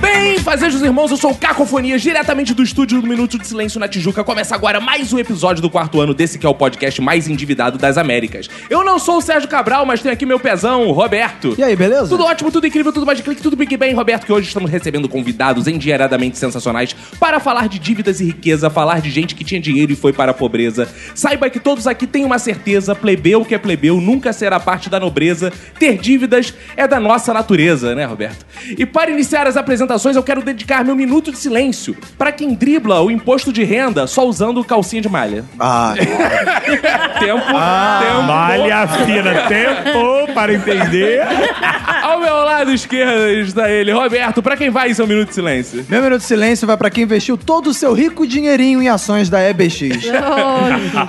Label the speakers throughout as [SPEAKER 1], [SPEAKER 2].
[SPEAKER 1] Bem, fazejos irmãos, eu sou o Cacofonias, diretamente do estúdio do Minuto de Silêncio na Tijuca. Começa agora mais um episódio do quarto ano desse que é o podcast mais endividado das Américas. Eu não sou o Sérgio Cabral, mas tenho aqui meu pezão, o Roberto.
[SPEAKER 2] E aí, beleza?
[SPEAKER 1] Tudo ótimo, tudo incrível, tudo mais de clique, tudo Big Bang, Roberto, que hoje estamos recebendo convidados endinheiradamente sensacionais para falar de dívidas e riqueza, falar de gente que tinha dinheiro e foi para a pobreza. Saiba que todos aqui têm uma certeza, plebeu que é plebeu, nunca será parte da nobreza. Ter dívidas é da nossa natureza, né, Roberto? E para iniciar as apresentações, eu quero dedicar meu minuto de silêncio para quem dribla o imposto de renda só usando calcinha de malha.
[SPEAKER 2] Ah,
[SPEAKER 1] Tempo, tempo.
[SPEAKER 3] Malha fina, tempo para entender.
[SPEAKER 1] Ao meu lado esquerdo está ele, Roberto. Para quem vai, seu minuto de silêncio.
[SPEAKER 2] meu minuto de silêncio vai pra quem investiu todo o seu rico dinheirinho em ações da EBX.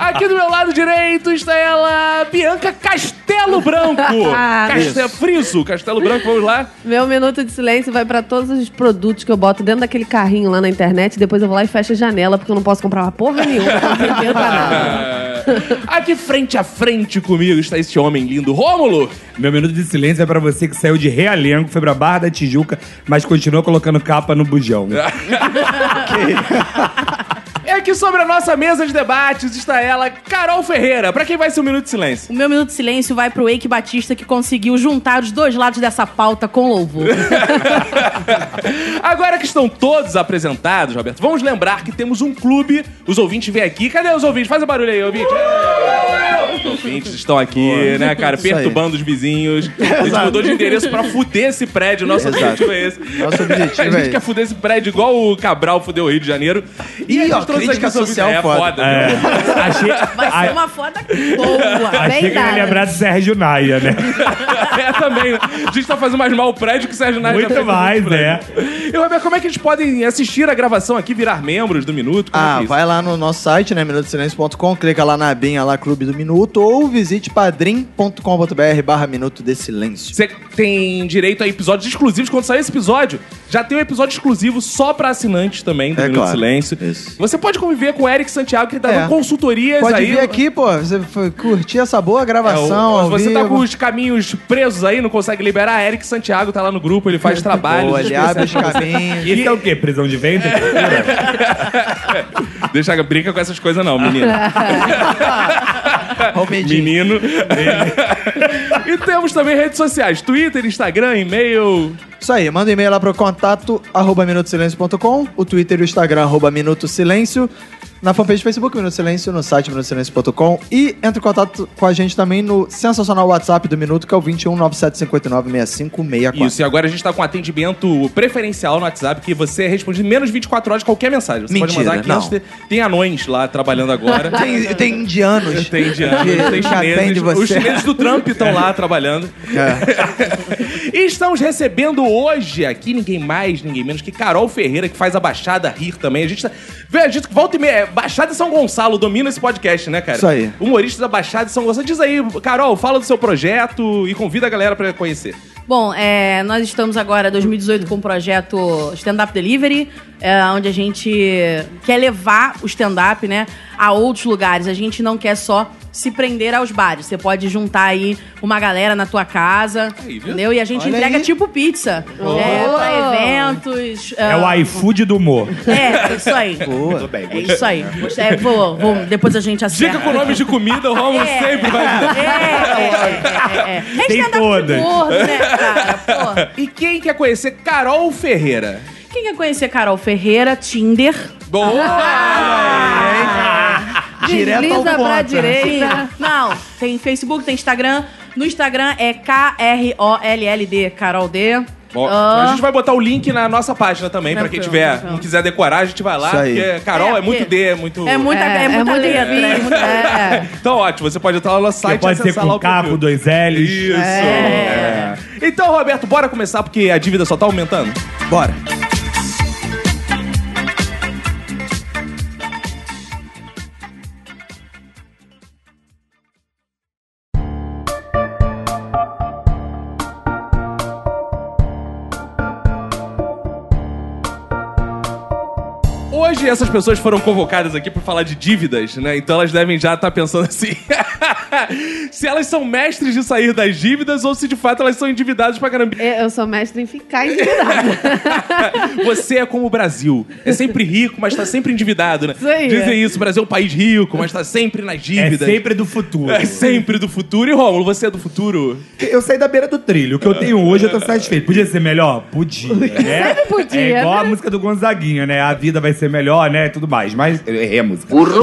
[SPEAKER 1] Aqui do meu lado direito está ela, Bianca Castelo Branco. Ah,
[SPEAKER 4] Ah, tá.
[SPEAKER 1] Castelo Friso, Castelo Branco, vamos lá.
[SPEAKER 4] Meu minuto de silêncio vai pra todos os produtos que eu boto dentro daquele carrinho lá na internet. e Depois eu vou lá e fecho a janela, porque eu não posso comprar uma porra nenhuma. não tenho dinheiro pra nada.
[SPEAKER 1] Aqui frente a frente comigo está esse homem lindo, Rômulo.
[SPEAKER 3] Meu minuto de silêncio é pra você que saiu de Realengo, foi pra Barra da Tijuca, mas continua colocando capa no bujão.
[SPEAKER 1] E é aqui sobre a nossa mesa de debates está ela, Carol Ferreira. Para quem vai ser um minuto de silêncio?
[SPEAKER 5] O meu minuto de silêncio vai pro Eike Batista, que conseguiu juntar os dois lados dessa pauta com louvor.
[SPEAKER 1] Agora que estão todos apresentados, Roberto, vamos lembrar que temos um clube. Os ouvintes vêm aqui. Cadê os ouvintes? Faz o barulho aí, ouvinte. Os ouvintes estão aqui, né, cara?
[SPEAKER 2] Isso aí.
[SPEAKER 1] Perturbando os vizinhos. A gente mudou de endereço pra fuder esse prédio. Nosso
[SPEAKER 2] Exato.
[SPEAKER 1] objetivo é esse.
[SPEAKER 2] Nosso objetivo
[SPEAKER 1] A gente
[SPEAKER 2] é esse.
[SPEAKER 1] quer fuder esse prédio igual o Cabral fudeu o Rio de Janeiro. E
[SPEAKER 2] Ih,
[SPEAKER 1] a gente
[SPEAKER 2] ó,
[SPEAKER 1] trouxe aqui
[SPEAKER 2] crítica
[SPEAKER 1] os ouvintes.
[SPEAKER 2] social
[SPEAKER 1] É
[SPEAKER 2] foda.
[SPEAKER 1] foda,
[SPEAKER 3] É.
[SPEAKER 1] né?
[SPEAKER 3] Achei,
[SPEAKER 5] Vai ser
[SPEAKER 3] a-
[SPEAKER 5] uma foda boa.
[SPEAKER 3] achei
[SPEAKER 4] bem
[SPEAKER 3] que eu ia
[SPEAKER 4] dada.
[SPEAKER 3] lembrar de Sérgio Naia, né?
[SPEAKER 1] É também, né? A gente tá fazendo mais mal o prédio que o Sérgio Nair
[SPEAKER 3] Muito
[SPEAKER 1] já fez
[SPEAKER 3] mais, né?
[SPEAKER 1] o prédio. E, Roberto, como é que eles podem assistir a gravação aqui, virar membros do Minuto? Como é
[SPEAKER 2] Ah,
[SPEAKER 1] que é isso?
[SPEAKER 2] vai lá no nosso site, né, minutosilencio.com, clica lá na abinha lá, Clube do Minuto, ou visite padrim.com.br barra Minuto de Silêncio.
[SPEAKER 1] Você tem direito a episódios exclusivos. Quando sair esse episódio, já tem um episódio exclusivo só pra assinantes também do
[SPEAKER 2] É
[SPEAKER 1] Minuto
[SPEAKER 2] claro.
[SPEAKER 1] Silêncio.
[SPEAKER 2] Isso.
[SPEAKER 1] Você pode conviver com o Eric Santiago, que ele tá
[SPEAKER 2] É.
[SPEAKER 1] dando consultorias
[SPEAKER 2] Pode
[SPEAKER 1] aí.
[SPEAKER 2] vir aqui, pô, você foi curtir essa boa
[SPEAKER 1] É, o-
[SPEAKER 2] gravação ao
[SPEAKER 1] você tá
[SPEAKER 2] vivo.
[SPEAKER 1] com os caminhos presos aí, não consegue liberar. Eric Santiago tá lá no grupo, ele faz trabalho.
[SPEAKER 2] Boa, ele abre os caminhos.
[SPEAKER 3] Isso é o quê? Prisão de ventre?
[SPEAKER 2] É.
[SPEAKER 1] Deixa, brinca com essas coisas não, menino.
[SPEAKER 2] Ó o medinho.
[SPEAKER 1] Menino. e temos também redes sociais: Twitter, Instagram, e-mail.
[SPEAKER 2] Isso aí, manda um e-mail lá pro contato arroba minutosilêncio.com, o Twitter e o Instagram arroba Minuto Silêncio, na fanpage do Facebook Minuto Silêncio, no site minutosilêncio.com e entre em contato com a gente também no sensacional WhatsApp do Minuto, que é o 21
[SPEAKER 1] Isso, e agora a gente tá com atendimento preferencial no WhatsApp, que você responde em menos de 24 horas qualquer mensagem. Você pode
[SPEAKER 2] Mentira,
[SPEAKER 1] mandar aqui. antes
[SPEAKER 2] não.
[SPEAKER 1] de- Tem anões lá trabalhando agora.
[SPEAKER 2] Tem, tem indianos.
[SPEAKER 1] Tem indianos, tem
[SPEAKER 2] que atende
[SPEAKER 1] chineses.
[SPEAKER 2] você.
[SPEAKER 1] Os chineses do Trump estão lá trabalhando.
[SPEAKER 6] É.
[SPEAKER 1] e estamos recebendo hoje aqui ninguém mais, ninguém menos que Carol Ferreira, que faz a Baixada rir também. A gente tá. Vê, a gente volta e meia. é Baixada e São Gonçalo domina esse podcast, né, cara?
[SPEAKER 2] Isso aí.
[SPEAKER 1] Humorista da Baixada e São Gonçalo. Diz aí, Carol, fala do seu projeto e convida a galera pra conhecer.
[SPEAKER 5] Bom, é, nós estamos agora, 2018, com o projeto Stand Up Delivery, é, onde a gente quer levar o stand-up né, a outros lugares. A gente não quer só se prender aos bares. Você pode juntar aí uma galera na tua casa,
[SPEAKER 1] Aí, viu?
[SPEAKER 5] entendeu? E a gente
[SPEAKER 2] Olha
[SPEAKER 5] entrega
[SPEAKER 2] aí.
[SPEAKER 5] tipo pizza é, pra eventos.
[SPEAKER 3] É
[SPEAKER 4] Ah,
[SPEAKER 3] o iFood do humor.
[SPEAKER 5] É, isso aí.
[SPEAKER 2] Boa.
[SPEAKER 5] É isso aí. É, vou, vou- depois a gente acerta.
[SPEAKER 1] Dica com nomes de comida, o Romulo
[SPEAKER 5] É.
[SPEAKER 1] sempre vai.
[SPEAKER 5] É, é, é, é. é.
[SPEAKER 3] Tem
[SPEAKER 5] stand-up de
[SPEAKER 3] todas.
[SPEAKER 5] gordo, né, cara? Porra.
[SPEAKER 1] E quem quer conhecer Carol Ferreira?
[SPEAKER 5] Quem quer conhecer Carol Ferreira? Tinder. Ah.
[SPEAKER 1] Boa!
[SPEAKER 2] Direto ao
[SPEAKER 4] Desliza pra
[SPEAKER 2] ponto.
[SPEAKER 4] direita.
[SPEAKER 5] Não, tem Facebook, tem Instagram. No Instagram é K-R-O-L-L-D, Carol D.
[SPEAKER 1] Bom,
[SPEAKER 5] Ah.
[SPEAKER 1] A gente vai botar o link na nossa página também, pra quem
[SPEAKER 5] Tranquilo,
[SPEAKER 1] tiver,
[SPEAKER 5] tranquilo.
[SPEAKER 1] não quiser decorar, a gente vai lá,
[SPEAKER 2] Isso aí.
[SPEAKER 1] porque Carol é,
[SPEAKER 5] É,
[SPEAKER 1] muito
[SPEAKER 5] porque-
[SPEAKER 1] D, é muito...
[SPEAKER 5] É muita, é,
[SPEAKER 4] é
[SPEAKER 5] muita
[SPEAKER 4] muito
[SPEAKER 5] letra.
[SPEAKER 4] difícil.
[SPEAKER 5] é muita-
[SPEAKER 4] É.
[SPEAKER 1] Então ótimo, você pode entrar lá no nosso
[SPEAKER 3] Você
[SPEAKER 1] site e
[SPEAKER 3] pode ser
[SPEAKER 1] acessar lá
[SPEAKER 3] com
[SPEAKER 1] o perfil.
[SPEAKER 3] K, com dois L's.
[SPEAKER 1] Isso! É. Então, Roberto, bora começar, porque a dívida só tá aumentando.
[SPEAKER 2] Bora.
[SPEAKER 1] Hoje essas pessoas foram convocadas aqui pra falar de dívidas, né? Então elas devem já estar pensando assim: se elas são mestres de sair das dívidas ou se de fato elas são endividadas pra caramba.
[SPEAKER 4] é, Eu eu sou mestre em ficar endividada.
[SPEAKER 1] Você é como o Brasil. É sempre rico, mas tá sempre endividado, né?
[SPEAKER 4] Isso aí,
[SPEAKER 1] Dizem
[SPEAKER 4] é.
[SPEAKER 1] isso, o Brasil é um país rico, mas tá sempre nas
[SPEAKER 3] É
[SPEAKER 1] dívidas.
[SPEAKER 3] sempre do futuro.
[SPEAKER 1] É sempre do futuro. E Rômulo, você é do futuro?
[SPEAKER 3] Eu saí da beira do trilho. O que eu tenho hoje, eu tô satisfeito. Podia ser melhor? Podia, né?
[SPEAKER 4] Sempre podia,
[SPEAKER 3] É igual a
[SPEAKER 4] né?
[SPEAKER 3] música do Gonzaguinha, né? A vida vai ser melhor, né? Tudo mais. Mas... Eu errei a música. Mas,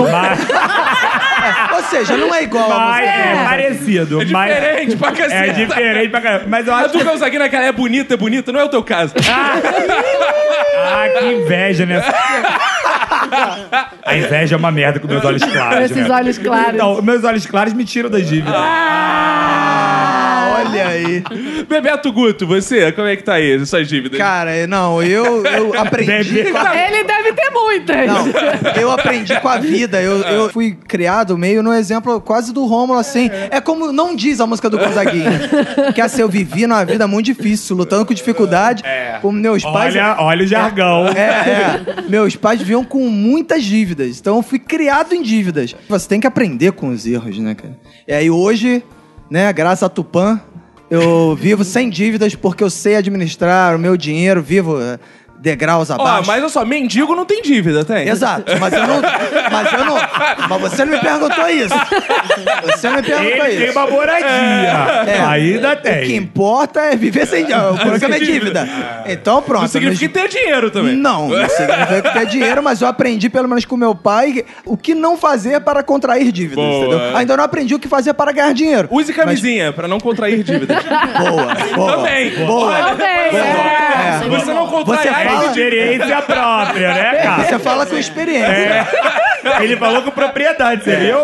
[SPEAKER 2] Ou seja, não é igual a
[SPEAKER 3] mas
[SPEAKER 2] música.
[SPEAKER 3] é parecido.
[SPEAKER 1] É
[SPEAKER 3] mas-
[SPEAKER 1] diferente pra caceta.
[SPEAKER 3] É diferente pra caramba. Mas eu
[SPEAKER 1] A
[SPEAKER 3] acho
[SPEAKER 1] do Gonzaguinha naquela é bonita, é bonita, não é o teu caso.
[SPEAKER 3] Ah, que inveja, né? A inveja é uma merda com meus olhos claros.
[SPEAKER 4] Com esses
[SPEAKER 3] né?
[SPEAKER 4] olhos claros.
[SPEAKER 3] Então, meus olhos claros me tiram da dívida.
[SPEAKER 2] Ah, olha aí.
[SPEAKER 1] Bebeto Guto, você, como é que tá aí, essas dívidas?
[SPEAKER 2] Cara, é, não, eu, eu aprendi.
[SPEAKER 3] Bebê.
[SPEAKER 2] com a-
[SPEAKER 4] Ele deve ter muitas.
[SPEAKER 2] Não, eu aprendi com a vida. Eu,
[SPEAKER 1] Ah,
[SPEAKER 2] eu fui criado meio no exemplo quase do Rômulo, assim. É como não diz a música do Gonzaguinha. Que assim, eu vivi numa vida muito difícil, lutando com dificuldade. Com meus pais.
[SPEAKER 3] Olha, olha o jargão.
[SPEAKER 2] É, é. Meus pais viviam com muitas dívidas. Então eu fui criado em dívidas. Você tem que aprender com os erros, né, cara? E aí hoje, né, graças a Tupã, eu vivo sem dívidas porque eu sei administrar o meu dinheiro, vivo eh, degraus
[SPEAKER 1] Ó,
[SPEAKER 2] abaixo.
[SPEAKER 1] mas olha só, mendigo não tem dívida, tem?
[SPEAKER 2] Exato, mas eu não. Mas eu não. Mas você não me perguntou isso. Você não me
[SPEAKER 3] Ele
[SPEAKER 2] perguntou
[SPEAKER 3] tem
[SPEAKER 2] isso.
[SPEAKER 3] uma moradia.
[SPEAKER 2] É.
[SPEAKER 3] Ainda
[SPEAKER 2] O que
[SPEAKER 3] tem.
[SPEAKER 2] importa é viver sem dinheiro. O programa é dívida. Então pronto.
[SPEAKER 1] Não significa ter dinheiro também.
[SPEAKER 2] Não, não significa que tem dinheiro, mas eu aprendi, pelo menos com meu pai, o que não fazer para contrair dívidas,
[SPEAKER 1] Boa.
[SPEAKER 2] entendeu? Ainda não aprendi o que fazer para ganhar dinheiro.
[SPEAKER 1] Use camisinha pra não contrair dívidas.
[SPEAKER 2] Boa, boa.
[SPEAKER 1] Também.
[SPEAKER 2] Boa.
[SPEAKER 4] Também, é.
[SPEAKER 2] É.
[SPEAKER 1] Você não contrai
[SPEAKER 2] Você
[SPEAKER 1] AIDS,
[SPEAKER 3] É
[SPEAKER 2] fala-
[SPEAKER 3] experiência própria, né, cara? É.
[SPEAKER 2] Você fala com experiência.
[SPEAKER 3] Ele falou com propriedade, você viu?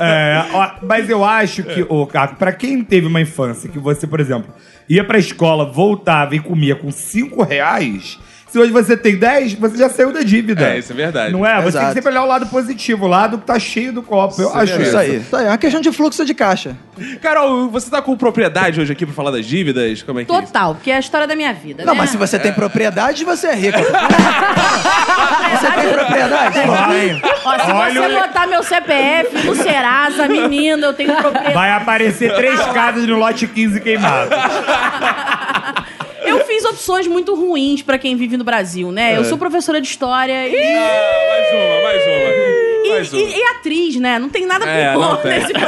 [SPEAKER 3] É, ó, mas eu acho que, ô, Caco, pra quem teve uma infância que você, por exemplo, ia pra escola, voltava e comia com 5 reais, se hoje você tem 10, você já saiu da dívida.
[SPEAKER 1] É, isso é verdade.
[SPEAKER 3] Não é? Você tem
[SPEAKER 2] Exato.
[SPEAKER 3] que sempre olhar o lado positivo, o lado que tá cheio do copo. Eu acho
[SPEAKER 2] Isso aí. Isso aí. É uma questão de fluxo de caixa.
[SPEAKER 1] Carol, você tá com propriedade hoje aqui pra falar das dívidas? Como é que é isso?
[SPEAKER 5] Total, porque é a história da minha vida,
[SPEAKER 2] Não,
[SPEAKER 5] né?
[SPEAKER 2] mas se você tem propriedade, você é rico. você tem propriedade?
[SPEAKER 3] Vai,
[SPEAKER 5] Ó, se
[SPEAKER 3] Olha
[SPEAKER 5] você
[SPEAKER 3] o-
[SPEAKER 5] botar meu CPF no Serasa, menino, eu tenho propriedade.
[SPEAKER 3] Vai aparecer três casas no lote 15 queimado.
[SPEAKER 5] Eu fiz opções muito ruins pra quem vive no Brasil, né? Eu sou professora de história e,
[SPEAKER 1] Ah, É. mais uma, mais uma. Mais
[SPEAKER 5] e,
[SPEAKER 1] uma.
[SPEAKER 5] e- e atriz, né? Não tem nada
[SPEAKER 1] É,
[SPEAKER 5] com
[SPEAKER 1] não
[SPEAKER 5] bom
[SPEAKER 1] tem.
[SPEAKER 5] nesse país,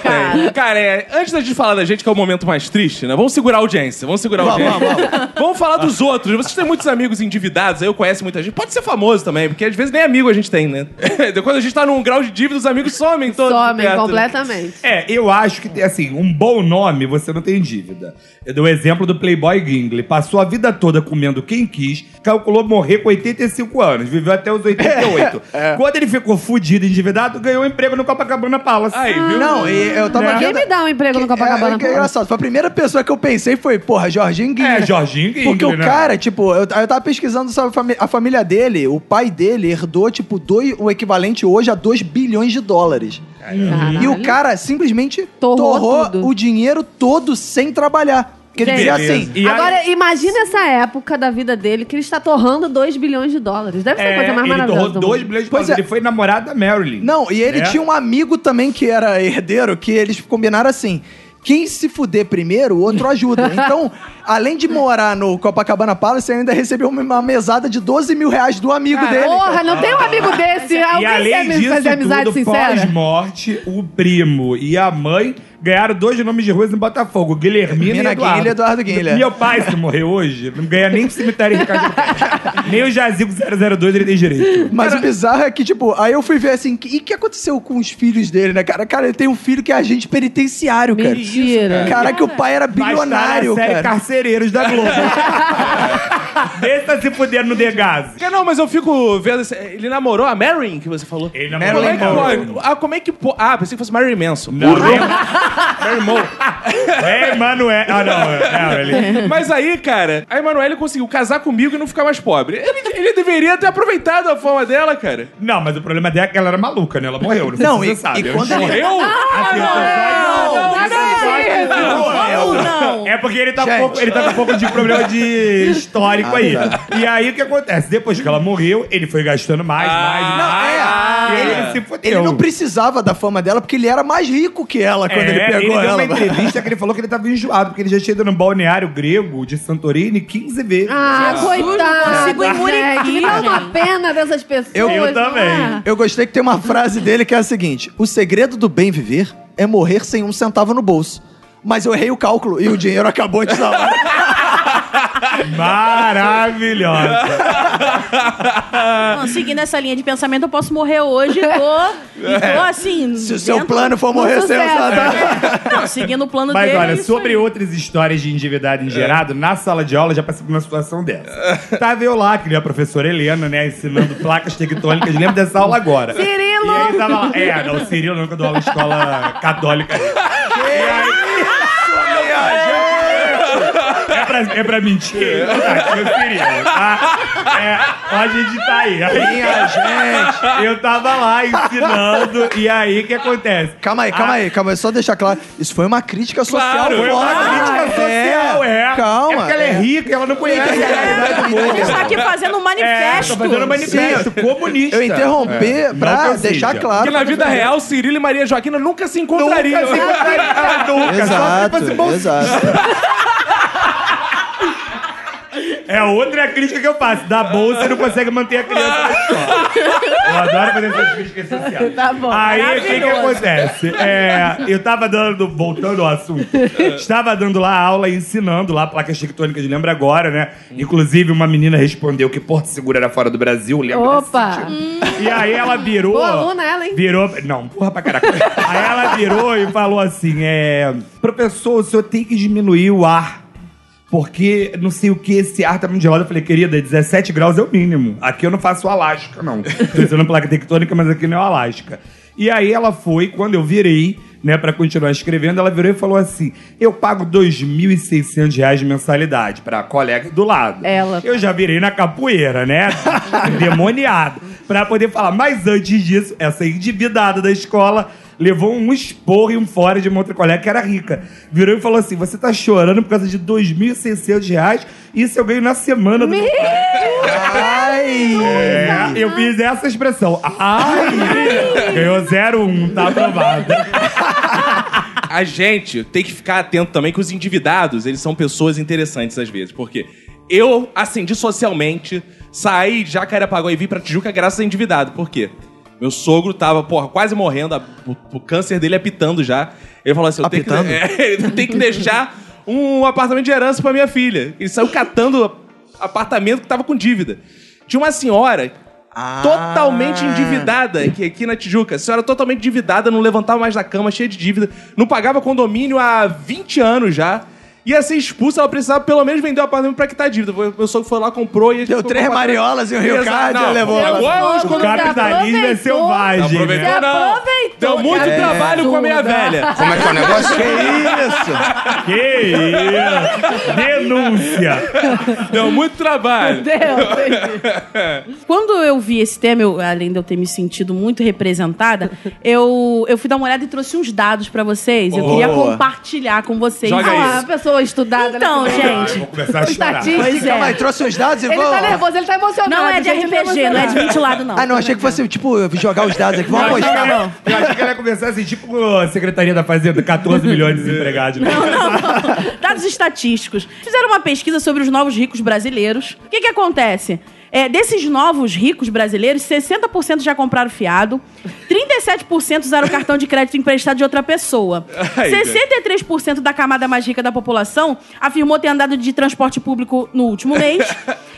[SPEAKER 5] cara.
[SPEAKER 1] Cara, é, antes da gente falar da gente, que é o momento mais triste, né? Vamos segurar a audiência, vamos segurar a
[SPEAKER 2] Vamos,
[SPEAKER 1] audiência. Vamos, falar dos outros. Vocês têm muitos amigos endividados, aí eu conheço muita gente. Pode ser famoso também, porque às vezes nem amigo a gente tem, né? Quando a gente tá num grau de dívida, os amigos somem todos. de
[SPEAKER 4] Somem
[SPEAKER 1] perto, né?
[SPEAKER 4] completamente.
[SPEAKER 3] É, eu acho que, tem, assim, um bom nome você não tem dívida. Eu dei o exemplo do Playboy Gingley. Passou a vida toda comendo quem quis, calculou morrer com 85 anos, viveu até os 88.
[SPEAKER 2] É,
[SPEAKER 3] Quando ele ficou fudido, endividado, ganhou um emprego no Copacabana Palace.
[SPEAKER 1] Aí, viu?
[SPEAKER 2] Não, e eu tava
[SPEAKER 4] Ninguém me dá um emprego no Copacabana.
[SPEAKER 2] É, que é engraçado. Foi a primeira pessoa que eu pensei foi, porra, Jorginho Guinha.
[SPEAKER 3] É, Jorginho Guinga,
[SPEAKER 2] Porque o
[SPEAKER 3] né?
[SPEAKER 2] cara, tipo, eu, eu tava pesquisando sobre a, fami- a família dele, o pai dele herdou, tipo, dois, o equivalente hoje a 2 bilhões de dólares.
[SPEAKER 4] Caralho.
[SPEAKER 2] E o cara simplesmente
[SPEAKER 4] Torrou
[SPEAKER 2] torrou
[SPEAKER 4] tudo.
[SPEAKER 2] o dinheiro todo sem trabalhar. Porque ele
[SPEAKER 4] Gente.
[SPEAKER 2] dizia
[SPEAKER 3] Beleza.
[SPEAKER 2] assim,
[SPEAKER 3] E aí-
[SPEAKER 4] Agora, imagina essa época da vida dele que ele está torrando 2 bilhões de dólares. Deve ser a
[SPEAKER 3] É,
[SPEAKER 4] coisa mais
[SPEAKER 3] ele
[SPEAKER 4] maravilhosa.
[SPEAKER 3] torrou
[SPEAKER 4] do
[SPEAKER 3] 2
[SPEAKER 4] mundo.
[SPEAKER 3] bilhões de
[SPEAKER 2] Pois
[SPEAKER 3] dólares.
[SPEAKER 2] é.
[SPEAKER 3] Ele foi namorado da Marilyn.
[SPEAKER 2] Não, e ele
[SPEAKER 3] Né?
[SPEAKER 2] tinha um amigo também que era herdeiro, que eles combinaram assim. Quem se fuder primeiro, o outro ajuda. Então, além de morar no Copacabana Palace, ele ainda recebeu uma- uma mesada de 12 mil reais do amigo dele.
[SPEAKER 4] Porra, não tem um amigo desse.
[SPEAKER 3] E
[SPEAKER 4] Alguém quer
[SPEAKER 3] além
[SPEAKER 4] me
[SPEAKER 3] disso
[SPEAKER 4] fazer amizade
[SPEAKER 3] tudo,
[SPEAKER 4] sincera?
[SPEAKER 3] pós-morte, o primo e a mãe ganharam dois nomes de ruas em Botafogo, Guilhermina
[SPEAKER 2] Guilhermina
[SPEAKER 3] e Eduardo.
[SPEAKER 2] Guilha e Eduardo Guilha.
[SPEAKER 3] Meu pai, se morreu hoje, não ganha nem cemitério de casa. nem o Jazigo 002 ele tem direito.
[SPEAKER 2] Mas o bizarro é que, tipo, aí eu fui ver assim, e o que aconteceu com os filhos dele, né, cara? Cara, ele tem um filho que é agente penitenciário, cara.
[SPEAKER 4] Mentira.
[SPEAKER 2] Caraca, o pai era
[SPEAKER 3] Vai estar na
[SPEAKER 2] bilionário,
[SPEAKER 3] série
[SPEAKER 2] cara.
[SPEAKER 3] Carcereiros da Globo.
[SPEAKER 2] né?
[SPEAKER 3] Deixa se fuder no Degas.
[SPEAKER 1] Cara, Não, mas eu fico vendo. esse- Ele namorou a Marilyn, que você falou?
[SPEAKER 3] Ele
[SPEAKER 2] namorou
[SPEAKER 1] Como é
[SPEAKER 3] namorou
[SPEAKER 1] que pode? Ah, como é que pode? Ah, pensei que fosse Marilyn Manson. Marilyn Monroe.
[SPEAKER 3] É, Emanuel. Ah, não. não ele...
[SPEAKER 1] Mas aí, cara, a Emanuele conseguiu casar comigo e não ficar mais pobre. Ele, Ele deveria ter aproveitado a fama dela, cara.
[SPEAKER 3] Não, mas o problema dela é que ela era maluca, né? Ela morreu, não sei
[SPEAKER 2] Não,
[SPEAKER 3] se você
[SPEAKER 2] e-
[SPEAKER 3] sabe.
[SPEAKER 2] e quando
[SPEAKER 3] Ela
[SPEAKER 2] ele-
[SPEAKER 3] morreu?
[SPEAKER 1] Ah,
[SPEAKER 3] Assim,
[SPEAKER 5] Não,
[SPEAKER 3] não,
[SPEAKER 5] nada
[SPEAKER 3] tá
[SPEAKER 5] disso. Ou não.
[SPEAKER 3] É porque ele tá, com
[SPEAKER 2] Gente. Ah,
[SPEAKER 3] pouco, ele tá com um pouco de problema de histórico aí. E aí o que acontece? Depois que ela morreu, ele foi gastando mais, mais,
[SPEAKER 2] Não,
[SPEAKER 3] mais.
[SPEAKER 2] é.
[SPEAKER 4] Ah,
[SPEAKER 3] e aí ele
[SPEAKER 1] é.
[SPEAKER 3] se fodeu.
[SPEAKER 2] Ele não precisava da fama dela porque ele era mais rico que ela quando
[SPEAKER 3] É,
[SPEAKER 2] ele pegou
[SPEAKER 3] deu
[SPEAKER 2] ela.
[SPEAKER 3] uma entrevista que ele falou que ele tava enjoado, porque ele já tinha ido no balneário grego de Santorini 15 vezes.
[SPEAKER 4] Ah, coitado.
[SPEAKER 5] consigo emuricar,
[SPEAKER 4] gente. Dá uma pena dessas pessoas.
[SPEAKER 2] Eu-
[SPEAKER 3] Eu
[SPEAKER 4] não
[SPEAKER 3] também.
[SPEAKER 4] é?
[SPEAKER 2] Eu gostei que tem uma frase dele que é a seguinte: O segredo do bem viver é morrer sem um centavo no bolso. Mas eu errei o cálculo e o dinheiro acabou antes da hora.
[SPEAKER 3] Maravilhosa.
[SPEAKER 5] Não, seguindo essa linha de pensamento, eu posso morrer hoje, tô, e
[SPEAKER 1] É.
[SPEAKER 5] tô assim.
[SPEAKER 2] Se o seu
[SPEAKER 5] dentro-
[SPEAKER 2] plano for morrer sem um
[SPEAKER 4] sucesso.
[SPEAKER 2] centavo.
[SPEAKER 5] Não, seguindo o plano
[SPEAKER 3] Mas
[SPEAKER 5] dele. é
[SPEAKER 3] olha,
[SPEAKER 5] isso
[SPEAKER 3] sobre
[SPEAKER 5] aí.
[SPEAKER 3] outras histórias de endividado
[SPEAKER 2] É.
[SPEAKER 3] e engerado, na sala de aula já passei por uma situação dessa. Tava eu lá, que nem a professora Helena, né, ensinando placas tectônicas. Lembro dessa aula agora.
[SPEAKER 4] Cirilo!
[SPEAKER 3] E aí tava lá, é, não, o Cirilo nunca dou aula em escola católica. E aí- É pra, é pra mentir? Tá, meu Cirilo, tá? É, pode editar aí. aí
[SPEAKER 2] Minha gente.
[SPEAKER 3] eu tava lá então. ensinando, e aí o que acontece? Ah.
[SPEAKER 2] Calma aí, calma aí, calma aí. Só deixar claro. Isso foi uma crítica social.
[SPEAKER 1] Claro,
[SPEAKER 3] Foi uma
[SPEAKER 2] forte.
[SPEAKER 3] crítica social, é.
[SPEAKER 2] Calma.
[SPEAKER 3] É porque ela é rica, ela é não conhece a realidade do
[SPEAKER 5] A gente
[SPEAKER 3] mundo.
[SPEAKER 5] está aqui fazendo um
[SPEAKER 3] É,
[SPEAKER 5] manifesto.
[SPEAKER 3] tô fazendo um manifesto comunista.
[SPEAKER 2] Eu interrompi
[SPEAKER 3] É, não que
[SPEAKER 2] pra
[SPEAKER 3] eu
[SPEAKER 2] deixar
[SPEAKER 3] seja.
[SPEAKER 2] claro.
[SPEAKER 1] Porque na vida real, Cirilo e Maria Joaquina nunca se
[SPEAKER 3] Nunca se
[SPEAKER 1] encontrariam.
[SPEAKER 3] encontraria ah, nunca, só se
[SPEAKER 2] Exato,
[SPEAKER 3] fosse bom.
[SPEAKER 2] exato.
[SPEAKER 3] É outra crítica que eu faço. Da bolsa e não consegue manter a criança na escola. Eu adoro fazer essas críticas sociais.
[SPEAKER 4] Tá bom.
[SPEAKER 3] Aí, o que que acontece? É, eu tava dando, voltando ao assunto, estava dando lá aula, ensinando lá placas tectônicas, lembra agora, né? Inclusive, uma menina respondeu que Porto Seguro era fora do Brasil, lembra?
[SPEAKER 4] Opa!
[SPEAKER 3] E aí ela virou...
[SPEAKER 4] Boa aluna ela, hein?
[SPEAKER 3] Virou... Não, porra pra caraca. aí ela virou e falou assim, é... Professor, o senhor tem que diminuir o ar. Porque não sei o que, esse ar tá muito gelado. Eu falei, querida, 17 graus é o mínimo. Aqui eu não faço Alasca, não. Tô ensinando placa tectônica, mas aqui não é Alasca. E aí ela foi, quando eu virei, né, pra continuar escrevendo, ela virou e falou assim: eu pago R$ 2.600 reais de mensalidade pra colega do lado.
[SPEAKER 4] Ela.
[SPEAKER 3] Eu já virei na capoeira, né? Demoniado. Pra poder falar. Mas antes disso, essa endividada da escola levou um esporro e um fora de uma outra colega que era rica. Virou e falou assim: você tá chorando por causa de 2.600 reais? Isso eu ganho na semana do. meu pai."
[SPEAKER 2] Ai.
[SPEAKER 3] É, eu fiz essa expressão. Ai! Ganhou 01, tá aprovado.
[SPEAKER 1] A gente tem que ficar atento também que os endividados, eles são pessoas interessantes às vezes, porque eu ascendi socialmente, saí de Jacarepaguá e vim pra Tijuca graças a endividado. Por quê? Meu sogro tava, porra, quase morrendo, a- o, o câncer dele apitando já. Ele falou assim: eu tenho que,
[SPEAKER 2] Apitando?
[SPEAKER 1] é, eu tenho que deixar um apartamento de herança pra minha filha. Ele saiu catando apartamento que tava com dívida. Tinha uma senhora totalmente
[SPEAKER 2] Ah.
[SPEAKER 1] endividada aqui, aqui na Tijuca. A senhora totalmente endividada, não levantava mais da cama, cheia de dívida, não pagava condomínio há 20 anos já. Ia ser expulsa, ela precisava pelo menos vender o apartamento pra quitar a dívida. Foi- Meu sogro foi lá, comprou e...
[SPEAKER 2] Deu três mariolas e um Rio
[SPEAKER 1] Exato,
[SPEAKER 2] Card
[SPEAKER 1] não,
[SPEAKER 2] levou Tá
[SPEAKER 1] pegou
[SPEAKER 2] ela.
[SPEAKER 1] os
[SPEAKER 3] O capitalismo é selvagem. né?
[SPEAKER 1] Aproveitou, não.
[SPEAKER 4] aproveitou,
[SPEAKER 1] Deu muito
[SPEAKER 4] cara.
[SPEAKER 1] trabalho com a minha
[SPEAKER 4] Ajuda.
[SPEAKER 1] velha.
[SPEAKER 7] Como é que é o negócio?
[SPEAKER 3] Que
[SPEAKER 2] Que
[SPEAKER 3] isso? Denúncia.
[SPEAKER 1] Deu muito trabalho.
[SPEAKER 5] Quando eu vi esse tema, eu- além de eu ter me sentido muito representada, eu, eu fui dar uma olhada e trouxe uns dados pra vocês. Eu queria
[SPEAKER 2] Boa.
[SPEAKER 5] compartilhar com vocês.
[SPEAKER 1] Joga aí.
[SPEAKER 5] Ah,
[SPEAKER 4] Ah, uma pessoa estudada.
[SPEAKER 5] Então,
[SPEAKER 4] né?
[SPEAKER 5] gente.
[SPEAKER 3] Vou começar a chorar.
[SPEAKER 4] Estatística.
[SPEAKER 5] Pois
[SPEAKER 2] isso?
[SPEAKER 5] é.
[SPEAKER 2] Calma aí, trouxe os dados e
[SPEAKER 4] Ele tá
[SPEAKER 2] vamos.
[SPEAKER 4] nervoso, ele tá emocionado.
[SPEAKER 5] Não é de
[SPEAKER 4] gente, ele tá
[SPEAKER 5] RPG, não é de
[SPEAKER 4] emocionado.
[SPEAKER 5] ventilado, não.
[SPEAKER 2] Ah, não, achei que fosse, tipo, eu jogar os dados aqui. Vamos
[SPEAKER 3] Eu achei que
[SPEAKER 2] apostar.
[SPEAKER 3] ela- Eu achei que ela ia começar assim, tipo a Secretaria da Fazenda, 14 milhões de desempregados. né?
[SPEAKER 5] Dados estatísticos. Fizeram uma pesquisa sobre os novos ricos brasileiros. O que, que acontece? É, desses novos ricos brasileiros, 60% já compraram fiado, 37% usaram cartão de crédito emprestado de outra pessoa.
[SPEAKER 1] Ai,
[SPEAKER 5] 63% da camada mais rica da população afirmou ter andado de transporte público no último mês.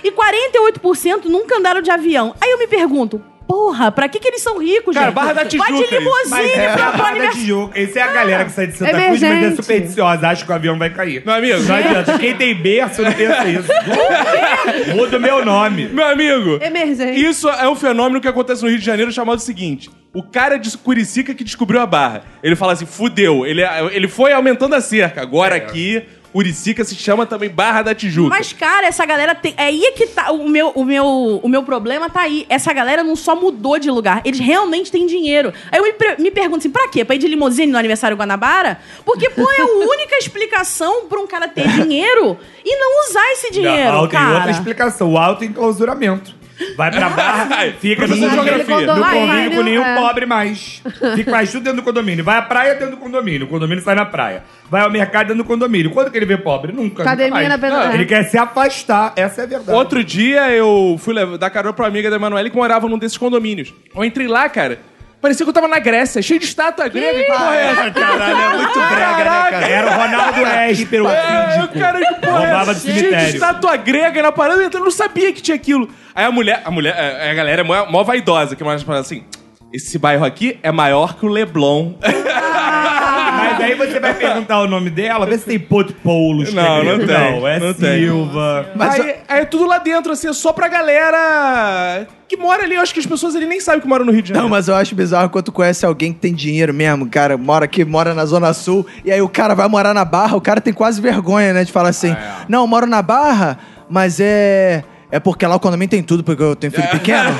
[SPEAKER 5] e 48% nunca andaram de avião. Aí eu me pergunto, porra, pra que, que eles são ricos,
[SPEAKER 1] Cara,
[SPEAKER 5] gente?
[SPEAKER 1] Barra da Tijuca,
[SPEAKER 5] Vai de
[SPEAKER 1] isso.
[SPEAKER 5] limusine
[SPEAKER 3] Mas é
[SPEAKER 5] pra
[SPEAKER 3] a Barra
[SPEAKER 5] pro
[SPEAKER 3] da
[SPEAKER 5] aniversário.
[SPEAKER 3] Tijuca. Essa é a galera que sai de Santa Cruz, mas é
[SPEAKER 4] Emergente.
[SPEAKER 3] supersticiosa, acha que o avião vai cair.
[SPEAKER 1] Meu amigo.
[SPEAKER 3] Não adianta. Quem tem berço não pensa isso. Muda o meu nome.
[SPEAKER 1] Meu amigo,
[SPEAKER 4] Emergente.
[SPEAKER 1] isso é um fenômeno que acontece no Rio de Janeiro chamado o seguinte: o cara de
[SPEAKER 7] É.
[SPEAKER 1] Curicica que descobriu a barra. Ele fala assim: fudeu. Ele, ele foi aumentando a cerca. Agora aqui, Uricica se chama também Barra da Tijuca.
[SPEAKER 5] Mas, cara, essa galera tem. É aí que tá. O meu, o, meu, o meu problema tá aí. Essa galera não só mudou de lugar, eles realmente têm dinheiro. Aí eu me, pre- me pergunto assim: pra quê? Pra ir de limusine no aniversário Guanabara? Porque, pô, é a única explicação pra um cara ter dinheiro e não usar esse dinheiro.
[SPEAKER 3] Não, tem
[SPEAKER 5] cara.
[SPEAKER 3] outra explicação. O alto enclausuramento. Vai pra barra, fica no
[SPEAKER 1] Professor de
[SPEAKER 3] condomínio.
[SPEAKER 1] geografia.
[SPEAKER 3] Não
[SPEAKER 4] Condomínio,
[SPEAKER 3] convive com nenhum
[SPEAKER 4] é.
[SPEAKER 3] pobre mais. Fica mais tudo dentro do condomínio. Vai à praia dentro do condomínio. O condomínio sai na praia. Vai ao mercado dentro do condomínio. Quando que ele vê pobre? Nunca.
[SPEAKER 4] Academia
[SPEAKER 3] nunca mais.
[SPEAKER 4] na beira-
[SPEAKER 3] Não, Ele quer se afastar. Essa é a verdade.
[SPEAKER 1] Outro dia eu fui levar- dar carona pra uma amiga da Emanuele que morava num desses condomínios. Eu entrei lá, cara. Parecia que eu tava na Grécia, cheio de estátua grega. Que porra é essa?
[SPEAKER 7] Caralho, é muito brega, né, cara?
[SPEAKER 3] Era o Ronaldo Esper, o
[SPEAKER 1] É, eu,
[SPEAKER 3] síndico.
[SPEAKER 1] cara, que porra é
[SPEAKER 3] Roubava
[SPEAKER 1] essa?
[SPEAKER 3] do
[SPEAKER 1] Cheio de
[SPEAKER 3] cemitério.
[SPEAKER 1] estátua grega na parada, eu não sabia que tinha aquilo. Aí a mulher, a mulher, a a galera é mó, mó vaidosa, que mais fala assim: esse bairro aqui é maior que o Leblon.
[SPEAKER 3] Mas aí você vai perguntar o nome dela, vê se tem Potpolos.
[SPEAKER 1] Não, não
[SPEAKER 3] querido.
[SPEAKER 1] tem.
[SPEAKER 3] Não, é
[SPEAKER 1] Não tem.
[SPEAKER 3] Silva.
[SPEAKER 1] aí, aí é tudo lá dentro, assim, é só pra galera que mora ali. Eu acho que as pessoas ali nem sabem que moram no Rio de Janeiro.
[SPEAKER 2] Não, mas eu acho bizarro quando tu conhece alguém que tem dinheiro mesmo, cara, mora aqui, mora na Zona Sul, e aí o cara vai morar na Barra, o cara tem quase vergonha, né, de falar assim, não, eu moro na Barra, mas é... É porque lá o condomínio tem tudo, porque eu tenho filho pequeno.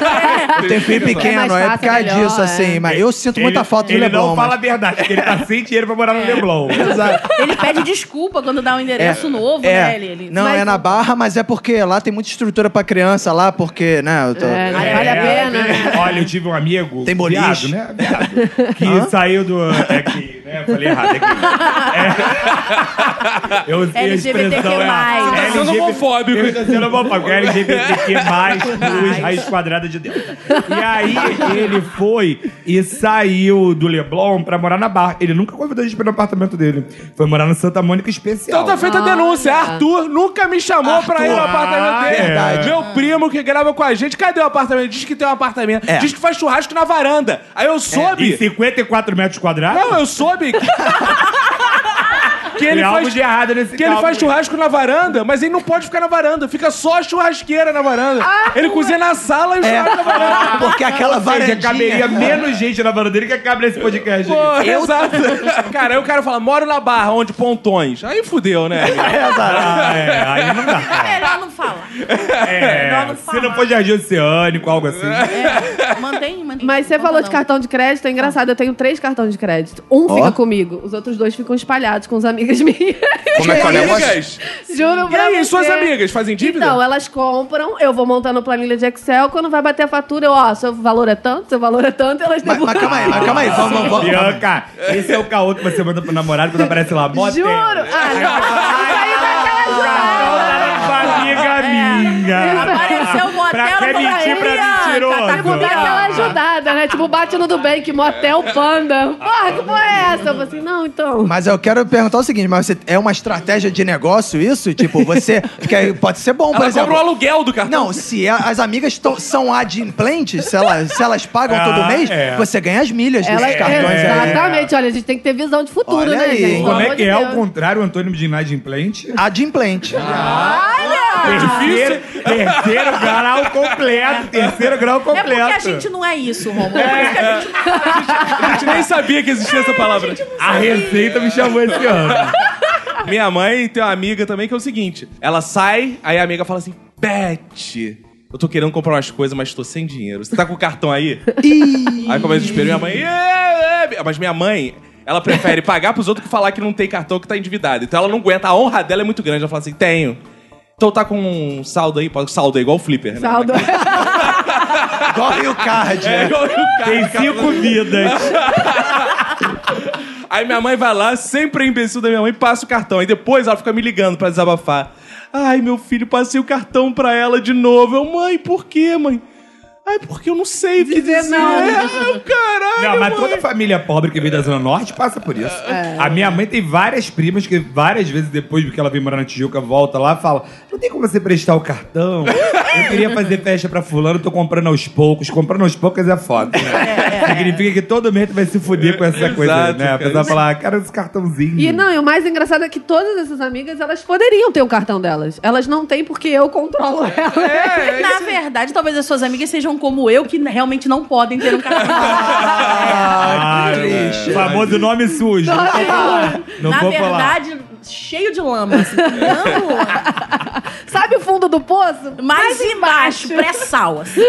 [SPEAKER 2] Eu tenho filho
[SPEAKER 4] É
[SPEAKER 2] pequeno,
[SPEAKER 4] mais
[SPEAKER 2] é por
[SPEAKER 4] fácil,
[SPEAKER 2] causa
[SPEAKER 4] é melhor,
[SPEAKER 2] disso,
[SPEAKER 4] é.
[SPEAKER 2] assim. Mas eu sinto muita
[SPEAKER 3] Ele-
[SPEAKER 2] falta do
[SPEAKER 3] Ele
[SPEAKER 2] Leblon.
[SPEAKER 3] não fala a
[SPEAKER 2] mas-
[SPEAKER 3] verdade, porque ele tá sem dinheiro pra morar
[SPEAKER 4] É.
[SPEAKER 3] no Leblon.
[SPEAKER 2] Exato.
[SPEAKER 5] Ele pede desculpa quando dá um endereço novo,
[SPEAKER 2] é.
[SPEAKER 5] né? Ele, ele-
[SPEAKER 2] Não,
[SPEAKER 5] Mas-
[SPEAKER 2] é na Barra, mas é porque lá tem muita estrutura pra criança lá, porque, né, eu tô...
[SPEAKER 4] É, não vale a pena. né?
[SPEAKER 3] Olha, eu tive um amigo.
[SPEAKER 2] Tem boliche.
[SPEAKER 3] Viado, né? Viado, que saiu do. É que, né? Falei errado. É que- é. eu usei a
[SPEAKER 5] LGBTQ+.
[SPEAKER 3] expressão,
[SPEAKER 5] Você
[SPEAKER 1] tá sendo
[SPEAKER 3] LGBT
[SPEAKER 1] homofóbico.
[SPEAKER 3] Eu tô sendo homofóbico. é LGBTQ, luz, raiz quadrada de Deus. E aí ele foi e saiu do Leblon pra morar na Barra. Ele nunca convidou a gente pra ir no apartamento dele. Foi morar no Santa Mônica Especial.
[SPEAKER 1] Então tá feita a
[SPEAKER 4] Olha.
[SPEAKER 1] denúncia. Arthur nunca me chamou pra ir no apartamento
[SPEAKER 3] Ah,
[SPEAKER 1] dele.
[SPEAKER 3] é verdade.
[SPEAKER 1] Meu primo que grava com a gente, cadê o apartamento? Diz que tem um apartamento. Diz que faz churrasco na varanda. Aí eu
[SPEAKER 3] É. Em
[SPEAKER 1] soube.
[SPEAKER 3] 54 metros quadrados?
[SPEAKER 1] Não, eu soube. que- Que ele
[SPEAKER 3] Tem algo
[SPEAKER 1] faz,
[SPEAKER 3] de errado nesse
[SPEAKER 1] que ele
[SPEAKER 3] cálculo.
[SPEAKER 1] faz churrasco na varanda, mas ele não pode ficar na varanda. Fica só a churrasqueira na varanda. ele cozinha na sala e o
[SPEAKER 3] É.
[SPEAKER 1] churrasco na varanda.
[SPEAKER 2] É,
[SPEAKER 3] Ah,
[SPEAKER 2] Porque aquela
[SPEAKER 3] Ou seja,
[SPEAKER 2] varandinha...
[SPEAKER 3] caberia menos gente na varanda dele que cabe nesse podcast. aqui.
[SPEAKER 1] Pô, Exato. Cara, aí o cara fala, moro na barra, onde pontões. Aí fudeu, né? amigo?
[SPEAKER 3] Ah, é, aí não dá.
[SPEAKER 5] É melhor não falar.
[SPEAKER 3] É,
[SPEAKER 5] Melhor não
[SPEAKER 3] se
[SPEAKER 5] falar.
[SPEAKER 3] não for jardim oceânico, algo assim.
[SPEAKER 5] É, mantém, mantém. um
[SPEAKER 4] Mas você
[SPEAKER 5] Conta
[SPEAKER 4] falou de
[SPEAKER 5] não.
[SPEAKER 4] cartão de crédito, é engraçado. Eu tenho três cartões de crédito. Um fica
[SPEAKER 2] Ó.
[SPEAKER 4] comigo, os outros dois ficam espalhados com as amigas minhas.
[SPEAKER 7] Como é que é o negócio?
[SPEAKER 1] Amigas,
[SPEAKER 4] Juro
[SPEAKER 1] e
[SPEAKER 4] pra
[SPEAKER 1] aí, suas
[SPEAKER 4] você.
[SPEAKER 1] amigas fazem dívida?
[SPEAKER 4] Então, elas compram, eu vou montando planilha de Excel, quando vai bater a fatura, eu, ó, seu valor é tanto, seu valor é tanto, elas
[SPEAKER 2] Mas, mas calma aí, mas calma aí, vamos, vamos, vamos.
[SPEAKER 3] Bianca, esse é o caô que você manda pro namorado quando aparece lá, motel.
[SPEAKER 4] Juro! Ah, não. Isso aí vai aquela
[SPEAKER 3] "Ah,
[SPEAKER 4] zoada. É.
[SPEAKER 3] Amiga minha.
[SPEAKER 5] Apareceu um motel
[SPEAKER 3] pra
[SPEAKER 5] na
[SPEAKER 3] quem mentir pra
[SPEAKER 5] Bahia,
[SPEAKER 4] Tipo,
[SPEAKER 3] mentiroso.
[SPEAKER 4] dá aquela ajudada, né? Tipo, bate no Dubank, motel, panda. Porra, que porra é essa? Eu falei assim, não, então.
[SPEAKER 2] Mas eu quero perguntar o seguinte, mas você, é uma estratégia de negócio isso? Tipo, você... Porque aí pode ser bom, por
[SPEAKER 1] Ela cobra o
[SPEAKER 2] exemplo...
[SPEAKER 1] aluguel do cartão.
[SPEAKER 2] Não, se a- as amigas tão- são adimplentes, se elas, se elas pagam
[SPEAKER 3] Ah,
[SPEAKER 2] todo mês,
[SPEAKER 3] é.
[SPEAKER 2] você ganha as milhas
[SPEAKER 4] Ela, é
[SPEAKER 2] desses cartões aí.
[SPEAKER 4] exatamente, olha, a gente tem que ter visão de futuro,
[SPEAKER 2] Olha
[SPEAKER 4] né,
[SPEAKER 2] aí,
[SPEAKER 4] gente?
[SPEAKER 2] hein?
[SPEAKER 3] Como
[SPEAKER 4] Pelo
[SPEAKER 3] é
[SPEAKER 4] amor
[SPEAKER 3] que
[SPEAKER 4] de
[SPEAKER 3] é
[SPEAKER 4] Deus.
[SPEAKER 3] o contrário, Antônimo de inadimplente?
[SPEAKER 2] Adimplente.
[SPEAKER 3] é
[SPEAKER 1] É
[SPEAKER 3] Terceiro, terceiro grau completo. Terceiro grau
[SPEAKER 5] É
[SPEAKER 3] completo.
[SPEAKER 5] porque a gente não é isso, Romulo. É por isso que a gente não é
[SPEAKER 1] A gente nem sabia que existia essa palavra.
[SPEAKER 3] A receita me chamou esse ano.
[SPEAKER 1] Minha mãe tem uma amiga também que é o seguinte: ela sai, aí a amiga fala assim, Beth. Eu tô querendo comprar umas coisas, mas tô sem dinheiro. Você tá com o cartão aí? aí começa o desespero. Minha mãe. "É, é". Mas minha mãe, ela prefere pagar pros outros que falar que não tem cartão, que tá endividado. Então ela não aguenta. A honra dela é muito grande. Ela fala assim: tenho. Então tá com um saldo aí? Pode- Saldo é igual o Flipper, né?
[SPEAKER 4] Saldo.
[SPEAKER 2] Igual Rio Card.
[SPEAKER 1] É igual o cara.
[SPEAKER 3] Tem cinco vidas.
[SPEAKER 1] Aí minha mãe vai lá, sempre a imbecil da minha mãe, passa o cartão. Aí depois ela fica me ligando pra desabafar. Ai, meu filho, passei o cartão pra ela de novo. Eu, mãe, por quê, mãe? Ai, porque eu não sei o que dizer.
[SPEAKER 4] não.
[SPEAKER 1] É, ai, caralho,
[SPEAKER 3] Não, mas
[SPEAKER 1] mãe.
[SPEAKER 3] toda família pobre que veio da Zona Norte passa por isso.
[SPEAKER 1] É.
[SPEAKER 3] A minha mãe tem várias primas que várias vezes depois que ela vem morar na Tijuca, volta lá e fala: Não tem como você prestar o cartão? Eu queria fazer festa pra fulano, tô comprando aos poucos. Comprando aos poucos é foda, né? Significa que todo mês tu vai se fuder com essa coisa,
[SPEAKER 1] é, Exato,
[SPEAKER 3] né? A
[SPEAKER 1] cara.
[SPEAKER 3] pessoa fala, "Ah, cara, esse cartãozinho.
[SPEAKER 4] E não, e o mais engraçado é que todas essas amigas, elas poderiam ter o cartão delas. Elas não têm porque eu controlo elas.
[SPEAKER 5] Na verdade, talvez as suas amigas sejam como eu, que realmente não podem ter um cartão.
[SPEAKER 3] Ah,
[SPEAKER 2] triste.
[SPEAKER 1] Ah,
[SPEAKER 3] o Ah, famoso nome sujo.
[SPEAKER 4] Só que-
[SPEAKER 3] Não
[SPEAKER 5] Na
[SPEAKER 3] vou falar.
[SPEAKER 5] verdade, cheio de lama, assim, caminhando. Sabe o fundo do poço? Mais, embaixo, pré-sal, assim.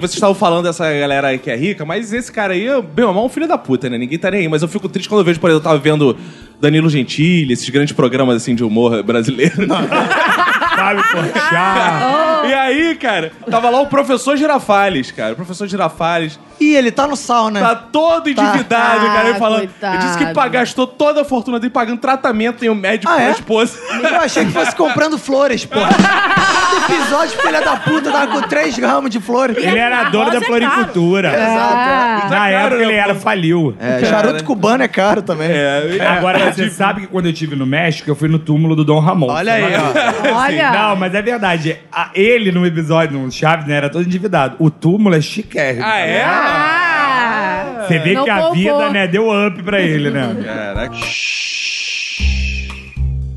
[SPEAKER 1] Vocês estavam falando dessa galera aí que é rica, mas esse cara aí, bem ou mal, é um filho da puta, né? Ninguém tá nem aí. Mas eu fico triste quando eu vejo, por exemplo, eu tava vendo Danilo Gentili, esses grandes programas assim de humor brasileiro.
[SPEAKER 3] Sabe,
[SPEAKER 2] Ah,
[SPEAKER 1] E aí, cara, tava lá o professor Girafales, cara. O professor Girafales.
[SPEAKER 2] E ele tá no sal, né?
[SPEAKER 1] Tá todo endividado,
[SPEAKER 4] Ah,
[SPEAKER 1] cara. Ele falando.
[SPEAKER 4] coitado.
[SPEAKER 1] Ele disse que pá, gastou toda a fortuna dele pagando tratamento em um médico
[SPEAKER 2] Ah,
[SPEAKER 1] pra
[SPEAKER 2] é?
[SPEAKER 1] esposa.
[SPEAKER 2] Eu achei que fosse comprando flores, pô. Cada episódio, filha da puta, tava com três ramos de flores.
[SPEAKER 3] Ele era dono
[SPEAKER 4] é
[SPEAKER 3] da floricultura.
[SPEAKER 4] Ah.
[SPEAKER 2] Exato. Então, Tá
[SPEAKER 3] Na época ele era, faliu.
[SPEAKER 2] né, É, Ah. charuto cubano é caro também. É. Tipo,
[SPEAKER 3] Agora, você sabe que quando eu estive no México, eu fui no túmulo do Dom Ramon. Assim,
[SPEAKER 1] Olha aí, ó.
[SPEAKER 4] Olha.
[SPEAKER 3] Não, mas é verdade. A- ele, num episódio, no Chaves, né, era todo endividado. O túmulo é chiquérrimo.
[SPEAKER 1] Ah, é?
[SPEAKER 4] Ah!
[SPEAKER 3] é? Você vê
[SPEAKER 4] Não
[SPEAKER 3] que a
[SPEAKER 4] poupou.
[SPEAKER 3] vida, né, deu up pra ele, né?
[SPEAKER 1] Caraca.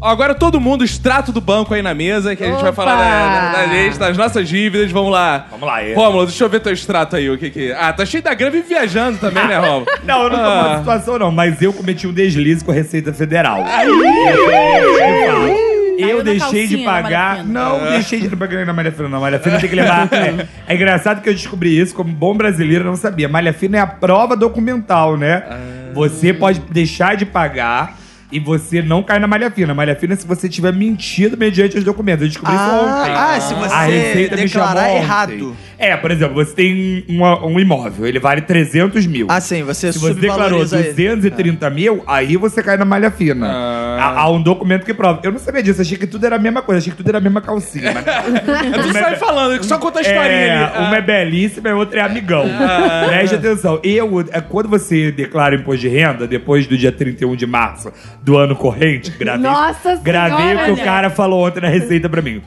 [SPEAKER 1] Agora todo mundo, extrato do banco aí na mesa, que a gente vai
[SPEAKER 4] Opa!
[SPEAKER 1] falar da, da- da gente, das nossas dívidas. Vamos lá.
[SPEAKER 3] Vamos lá, é.
[SPEAKER 1] Rômulo, deixa eu ver teu extrato aí. O que que. Ah, tá cheio da grana e viajando também, né, Rômulo?
[SPEAKER 3] Não, eu não tô
[SPEAKER 1] Ah.
[SPEAKER 3] numa situação, não, mas eu cometi um deslize com a Receita Federal. Eu,
[SPEAKER 5] Caiu na
[SPEAKER 3] deixei de
[SPEAKER 5] calcinha da
[SPEAKER 3] pagar.
[SPEAKER 5] Maria Fina.
[SPEAKER 3] Não, deixei de pagar na Malha Fina, não. Malha Fina tem que levar. É, é engraçado que eu descobri isso, como bom brasileiro, eu não sabia. Malha Fina é a prova documental, né?
[SPEAKER 1] Ah.
[SPEAKER 3] Você pode deixar de pagar. E você não cai na malha fina. Malha fina é se você tiver mentido mediante os documentos. Eu descobri isso
[SPEAKER 2] Ah,
[SPEAKER 3] ontem.
[SPEAKER 2] ah, se você
[SPEAKER 3] A Receita me
[SPEAKER 2] declarar
[SPEAKER 3] chamou ontem.
[SPEAKER 2] errado.
[SPEAKER 3] É, por exemplo, você tem um, um imóvel, ele vale 300 mil.
[SPEAKER 2] Ah, sim, você
[SPEAKER 3] Se você declarou
[SPEAKER 2] subvaloriza ele. Ah.
[SPEAKER 3] 230 mil, aí você cai na malha fina.
[SPEAKER 1] Ah.
[SPEAKER 3] Há, há um documento que prova. Eu não sabia disso, achei que tudo era a mesma coisa, achei que tudo era a mesma calcinha. mas-
[SPEAKER 1] É, tu sai falando, só conta a historinha
[SPEAKER 3] é,
[SPEAKER 1] ali. Ah.
[SPEAKER 3] uma é belíssima e a outra é amigão. Preste atenção. Eu, é, quando você declara o imposto de renda, depois do dia 31 de março do ano corrente, gravei,
[SPEAKER 4] Nossa
[SPEAKER 3] gravei
[SPEAKER 4] Senhora,
[SPEAKER 3] o que
[SPEAKER 4] né?
[SPEAKER 3] o cara falou ontem na Receita pra mim.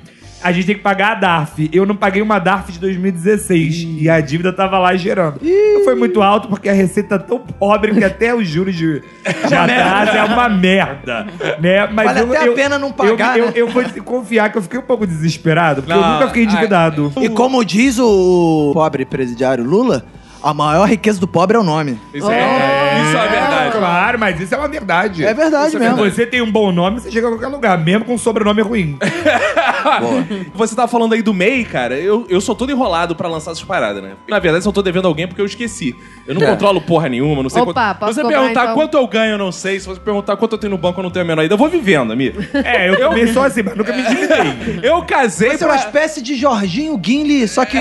[SPEAKER 3] A gente tem que pagar a DARF. Eu não paguei uma DARF de 2016 e a dívida tava lá gerando. Foi muito alto porque a receita é tão pobre que até os juros de, de atraso é uma merda. Né? Mas
[SPEAKER 2] Vale até a pena não pagar,
[SPEAKER 3] Eu,
[SPEAKER 2] né?
[SPEAKER 3] eu vou te confiar que eu fiquei um pouco desesperado porque
[SPEAKER 1] Não,
[SPEAKER 3] eu nunca fiquei
[SPEAKER 1] ai.
[SPEAKER 3] endividado.
[SPEAKER 2] E como diz o pobre presidiário Lula, a maior riqueza do pobre é o nome.
[SPEAKER 1] Isso é, isso é verdade.
[SPEAKER 3] Oh, Claro, mas isso é uma verdade.
[SPEAKER 2] Oh. É verdade
[SPEAKER 3] Se
[SPEAKER 2] mesmo.
[SPEAKER 3] você tem um bom nome, você chega a qualquer lugar, mesmo com um sobrenome ruim.
[SPEAKER 1] Você tava falando aí do MEI, cara. Eu, eu sou todo enrolado pra lançar essas paradas, né? Na verdade, eu só tô devendo alguém porque eu esqueci. Eu
[SPEAKER 2] É.
[SPEAKER 1] não controlo porra nenhuma, não sei
[SPEAKER 4] Opa,
[SPEAKER 1] quanto.
[SPEAKER 4] posso
[SPEAKER 1] Se você
[SPEAKER 4] cobrar,
[SPEAKER 1] perguntar
[SPEAKER 4] então?
[SPEAKER 1] quanto eu ganho, eu não sei. Se você perguntar quanto eu tenho no banco, eu não tenho a menor ideia. Eu vou vivendo, amigo. É.
[SPEAKER 3] É, eu também sou assim, mas nunca me endividei.
[SPEAKER 1] Eu casei
[SPEAKER 2] Você é uma
[SPEAKER 1] pra.
[SPEAKER 2] espécie de Jorginho Guinle, só que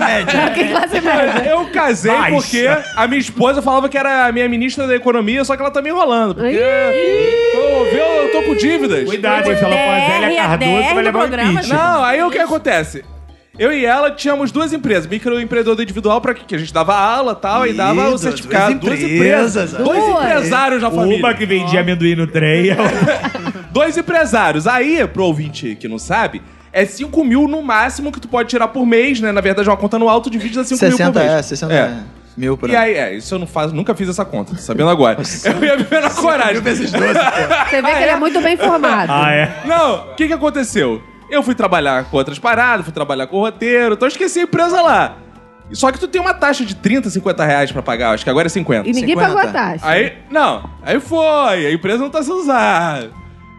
[SPEAKER 2] média.
[SPEAKER 4] Que classe média?
[SPEAKER 1] Eu casei
[SPEAKER 3] Baixa.
[SPEAKER 1] porque a minha esposa falava que era a minha ministra da economia, só que ela tá me enrolando. Porque eu, eu tô com dívidas.
[SPEAKER 3] Cuidado, se ela for a
[SPEAKER 5] DR,
[SPEAKER 3] Zélia Cardoso, vai
[SPEAKER 5] do
[SPEAKER 3] levar um
[SPEAKER 5] programa,
[SPEAKER 3] impeachment.
[SPEAKER 1] Não, aí o que acontece? Eu e ela tínhamos duas empresas, microempreendedor individual, pra que, que a gente dava aula e tal, e
[SPEAKER 2] Ih,
[SPEAKER 1] dava o
[SPEAKER 2] duas-
[SPEAKER 1] certificado.
[SPEAKER 2] duas empresas,
[SPEAKER 1] né? Dois
[SPEAKER 4] duas.
[SPEAKER 1] empresários na família.
[SPEAKER 3] Uma que vendia amendoim no trem.
[SPEAKER 1] Dois empresários. Aí, pro ouvinte que não sabe, é 5 mil no máximo que tu pode tirar por mês, né? Na verdade, é uma conta anual, tu divide a 5 mil
[SPEAKER 2] 60
[SPEAKER 1] por mês.
[SPEAKER 2] é, 60 é. Mil por
[SPEAKER 1] E
[SPEAKER 2] ano.
[SPEAKER 1] aí, é, isso eu não faço, nunca fiz essa conta, tô sabendo agora. Eu ia viver na coragem.
[SPEAKER 4] Você vê que ele é muito bem formado.
[SPEAKER 3] ah, é.
[SPEAKER 1] Não, o que que aconteceu? Eu fui trabalhar com outras paradas, fui trabalhar com roteiro, então eu esqueci a empresa lá. Só que tu tem uma taxa de 30, 50 reais pra pagar, acho que agora é 50.
[SPEAKER 4] E ninguém
[SPEAKER 2] 50.
[SPEAKER 4] pagou a taxa.
[SPEAKER 1] Aí, não, aí foi, a empresa não tá sendo usada.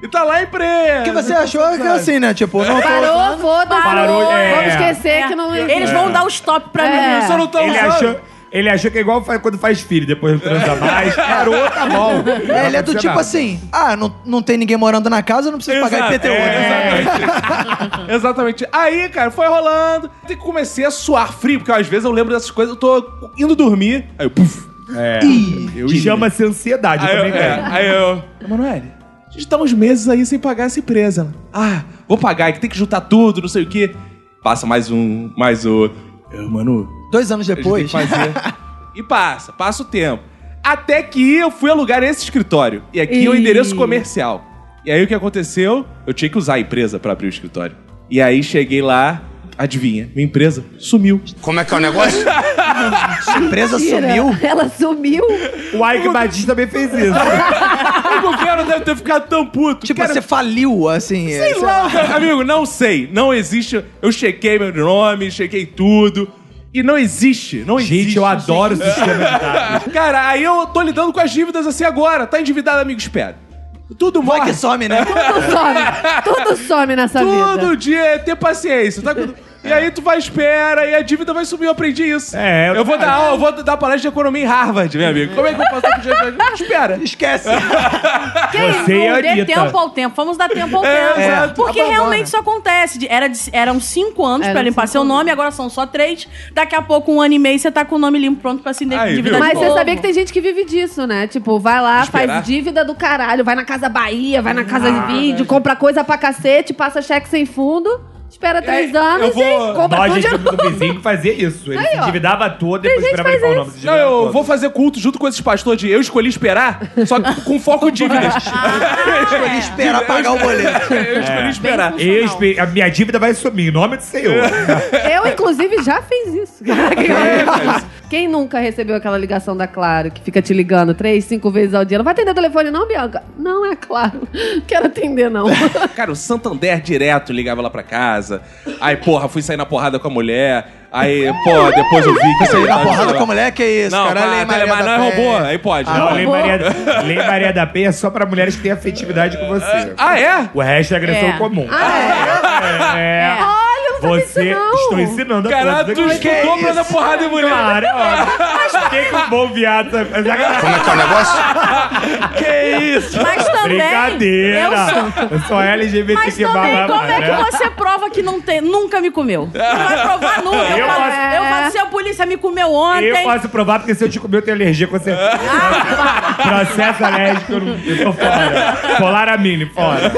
[SPEAKER 1] E tá lá a empresa.
[SPEAKER 2] O que você achou que era assim, né? Tipo, não tô...
[SPEAKER 4] Parou, foda-se.
[SPEAKER 3] Parou, é.
[SPEAKER 4] Vamos esquecer
[SPEAKER 5] É.
[SPEAKER 4] que não...
[SPEAKER 5] Eles vão dar o stop pra
[SPEAKER 4] É.
[SPEAKER 5] mim.
[SPEAKER 1] Isso eu
[SPEAKER 2] tá
[SPEAKER 1] não tô
[SPEAKER 3] Ele
[SPEAKER 1] usando.
[SPEAKER 3] achou, ele achou que é igual fa- quando faz filho, depois não transa mais. Parou, tá bom.
[SPEAKER 2] É, ele é do
[SPEAKER 3] Não
[SPEAKER 2] tipo
[SPEAKER 3] nada.
[SPEAKER 2] assim, ah, não, não tem ninguém morando na casa, eu não preciso pagar IPTU, né?
[SPEAKER 1] é, exatamente. exatamente. Aí, cara, foi rolando. Até que comecei a suar frio, porque às vezes eu lembro dessas coisas, eu tô indo dormir. Aí eu, puf.
[SPEAKER 3] É.
[SPEAKER 1] Eu
[SPEAKER 3] Chama-se ansiedade. Eu
[SPEAKER 1] Aí eu,
[SPEAKER 3] também
[SPEAKER 1] é,
[SPEAKER 3] tenho.
[SPEAKER 1] aí eu, Emanuele, a gente tá uns meses aí sem pagar essa empresa. Ela, Ah, vou pagar, que tem que juntar tudo, não sei o quê. Passa mais um, mais outro. Eu, Manu,
[SPEAKER 2] Dois anos
[SPEAKER 1] a gente tem
[SPEAKER 2] depois.
[SPEAKER 1] que fazer. e passa, passa o tempo. Até que eu fui alugar esse escritório. E aqui é o
[SPEAKER 4] Ih.
[SPEAKER 1] endereço comercial. E aí o que aconteceu? Eu tinha que usar a empresa pra abrir o escritório. E aí cheguei lá, adivinha, minha empresa sumiu.
[SPEAKER 7] Como é que é o negócio?
[SPEAKER 2] A empresa
[SPEAKER 4] Mentira.
[SPEAKER 2] sumiu.
[SPEAKER 4] Ela sumiu?
[SPEAKER 3] O Ike Batista também fez isso.
[SPEAKER 1] o governo deve ter ficado tão puto.
[SPEAKER 2] Tipo,
[SPEAKER 1] Cara,
[SPEAKER 2] você faliu, assim. é,
[SPEAKER 1] Sei lá, cara. amigo, não sei. Não existe. Eu chequei meu nome, chequei tudo. E não existe, não existe.
[SPEAKER 3] Gente, eu adoro esse sistema de dados.
[SPEAKER 1] Cara, aí eu tô lidando com as dívidas assim agora. Tá endividado, amigo? Espera. Tudo
[SPEAKER 2] Vai
[SPEAKER 1] morre.
[SPEAKER 2] que some, né?
[SPEAKER 4] Tudo some. Tudo some nessa vida.
[SPEAKER 1] Todo dia é ter paciência. tá com- E aí tu vai espera e a dívida vai subir. Eu aprendi isso.
[SPEAKER 3] É, eu-
[SPEAKER 1] eu, vou dar aula, eu vou dar palestra de economia em Harvard, meu amigo. Como é que eu faço com dinheiro? Espera.
[SPEAKER 2] Esquece.
[SPEAKER 5] Quem
[SPEAKER 3] Você e a
[SPEAKER 5] não dê
[SPEAKER 3] Anitta.
[SPEAKER 5] tempo ao tempo. Vamos dar tempo ao
[SPEAKER 2] É,
[SPEAKER 5] tempo.
[SPEAKER 1] exato.
[SPEAKER 2] Tá
[SPEAKER 5] Porque
[SPEAKER 1] Abandona.
[SPEAKER 5] realmente isso acontece. De- Era de- eram cinco anos
[SPEAKER 4] Eram
[SPEAKER 5] pra limpar
[SPEAKER 4] cinco
[SPEAKER 5] seu
[SPEAKER 4] anos.
[SPEAKER 5] nome, agora são só três. Daqui a pouco, um ano e meio, você tá com o nome limpo pronto pra se
[SPEAKER 1] Aí,
[SPEAKER 5] endividar.
[SPEAKER 1] viu?
[SPEAKER 5] de
[SPEAKER 4] Mas você
[SPEAKER 5] novo.
[SPEAKER 4] sabia que tem gente que vive disso, né? Tipo, vai lá,
[SPEAKER 1] Esperar. Ah,
[SPEAKER 4] faz dívida do caralho, vai na Casa Bahia, vai na Casa de
[SPEAKER 1] né?
[SPEAKER 4] Vídeo, compra coisa pra cacete, passa cheque sem fundo, espera três
[SPEAKER 1] eu
[SPEAKER 4] anos
[SPEAKER 1] vou-
[SPEAKER 4] e compra tudo
[SPEAKER 3] Nós, a
[SPEAKER 4] de
[SPEAKER 3] gente
[SPEAKER 4] novo.
[SPEAKER 3] do vizinho que fazia isso. Ele
[SPEAKER 4] Aí,
[SPEAKER 3] se
[SPEAKER 4] ó.
[SPEAKER 3] endividava todo e depois
[SPEAKER 4] gente
[SPEAKER 3] esperava
[SPEAKER 4] faz
[SPEAKER 3] limpar o nome
[SPEAKER 4] isso.
[SPEAKER 3] do
[SPEAKER 1] Não,
[SPEAKER 3] endividado
[SPEAKER 1] eu
[SPEAKER 3] todo.
[SPEAKER 1] vou fazer culto junto com esses pastores de eu escolhi esperar, só que com foco em dívidas.
[SPEAKER 2] Escolhi esperar pagar o boleto.
[SPEAKER 3] É.
[SPEAKER 1] Eu escolhi esperar.
[SPEAKER 5] Bem
[SPEAKER 3] Eu espe- A minha dívida vai sumir, em nome do Senhor.
[SPEAKER 4] Eu, inclusive, já fiz isso.
[SPEAKER 1] É,
[SPEAKER 4] Quem nunca recebeu aquela ligação da Claro, que fica te ligando três, cinco vezes ao dia? Não vai atender o telefone, não, Bianca? Não, é claro. Quero atender, não.
[SPEAKER 1] Cara, o Santander direto ligava lá pra casa. Aí, porra, fui sair na porrada com a mulher. Aí, pô, depois eu vi que
[SPEAKER 2] Isso aí, na
[SPEAKER 1] tava-
[SPEAKER 2] porrada com a mulher, que isso?
[SPEAKER 1] Não,
[SPEAKER 2] Caralho,
[SPEAKER 1] cara,
[SPEAKER 2] hein, Maria
[SPEAKER 1] mas
[SPEAKER 2] da
[SPEAKER 1] não é
[SPEAKER 2] Penha.
[SPEAKER 1] robô, aí pode.
[SPEAKER 3] Não, lei
[SPEAKER 4] bom.
[SPEAKER 3] Maria, lei Maria da Penha é só pra mulheres que têm afetividade com você.
[SPEAKER 1] Ah, é?
[SPEAKER 3] O resto é agressão
[SPEAKER 5] É.
[SPEAKER 3] comum. é.
[SPEAKER 4] Olha, eu não sabia
[SPEAKER 3] Você,
[SPEAKER 4] disso, não.
[SPEAKER 3] estou ensinando a
[SPEAKER 1] Caralho, tu
[SPEAKER 3] todos aqui.
[SPEAKER 1] estudou pra dar porrada em mulher.
[SPEAKER 3] Claro, é óbvio. O que que um bom viado sabe fazer?
[SPEAKER 7] Como é que é o negócio?
[SPEAKER 1] Que isso?
[SPEAKER 5] Mas também.
[SPEAKER 3] Brincadeira.
[SPEAKER 5] Eu sou.
[SPEAKER 3] Eu sou LGBT
[SPEAKER 5] Mas
[SPEAKER 3] que
[SPEAKER 5] também,
[SPEAKER 3] barra,
[SPEAKER 5] como é
[SPEAKER 3] né?
[SPEAKER 5] que você prova que não tem, nunca me comeu? Não vai provar nunca. Eu,
[SPEAKER 3] Eu
[SPEAKER 5] falo,
[SPEAKER 3] posso-
[SPEAKER 5] eu falo, se a polícia me comeu ontem.
[SPEAKER 3] Eu posso provar, porque se eu te comer, eu tenho alergia com certeza.
[SPEAKER 1] Ah,
[SPEAKER 3] Processo alérgico, eu, não, eu tô fora. Polaramine, fora.
[SPEAKER 2] né?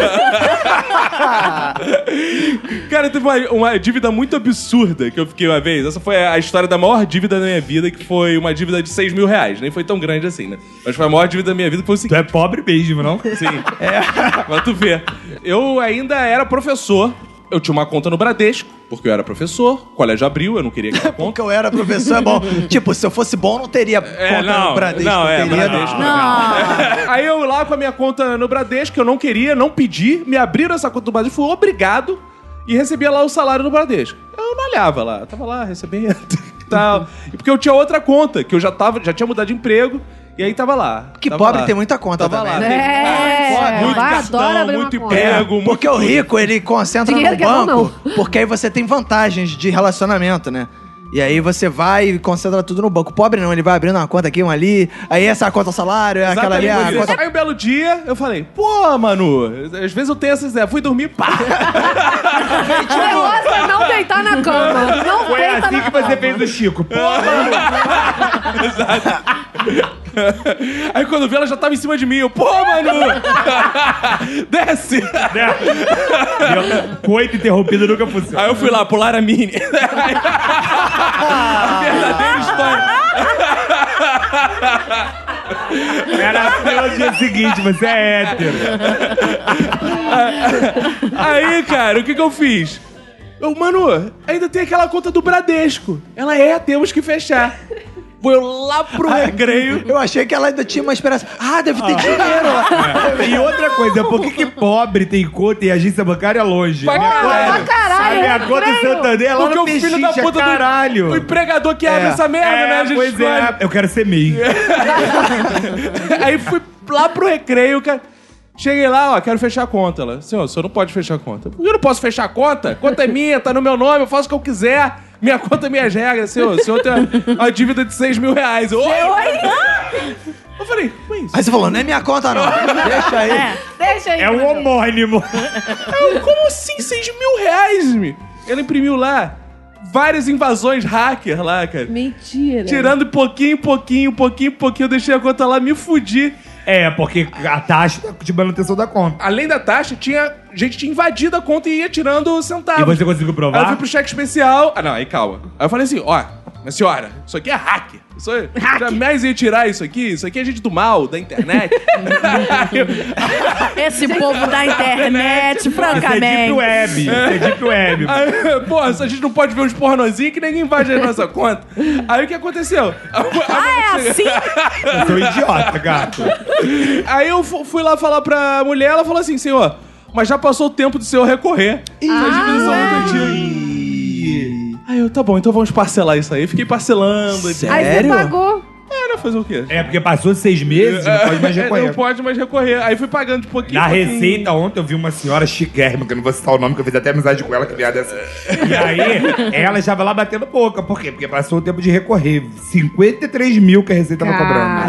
[SPEAKER 1] Cara, teve uma, uma dívida muito absurda que eu fiquei uma vez. Essa foi a história da maior dívida da minha vida, que foi uma dívida de 6 mil reais. Nem foi tão grande assim, né? Mas foi a maior dívida da minha vida que foi o seguinte.
[SPEAKER 3] Tu é pobre mesmo, não?
[SPEAKER 1] Sim. É. Pra tu ver. Eu ainda era professor. Eu tinha uma conta no Bradesco, porque eu era professor. O colégio abriu, eu não queria aquela
[SPEAKER 2] Porque
[SPEAKER 1] conta.
[SPEAKER 2] eu era professor, é bom. tipo, se eu fosse bom, não teria conta
[SPEAKER 1] É, não,
[SPEAKER 2] no Bradesco.
[SPEAKER 1] não, é,
[SPEAKER 2] teria
[SPEAKER 1] Bradesco.
[SPEAKER 5] Não.
[SPEAKER 1] Aí eu lá com a minha conta no Bradesco, que eu não queria, não pedi, me abriram essa conta do Bradesco, fui obrigado e recebia lá o salário do Bradesco. Eu não olhava lá, eu tava lá recebendo e tal. E Porque eu tinha outra conta, que eu já tava, já tinha mudado de emprego, e aí tava lá.
[SPEAKER 2] Que
[SPEAKER 1] tava
[SPEAKER 2] pobre
[SPEAKER 1] lá.
[SPEAKER 2] tem muita conta
[SPEAKER 1] Tava
[SPEAKER 2] também.
[SPEAKER 1] lá.
[SPEAKER 2] né?
[SPEAKER 4] É,
[SPEAKER 1] Muito
[SPEAKER 4] vai,
[SPEAKER 1] cartão,
[SPEAKER 4] adora abrir
[SPEAKER 1] muito
[SPEAKER 4] uma conta.
[SPEAKER 2] É,
[SPEAKER 1] emprego, muito
[SPEAKER 2] porque o rico, ele concentra
[SPEAKER 4] Dinheiro
[SPEAKER 2] no
[SPEAKER 4] que é bom,
[SPEAKER 2] banco, porque aí você tem vantagens de relacionamento, né? E aí você vai e concentra tudo no banco. O Pobre não, ele vai abrindo uma conta aqui, uma ali, aí essa é a conta salário, é aquela ali, é a
[SPEAKER 1] Exatamente isso.
[SPEAKER 2] conta...
[SPEAKER 1] Aí um belo dia eu falei, pô, Manu, às vezes eu tenho essas ideias. Fui dormir, pá!
[SPEAKER 4] O negócio é não deitar na cama. Não
[SPEAKER 3] Foi
[SPEAKER 4] deita
[SPEAKER 3] assim
[SPEAKER 4] na
[SPEAKER 3] que
[SPEAKER 4] cama.
[SPEAKER 3] você fez o Chico. Porra,
[SPEAKER 1] Aí quando vi ela já tava em cima de mim, eu, pô, Manu! Desce!
[SPEAKER 3] né? Meu, Coito interrompido nunca funciona.
[SPEAKER 1] Aí eu fui lá, pular a mini.
[SPEAKER 3] Ah.
[SPEAKER 1] Verdadeira história.
[SPEAKER 3] Era pelo dia seguinte, você é hétero.
[SPEAKER 1] Ah, Aí, cara, o que que eu fiz? Eu, Manu, ainda tem aquela conta do Bradesco. Ela é, temos que fechar. Vou eu lá pro recreio.
[SPEAKER 2] Ah, Eu achei que ela ainda tinha uma esperança. Ah, deve ter dinheiro lá.
[SPEAKER 3] É. E outra coisa, por que, que pobre tem conta e agência bancária longe?
[SPEAKER 1] Pra
[SPEAKER 3] Minha
[SPEAKER 1] caralho.
[SPEAKER 3] conta-
[SPEAKER 4] Pra caralho,
[SPEAKER 3] a minha
[SPEAKER 4] é
[SPEAKER 3] conta do
[SPEAKER 4] estranho.
[SPEAKER 3] Santander é lá
[SPEAKER 1] Porque
[SPEAKER 3] no
[SPEAKER 1] o filho da
[SPEAKER 3] Pechincha,
[SPEAKER 1] puta
[SPEAKER 3] caralho.
[SPEAKER 1] do o empregador que abre essa merda,
[SPEAKER 3] é,
[SPEAKER 1] né? A gente
[SPEAKER 3] pois
[SPEAKER 1] escolhe.
[SPEAKER 3] é, eu quero ser meio.
[SPEAKER 1] Aí fui lá pro recreio, cara. Cheguei lá, ó, quero fechar a conta. Ela, senhor, o senhor não pode fechar a conta. Por que eu não posso fechar a conta? A conta é minha, tá no meu nome, eu faço o que eu quiser. Minha conta é minhas regras, senhor. O senhor tem uma- uma dívida de 6 mil reais. Eu, Oi! Ah, Eu falei, ué, isso?
[SPEAKER 2] Aí você falou, não é minha conta não. Deixa aí.
[SPEAKER 4] Deixa aí.
[SPEAKER 3] É um homônimo.
[SPEAKER 1] Eu, como assim 6 mil reais, me? Ela imprimiu lá várias invasões hacker lá, cara.
[SPEAKER 4] Mentira.
[SPEAKER 1] Tirando pouquinho, pouquinho, pouquinho, pouquinho. Eu deixei a conta lá, me fudi.
[SPEAKER 3] É, porque a taxa de manutenção da conta.
[SPEAKER 1] Além da taxa, tinha gente tinha invadido a conta e ia tirando centavos.
[SPEAKER 3] E você conseguiu
[SPEAKER 1] Aí eu fui
[SPEAKER 3] provar?
[SPEAKER 1] pro cheque especial. Ah, não, aí calma. Aí eu falei assim: ó, mas senhora, isso aqui é hack. Isso aí, jamais ia tirar isso aqui. Isso aqui é gente do mal, da internet. Aí eu-
[SPEAKER 5] Esse povo da internet,
[SPEAKER 3] Isso é deep
[SPEAKER 5] francamente.
[SPEAKER 3] web. Isso é deep web.
[SPEAKER 1] aí, Pô, a gente não pode ver uns pornozinhos que ninguém invade a nossa conta. Aí o que aconteceu?
[SPEAKER 5] Ah, é assim?
[SPEAKER 3] Eu sou um idiota, gato.
[SPEAKER 1] Aí eu fu- fui lá falar pra mulher, ela falou assim: senhor, mas já passou o tempo do senhor recorrer. Suas dívidas são
[SPEAKER 3] um
[SPEAKER 1] muito antigas. Aí eu, tá bom, então vamos parcelar isso aí. Fiquei parcelando.
[SPEAKER 4] Aí você
[SPEAKER 2] Sério?
[SPEAKER 4] pagou.
[SPEAKER 1] É, né? Fazer o quê?
[SPEAKER 3] É, porque passou seis meses, não pode mais
[SPEAKER 1] É,
[SPEAKER 3] recorrer.
[SPEAKER 1] Não pode mais recorrer. Aí fui pagando de pouquinho.
[SPEAKER 3] Na
[SPEAKER 1] em pouquinho.
[SPEAKER 3] Receita, ontem eu vi uma senhora chiquérrima, que eu não vou citar o nome, que eu fiz até amizade com ela, que viada é essa. E aí, ela estava lá batendo boca. Por quê? Porque passou o tempo de recorrer. 53 mil que a Receita tava cobrando.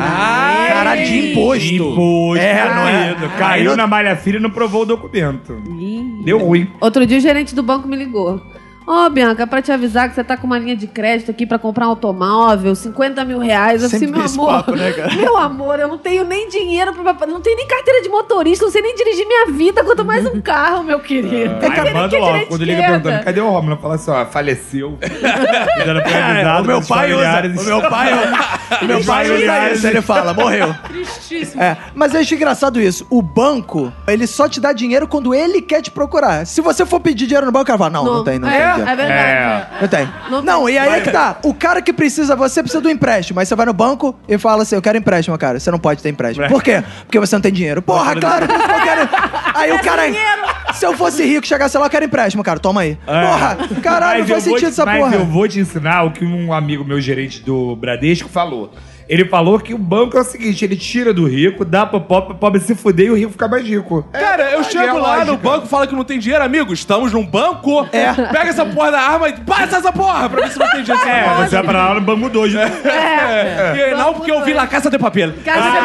[SPEAKER 7] Caralho, de imposto.
[SPEAKER 3] Imposto. É, não é?
[SPEAKER 7] Caralho.
[SPEAKER 3] Caiu na malha filha e não provou o documento. Deu ruim.
[SPEAKER 4] Outro dia o gerente do banco me ligou. Ô, Bianca, pra te avisar que você tá com uma linha de crédito aqui pra comprar um automóvel, 50 mil reais. Eu
[SPEAKER 2] Sempre
[SPEAKER 4] assim, meu
[SPEAKER 2] esse
[SPEAKER 4] amor,
[SPEAKER 2] papo, né, cara?
[SPEAKER 4] meu amor, eu não tenho nem dinheiro pra. pra- Não tenho nem carteira de motorista, não sei nem dirigir minha vida, quanto mais um carro, meu querido.
[SPEAKER 3] Aí
[SPEAKER 4] Aquele que
[SPEAKER 3] Ah, manda
[SPEAKER 4] é
[SPEAKER 3] logo,
[SPEAKER 4] direita
[SPEAKER 3] quando liga
[SPEAKER 4] esquerda.
[SPEAKER 3] perguntando, cadê o Romulo? Ela fala assim, ó, faleceu. E dando pra avisado,
[SPEAKER 7] o meu
[SPEAKER 3] mas os
[SPEAKER 2] Tá
[SPEAKER 7] pai usa.
[SPEAKER 3] familiares-
[SPEAKER 7] O meu pai, o meu pai usa isso. Ele fala, morreu.
[SPEAKER 4] Tristíssimo.
[SPEAKER 2] É, mas eu acho engraçado isso. O banco, ele só te dá dinheiro quando ele quer te procurar. Se você for pedir dinheiro no banco, o cara fala, não, não, tem, não tem
[SPEAKER 4] é,
[SPEAKER 2] dinheiro.
[SPEAKER 4] é verdade.
[SPEAKER 2] Não tem.
[SPEAKER 4] Não
[SPEAKER 2] Não,
[SPEAKER 4] tem.
[SPEAKER 2] e aí é que tá. O cara que precisa, você precisa do empréstimo. Aí você vai no banco e fala assim: eu quero empréstimo, cara. Você não pode ter empréstimo. Por quê? Porque você não tem dinheiro.
[SPEAKER 1] Ah,
[SPEAKER 2] Porra, claro, eu quero. Aí o cara. é- Se eu fosse rico, chegasse lá, eu quero empréstimo, cara. Toma aí.
[SPEAKER 7] É.
[SPEAKER 2] Porra, caralho,
[SPEAKER 3] Mas eu
[SPEAKER 2] não faz
[SPEAKER 3] vou
[SPEAKER 2] sentido
[SPEAKER 3] te-
[SPEAKER 2] essa
[SPEAKER 3] mas
[SPEAKER 2] porra.
[SPEAKER 3] eu vou te ensinar o que um amigo meu, gerente do Bradesco, falou. Ele falou que o banco é o seguinte, ele tira do rico, dá pro pobre, o pobre se fuder e o rico fica mais rico.
[SPEAKER 1] Cara, eu chego
[SPEAKER 3] é
[SPEAKER 1] lá
[SPEAKER 3] lógica.
[SPEAKER 1] no banco, fala que não tem dinheiro, amigo. Estamos num banco.
[SPEAKER 2] É.
[SPEAKER 1] Pega essa porra da arma e passa essa porra pra ver se não tem dinheiro.
[SPEAKER 3] É, você vai pra lá no banco dois. né?
[SPEAKER 1] É. E aí, não, porque eu vi lá Caça de Papel.
[SPEAKER 4] Casa de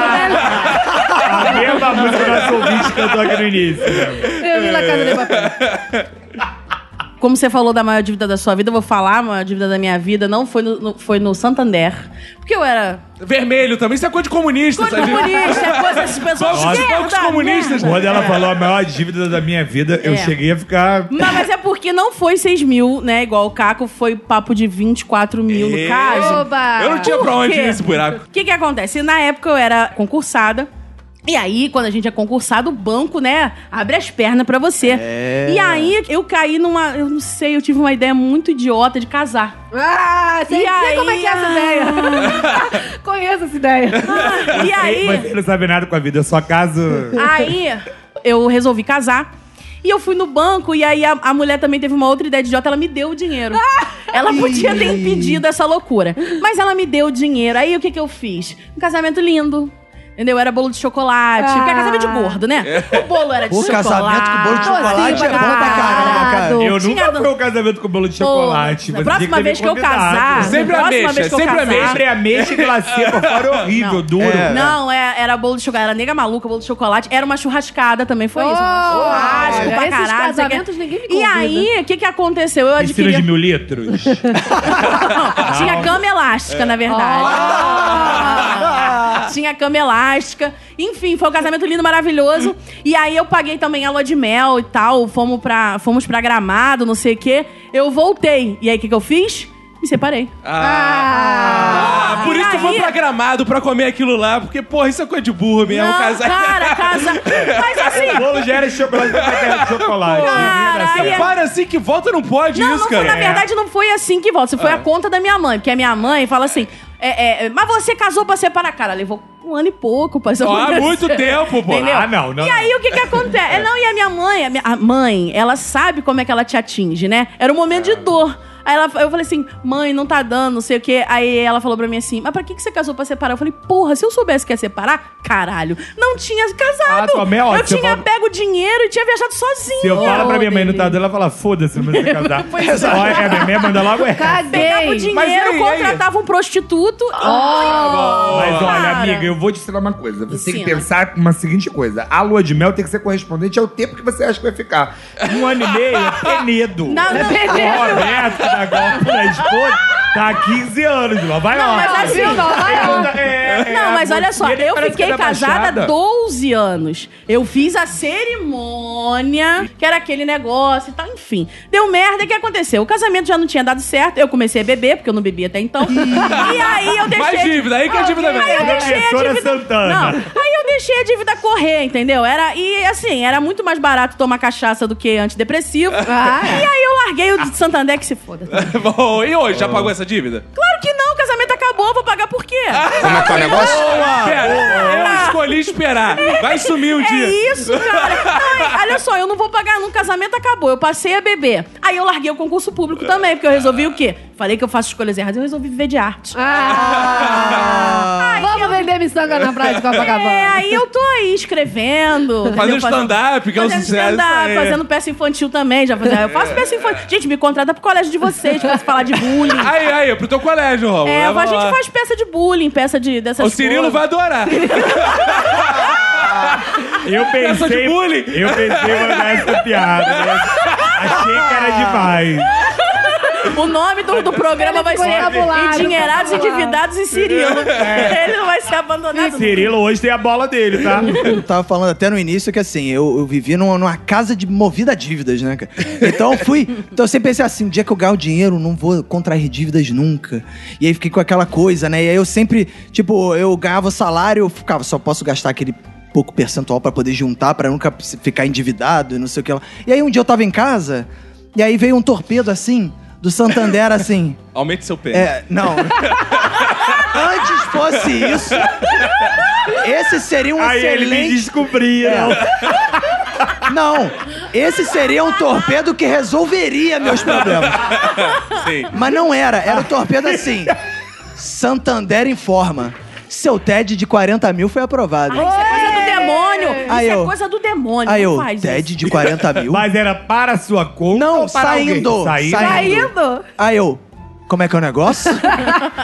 [SPEAKER 3] A mesma música que o nosso ouvinte cantou aqui no início. né?
[SPEAKER 4] papel. Eu li na casa de papel.
[SPEAKER 5] Como você falou da maior dívida da sua vida, eu vou falar, a maior dívida da minha vida não foi no, no- foi no Santander. Porque eu era
[SPEAKER 1] Vermelho também, isso é coisa de comunista.
[SPEAKER 5] coisa
[SPEAKER 1] sabe?
[SPEAKER 5] comunista, é coisa dessas pessoas
[SPEAKER 1] Bancos-
[SPEAKER 5] esquerda, né?
[SPEAKER 1] bancos comunistas. né?
[SPEAKER 5] merda.
[SPEAKER 3] Quando ela falou a maior dívida da minha vida, eu
[SPEAKER 5] É.
[SPEAKER 3] cheguei a ficar...
[SPEAKER 5] Mas, mas é porque não foi 6 mil, né? Igual o Caco, foi papo de 24 mil no caso.
[SPEAKER 4] Oba!
[SPEAKER 1] Eu não tinha pra
[SPEAKER 5] Por
[SPEAKER 1] onde
[SPEAKER 5] quê?
[SPEAKER 1] ir nesse buraco.
[SPEAKER 5] O que que acontece? Na época eu era concursada. E aí, quando a gente é concursado, o banco, né, abre as pernas pra você. E aí, eu caí numa... Eu não sei, eu tive uma ideia muito idiota de casar.
[SPEAKER 4] Ah, sei,
[SPEAKER 5] E
[SPEAKER 4] sei
[SPEAKER 5] aí? ah.
[SPEAKER 4] como é que é essa ideia. Conheço essa ideia.
[SPEAKER 5] e aí...
[SPEAKER 3] Mas ele não sabe nada com a vida, eu só caso...
[SPEAKER 5] Aí eu resolvi casar. E eu fui no banco e aí a, a mulher também teve uma outra ideia idiota, ela me deu o dinheiro. Ela podia ter impedido essa loucura. Mas ela me deu o dinheiro. Aí o que, que eu fiz? Um casamento lindo. Entendeu? Era bolo de chocolate. Porque é casamento de gordo, né?
[SPEAKER 3] É.
[SPEAKER 5] O bolo era de
[SPEAKER 2] Ah. O
[SPEAKER 5] chocolate.
[SPEAKER 2] casamento com bolo de chocolate é bom pra caramba, cara.
[SPEAKER 4] Dourado.
[SPEAKER 3] Eu
[SPEAKER 5] Tinha
[SPEAKER 3] nunca
[SPEAKER 5] dan-
[SPEAKER 3] fui ao casamento com bolo de
[SPEAKER 5] Pô,
[SPEAKER 3] chocolate.
[SPEAKER 5] na
[SPEAKER 3] você
[SPEAKER 5] próxima
[SPEAKER 3] tem
[SPEAKER 5] vez
[SPEAKER 3] me
[SPEAKER 5] que eu
[SPEAKER 3] convidar.
[SPEAKER 5] casar.
[SPEAKER 1] Sempre
[SPEAKER 5] na próxima
[SPEAKER 1] ameixa,
[SPEAKER 5] vez que eu
[SPEAKER 1] sempre
[SPEAKER 5] casar,
[SPEAKER 1] ameixa.
[SPEAKER 3] Sempre ameixa e glacê pra fora é horrível,
[SPEAKER 5] Não.
[SPEAKER 3] duro.
[SPEAKER 5] Não, é- era bolo de chocolate, era nega maluca, bolo de chocolate. Era uma churrascada também, foi isso. uma
[SPEAKER 4] Oh,
[SPEAKER 5] Churrasco
[SPEAKER 4] olha,
[SPEAKER 5] pra
[SPEAKER 4] esses
[SPEAKER 5] caralho. não sei o quê.
[SPEAKER 4] casamentos ninguém me
[SPEAKER 5] E
[SPEAKER 4] convida.
[SPEAKER 5] aí, o que que aconteceu? Eu
[SPEAKER 3] Piscina de
[SPEAKER 5] adquiri...
[SPEAKER 3] mil litros.
[SPEAKER 5] Não, tinha cama elástica, na verdade. Tinha cama elástica. Enfim, foi um casamento lindo, maravilhoso. E aí eu paguei também a lua de mel e tal. Fomos pra, fomos pra Gramado, não sei o quê. Eu voltei. E aí, o que que eu fiz? Me separei.
[SPEAKER 1] Ah, por isso que eu vou
[SPEAKER 5] Aí-
[SPEAKER 1] pra Gramado pra comer aquilo lá, porque, porra, isso é coisa de burro mesmo.
[SPEAKER 5] Não,
[SPEAKER 1] casar.
[SPEAKER 5] cara, casa... Mas assim...
[SPEAKER 3] o bolo já era de chocolate pra terra de chocolate.
[SPEAKER 5] Cara, aí é-
[SPEAKER 1] Para assim que volta não pode
[SPEAKER 5] Não,
[SPEAKER 1] isso,
[SPEAKER 5] não foi,
[SPEAKER 1] cara.
[SPEAKER 3] É.
[SPEAKER 5] na verdade, não foi assim que volta. Isso foi a conta da minha mãe. Porque a minha mãe fala assim: é, é, é, mas você casou pra separar. Cara, levou um ano e pouco pra isso
[SPEAKER 1] Ó, há
[SPEAKER 5] acontecer.
[SPEAKER 1] muito tempo, pô.
[SPEAKER 5] Entendeu?
[SPEAKER 3] Ah, não, não,
[SPEAKER 5] E aí, o que que acontece? É, não, e a minha mãe, a, minha- a mãe, ela sabe como é que ela te atinge, né? Era um momento
[SPEAKER 3] É.
[SPEAKER 5] de dor. Aí ela, eu falei assim, mãe, não tá dando, não sei o quê. Aí ela falou pra mim assim, mas pra que, que você casou pra separar? Eu falei, porra, se eu soubesse que ia separar, caralho, não tinha casado.
[SPEAKER 3] Ah, tua mãe é
[SPEAKER 5] eu
[SPEAKER 3] ótima.
[SPEAKER 5] tinha
[SPEAKER 3] Você fala-
[SPEAKER 5] pego o dinheiro e tinha viajado sozinha.
[SPEAKER 3] Se eu falo pra minha mãe, não tá
[SPEAKER 5] Delícia.
[SPEAKER 3] dando, ela fala, foda-se, não precisa casar. Olha, é, minha mãe manda logo essa.
[SPEAKER 5] pegava o
[SPEAKER 4] Cadê?
[SPEAKER 5] dinheiro,
[SPEAKER 1] Mas e aí, Ah, e aí?
[SPEAKER 5] contratava um prostituto
[SPEAKER 4] Oh,
[SPEAKER 3] Mas olha,
[SPEAKER 5] Cara.
[SPEAKER 3] amiga, eu vou te ensinar uma coisa. Você tem que
[SPEAKER 5] Ensina.
[SPEAKER 3] pensar uma seguinte coisa. A lua de mel tem que ser correspondente ao tempo que você acha que vai ficar. Um ano e meio é penedo.
[SPEAKER 5] e... Não, não,
[SPEAKER 3] O Roberto, da golpe da esposa, tá há 15 anos, lá vai lá.
[SPEAKER 5] Não, mas assim,
[SPEAKER 3] É, é,
[SPEAKER 5] não, mas
[SPEAKER 3] a
[SPEAKER 5] olha só,
[SPEAKER 3] botinha,
[SPEAKER 5] eu
[SPEAKER 3] parece que
[SPEAKER 5] fiquei
[SPEAKER 3] tá baixada.
[SPEAKER 5] casada 12 anos. Eu fiz a cerimônia, que era aquele negócio e tal, enfim. Deu merda, o que aconteceu? O casamento já não tinha dado certo, eu comecei a beber, porque eu não bebia até então. e aí eu deixei...
[SPEAKER 1] Mais dívida,
[SPEAKER 3] é
[SPEAKER 1] aí que a dívida vem.
[SPEAKER 5] Aí eu deixei a
[SPEAKER 3] Professora
[SPEAKER 5] dívida...
[SPEAKER 3] Santana.
[SPEAKER 5] Não, Aí eu deixei a dívida correr, entendeu? Era, e assim, era muito mais barato tomar cachaça do que antidepressivo. E aí eu larguei o de Santander que se foda. Claro
[SPEAKER 1] Bom, e hoje, já pagou essa dívida?
[SPEAKER 5] que não, o casamento acabou, vou pagar por quê?
[SPEAKER 7] Como é que é o negócio?
[SPEAKER 1] Pera, eu escolhi esperar. Vai sumir um dia.
[SPEAKER 5] É isso, cara. Não, é- olha só, eu não vou pagar nunca, o casamento acabou, eu passei a beber. Aí eu larguei o concurso público também, porque eu resolvi o quê? Falei que eu faço escolhas erradas, eu resolvi viver de arte.
[SPEAKER 4] Ah, vamos vender miçanga na praia de Copacabana.
[SPEAKER 5] É, aí eu tô aí escrevendo.
[SPEAKER 1] Fazendo
[SPEAKER 5] entendeu? Fazendo-
[SPEAKER 1] stand-up, que é um
[SPEAKER 5] Fazendo
[SPEAKER 1] sucesso.
[SPEAKER 5] stand-up,
[SPEAKER 1] é.
[SPEAKER 5] fazendo peça infantil também. Já fazia, eu faço peça infantil. Gente, me contrata pro colégio de vocês pra se falar de bullying.
[SPEAKER 1] Aí, aí, pro teu colégio, Romulo.
[SPEAKER 5] É,
[SPEAKER 1] leva
[SPEAKER 5] a gente
[SPEAKER 1] lá.
[SPEAKER 5] faz peça de bullying, peça de dessas
[SPEAKER 1] O Cirilo
[SPEAKER 5] coisas.
[SPEAKER 1] vai adorar.
[SPEAKER 6] Eu
[SPEAKER 1] Peça de
[SPEAKER 6] pensei.
[SPEAKER 1] bullying.
[SPEAKER 6] Eu pensei em mandar essa piada. né? Achei que era
[SPEAKER 1] Ah.
[SPEAKER 6] demais.
[SPEAKER 5] O nome do, do programa vai ser
[SPEAKER 4] Vocabulário,
[SPEAKER 5] Endinheirados,
[SPEAKER 4] vocabulário.
[SPEAKER 5] Endividados e Cirilo. Ele não vai ser abandonado.
[SPEAKER 6] É. Cirilo hoje tem a bola dele, tá?
[SPEAKER 2] Eu tava falando até no início que assim, eu, eu vivi numa, numa casa de movida a dívidas, né, cara? Então eu fui. Então eu sempre pensei assim: um dia que eu ganho dinheiro, eu não vou contrair dívidas nunca. E aí fiquei com aquela coisa, né? E aí eu sempre, tipo, eu ganhava o salário, eu ficava, só posso gastar aquele pouco percentual pra poder juntar, pra nunca se- ficar endividado e não sei o que lá. E aí um dia eu tava em casa, e aí veio um torpedo assim, do Santander assim.
[SPEAKER 1] Aumente seu pé.
[SPEAKER 2] É, não. Antes fosse isso, esse seria um
[SPEAKER 6] Aí ele me
[SPEAKER 2] excelente É.
[SPEAKER 6] descobria.
[SPEAKER 2] não, esse seria um torpedo que resolveria meus problemas.
[SPEAKER 1] Sim.
[SPEAKER 2] Mas não era, era o torpedo assim. Santander informa. Seu TED de 40 mil foi aprovado.
[SPEAKER 5] Isso
[SPEAKER 6] tá
[SPEAKER 5] é coisa do demônio. Isso
[SPEAKER 2] Aí eu-
[SPEAKER 5] é coisa do demônio.
[SPEAKER 2] Aí
[SPEAKER 5] não
[SPEAKER 2] eu,
[SPEAKER 5] faz isso.
[SPEAKER 2] TED de 40 mil?
[SPEAKER 6] Mas era para a sua conta?
[SPEAKER 2] Não,
[SPEAKER 6] ou para alguém?
[SPEAKER 2] saindo, saindo.
[SPEAKER 4] Saindo?
[SPEAKER 2] Aí eu, como é que é o negócio?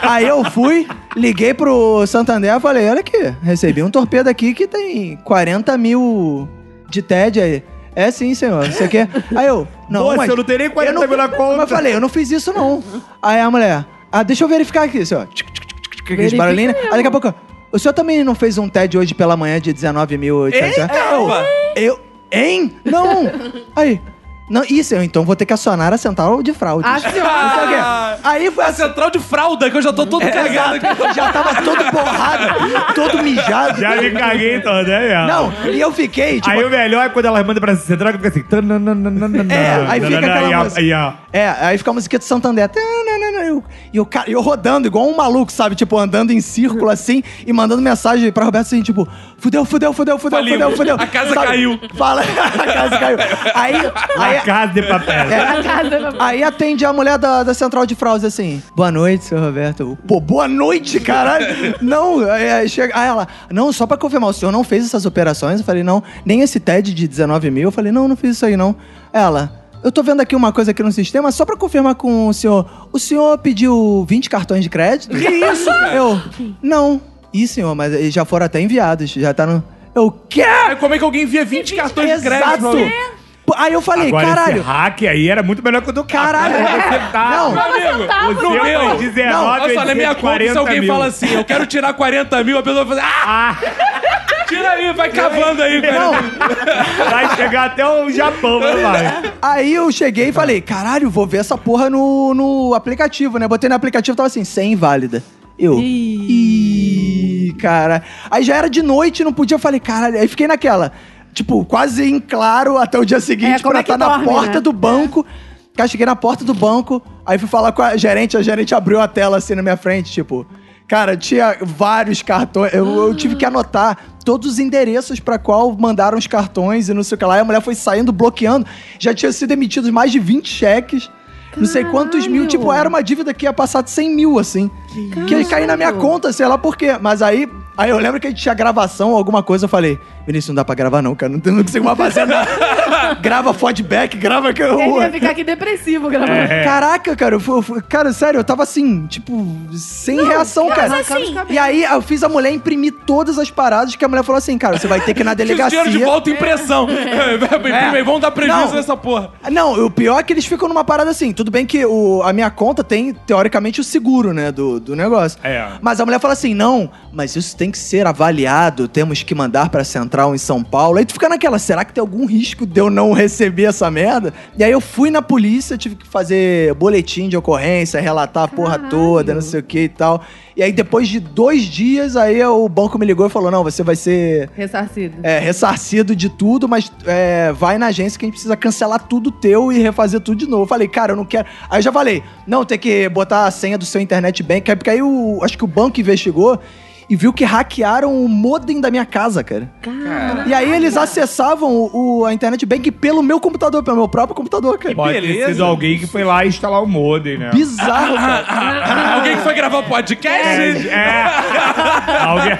[SPEAKER 2] Aí eu fui, liguei pro Santander e falei, olha aqui, recebi um torpedo aqui que tem 40 mil de TED aí. É sim, senhor, você quer? Aí eu, não,
[SPEAKER 6] Moça,
[SPEAKER 2] mas...
[SPEAKER 6] eu não tenho nem 40 mil na conta.
[SPEAKER 2] Mas eu falei, eu não fiz isso não. Aí a mulher, ah, deixa eu verificar aqui, senhor. Tic, tic, tic, tic, tic, Aqueles
[SPEAKER 4] Verifica
[SPEAKER 2] barulhinhos. né? Aí daqui a pouco, o senhor também não fez um TED hoje pela manhã de 19 mil? né?"
[SPEAKER 1] opa.
[SPEAKER 2] Eu, hein? Não! Aí... Não, isso, eu então vou ter que acionar a central de fraude.
[SPEAKER 4] Ah, senhor.
[SPEAKER 2] Não sei o quê. Aí foi
[SPEAKER 1] A
[SPEAKER 2] assim, É,
[SPEAKER 1] central de fralda, que eu já tô todo cagado aqui.
[SPEAKER 2] já tava todo borrado, todo mijado.
[SPEAKER 6] Já me caguei toda, é mesmo.
[SPEAKER 2] Não, e eu fiquei, tipo.
[SPEAKER 6] Aí o melhor é quando elas mandam pra central que fica assim. tananana,
[SPEAKER 2] É, aí fica
[SPEAKER 6] tananana,
[SPEAKER 2] aquela
[SPEAKER 6] e a-
[SPEAKER 2] música.
[SPEAKER 6] e a-
[SPEAKER 2] É, aí fica a musiquinha do Santander. Tá, né, né, né, eu- E eu, ca- eu rodando, igual um maluco, sabe? Tipo, andando em círculo assim e mandando mensagem pra Roberto assim, tipo, fudeu, fudeu, fudeu, fudeu,
[SPEAKER 1] Falimos.
[SPEAKER 2] fudeu, fudeu.
[SPEAKER 1] A casa
[SPEAKER 2] sabe?
[SPEAKER 1] caiu.
[SPEAKER 2] Fala, a casa caiu. Aí. aí
[SPEAKER 6] a casa de papel.
[SPEAKER 2] é,
[SPEAKER 4] A casa-
[SPEAKER 2] Aí atende a mulher da, da central de fraudes assim. Boa noite, seu Roberto. Eu, Pô, boa noite, caralho. não, aí, aí chega. Aí ela, não, só pra confirmar, o senhor não fez essas operações? Eu falei, não, nem esse TED de 19 mil. Eu falei, não, não fiz isso aí, não. Ela. Eu tô vendo aqui uma coisa aqui no sistema, só pra confirmar com o senhor. O senhor pediu 20 cartões de crédito? Que isso? Eu, não. Ih, senhor, mas eles já foram até enviados, já tá no... Eu, quê?
[SPEAKER 1] Aí como é que alguém via 20 cartões de crédito?
[SPEAKER 2] Exato!
[SPEAKER 1] pra alguém?
[SPEAKER 2] Aí eu falei,
[SPEAKER 6] Agora
[SPEAKER 2] caralho...
[SPEAKER 6] esse hack aí era muito melhor que o do
[SPEAKER 2] Caralho.
[SPEAKER 6] Você tá...
[SPEAKER 2] Não.
[SPEAKER 6] Amigo, o
[SPEAKER 1] no
[SPEAKER 6] seu
[SPEAKER 1] meu.
[SPEAKER 6] foi
[SPEAKER 2] Não,
[SPEAKER 6] 19,
[SPEAKER 1] Olha só, na minha conta, se alguém
[SPEAKER 6] mil.
[SPEAKER 1] fala assim, eu quero tirar 40 mil, a pessoa vai fazer, ah! Tira aí, vai cavando aí, cara.
[SPEAKER 2] Não,
[SPEAKER 6] Vai chegar até o Japão, né, vai?
[SPEAKER 2] Aí eu cheguei e falei, caralho, vou ver essa porra no, no aplicativo, né? Botei no aplicativo e tava assim, 100 inválida. Eu. Ih, cara. Aí já era de noite, não podia. Eu falei, caralho. Aí fiquei naquela, tipo, quase em claro até o dia seguinte,
[SPEAKER 4] É, como
[SPEAKER 2] pra
[SPEAKER 4] é que
[SPEAKER 2] estar tá na
[SPEAKER 4] dorme,
[SPEAKER 2] porta
[SPEAKER 4] né?
[SPEAKER 2] do banco. Cara, cheguei na porta do banco, aí fui falar com a gerente, a gerente abriu a tela assim na minha frente, tipo. Cara, tinha vários cartões. Eu,
[SPEAKER 4] Ah.
[SPEAKER 2] eu tive que anotar todos os endereços pra qual mandaram os cartões e não sei o que lá. E a mulher foi saindo, bloqueando. Já tinha sido emitidos mais de 20 cheques. Não sei quantos mil.
[SPEAKER 4] Caralho.
[SPEAKER 2] Tipo, era uma dívida que ia passar de 100 mil, assim. Que ia cair na minha conta, sei lá por quê. Mas aí, aí eu lembro que a gente tinha gravação ou alguma coisa. Eu falei, Vinícius, não dá pra gravar não, cara. Não, não consigo mais fazer nada. grava feedback, grava... que eu- É.
[SPEAKER 4] Ele ia ficar aqui depressivo gravando.
[SPEAKER 3] É.
[SPEAKER 2] Caraca, cara, eu fui, eu fui- cara, sério, eu tava assim, tipo, sem reação,
[SPEAKER 5] mas
[SPEAKER 2] cara.
[SPEAKER 5] assim-
[SPEAKER 2] E aí eu fiz a mulher imprimir todas as paradas que a mulher falou assim, cara, você vai ter que ir na
[SPEAKER 1] Tira o
[SPEAKER 2] delegacia.
[SPEAKER 1] dinheiro de volta em pressão. É. Vão dar prejuízo
[SPEAKER 2] Não.
[SPEAKER 1] nessa porra.
[SPEAKER 2] Não, o pior é que eles ficam numa parada assim. Tudo bem que o, a minha conta tem, teoricamente, o seguro, né, do, do negócio.
[SPEAKER 6] É.
[SPEAKER 2] Mas a mulher fala assim: não, mas isso tem que ser avaliado, temos que mandar pra central em São Paulo. Aí tu fica naquela: será que tem algum risco de eu não receber essa merda? E aí eu fui na polícia, tive que fazer boletim de ocorrência, relatar a porra toda, não sei o que e tal. E aí depois de dois dias, aí o banco me ligou e falou: não, você vai ser
[SPEAKER 4] Ressarcido.
[SPEAKER 2] é, ressarcido de tudo, mas é, vai na agência que a gente precisa cancelar tudo teu e refazer tudo de novo. Eu falei, cara, eu não quero. Aí eu já falei, não, tem que botar a senha do seu internet bank, porque aí o, acho que o banco investigou e viu que hackearam o modem da minha casa, cara.
[SPEAKER 5] Hum.
[SPEAKER 2] E aí eles acessavam o, o- a internet bank pelo meu computador, pelo meu próprio computador, cara.
[SPEAKER 3] Pode ter sido alguém que foi lá instalar o modem, né?
[SPEAKER 2] Bizarro,
[SPEAKER 1] Ah,
[SPEAKER 2] cara.
[SPEAKER 1] Alguém que foi gravar o podcast?
[SPEAKER 3] É. Alguém...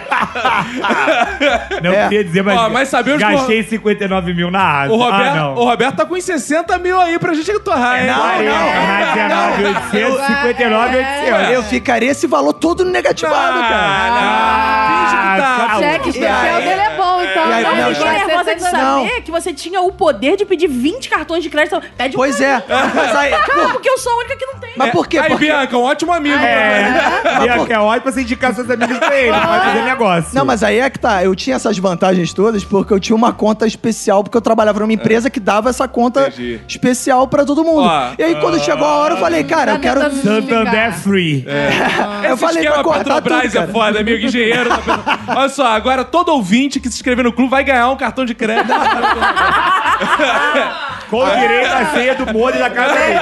[SPEAKER 3] Não
[SPEAKER 2] É.
[SPEAKER 3] queria dizer, mas,
[SPEAKER 1] Ó, mas sabia os
[SPEAKER 3] gastei 59 mil na asa.
[SPEAKER 1] O, Roberto,
[SPEAKER 3] ah, não. É
[SPEAKER 1] o Roberto tá com uns 60 mil aí pra gente torrar, hein?
[SPEAKER 3] Aí,
[SPEAKER 2] não,
[SPEAKER 3] ó, 19,800, 59,800.
[SPEAKER 2] Eu ficaria esse valor todo negativado, cara.
[SPEAKER 3] Ah,
[SPEAKER 1] Ah,
[SPEAKER 3] calma.
[SPEAKER 4] tá. Cheque especial
[SPEAKER 2] aí-
[SPEAKER 4] dele é bom, então.
[SPEAKER 2] e
[SPEAKER 4] Vai
[SPEAKER 2] aí- não,
[SPEAKER 5] Eu
[SPEAKER 4] ser
[SPEAKER 5] fiquei
[SPEAKER 2] cheque-
[SPEAKER 5] nervosa é de
[SPEAKER 4] 60.
[SPEAKER 5] saber que você tinha o poder de pedir 20 cartões de crédito. Pede um
[SPEAKER 2] Pois
[SPEAKER 5] pra
[SPEAKER 2] é.
[SPEAKER 5] mim.
[SPEAKER 2] Mas, aí,
[SPEAKER 5] Não, porque eu sou a única que não tem.
[SPEAKER 2] mas por quê?
[SPEAKER 1] Aí,
[SPEAKER 2] Porque-
[SPEAKER 1] Bianca, um ótimo amigo.
[SPEAKER 3] É, Bianca, é ótimo você indicar seus amigos pra ele, pode fazer negócio.
[SPEAKER 2] Ah, Não, mas aí é que tá. Eu tinha essas vantagens todas porque eu tinha uma conta especial, porque eu trabalhava numa empresa que dava essa conta
[SPEAKER 1] Entendi.
[SPEAKER 2] especial pra todo mundo.
[SPEAKER 1] Ó.
[SPEAKER 2] e aí, quando chegou a hora, eu falei, cara, eu quero.
[SPEAKER 4] tentando-
[SPEAKER 3] Santander é Free.
[SPEAKER 1] É.
[SPEAKER 2] É. eu falei pra cortar
[SPEAKER 1] Petrobras
[SPEAKER 2] tudo, cara.
[SPEAKER 1] é foda, amigo engenheiro. da Petro- Olha só, agora todo ouvinte que se inscrever no clube vai ganhar um cartão de crédito.
[SPEAKER 3] Com direito à ceia do Moro e da casa dele.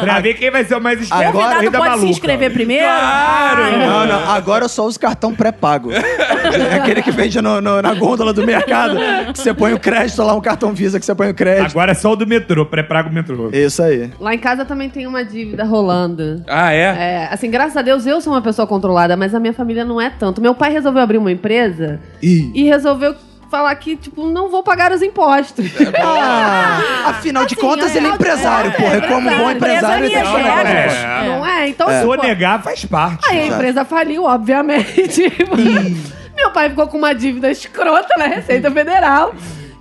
[SPEAKER 3] Pra ver quem vai ser o mais esperto.
[SPEAKER 5] O
[SPEAKER 2] Agora-
[SPEAKER 3] Rei
[SPEAKER 5] convidado
[SPEAKER 3] da
[SPEAKER 5] pode se
[SPEAKER 3] Maluca.
[SPEAKER 5] inscrever primeiro.
[SPEAKER 1] Claro!
[SPEAKER 2] Não, não, agora eu só uso cartão pré-pago. É aquele que vende no- no- na gôndola do mercado, que você põe o crédito lá, um cartão Visa que você põe o crédito.
[SPEAKER 3] Agora é só o do metrô, pré-prago metrô.
[SPEAKER 2] Isso aí.
[SPEAKER 4] Lá em casa também tem uma dívida rolando.
[SPEAKER 1] Ah, é?
[SPEAKER 4] É, assim, graças a Deus eu sou uma pessoa controlada, mas a minha família não é tanto. Meu pai resolveu abrir uma empresa
[SPEAKER 2] Ih.
[SPEAKER 4] e resolveu falar que, tipo, não vou pagar os impostos. Assim,
[SPEAKER 2] Ah, É afinal de contas, ele é empresário, porra. E
[SPEAKER 4] é,
[SPEAKER 2] como um bom empresário, ele tem que um
[SPEAKER 5] Empresa
[SPEAKER 2] pagar.
[SPEAKER 5] minha,
[SPEAKER 2] imposto.
[SPEAKER 5] chefe.
[SPEAKER 4] Não é? Então,
[SPEAKER 3] Se
[SPEAKER 4] tipo,
[SPEAKER 3] eu negar, faz parte.
[SPEAKER 4] aí a empresa faliu, obviamente. Meu pai ficou com uma dívida escrota na Receita Federal.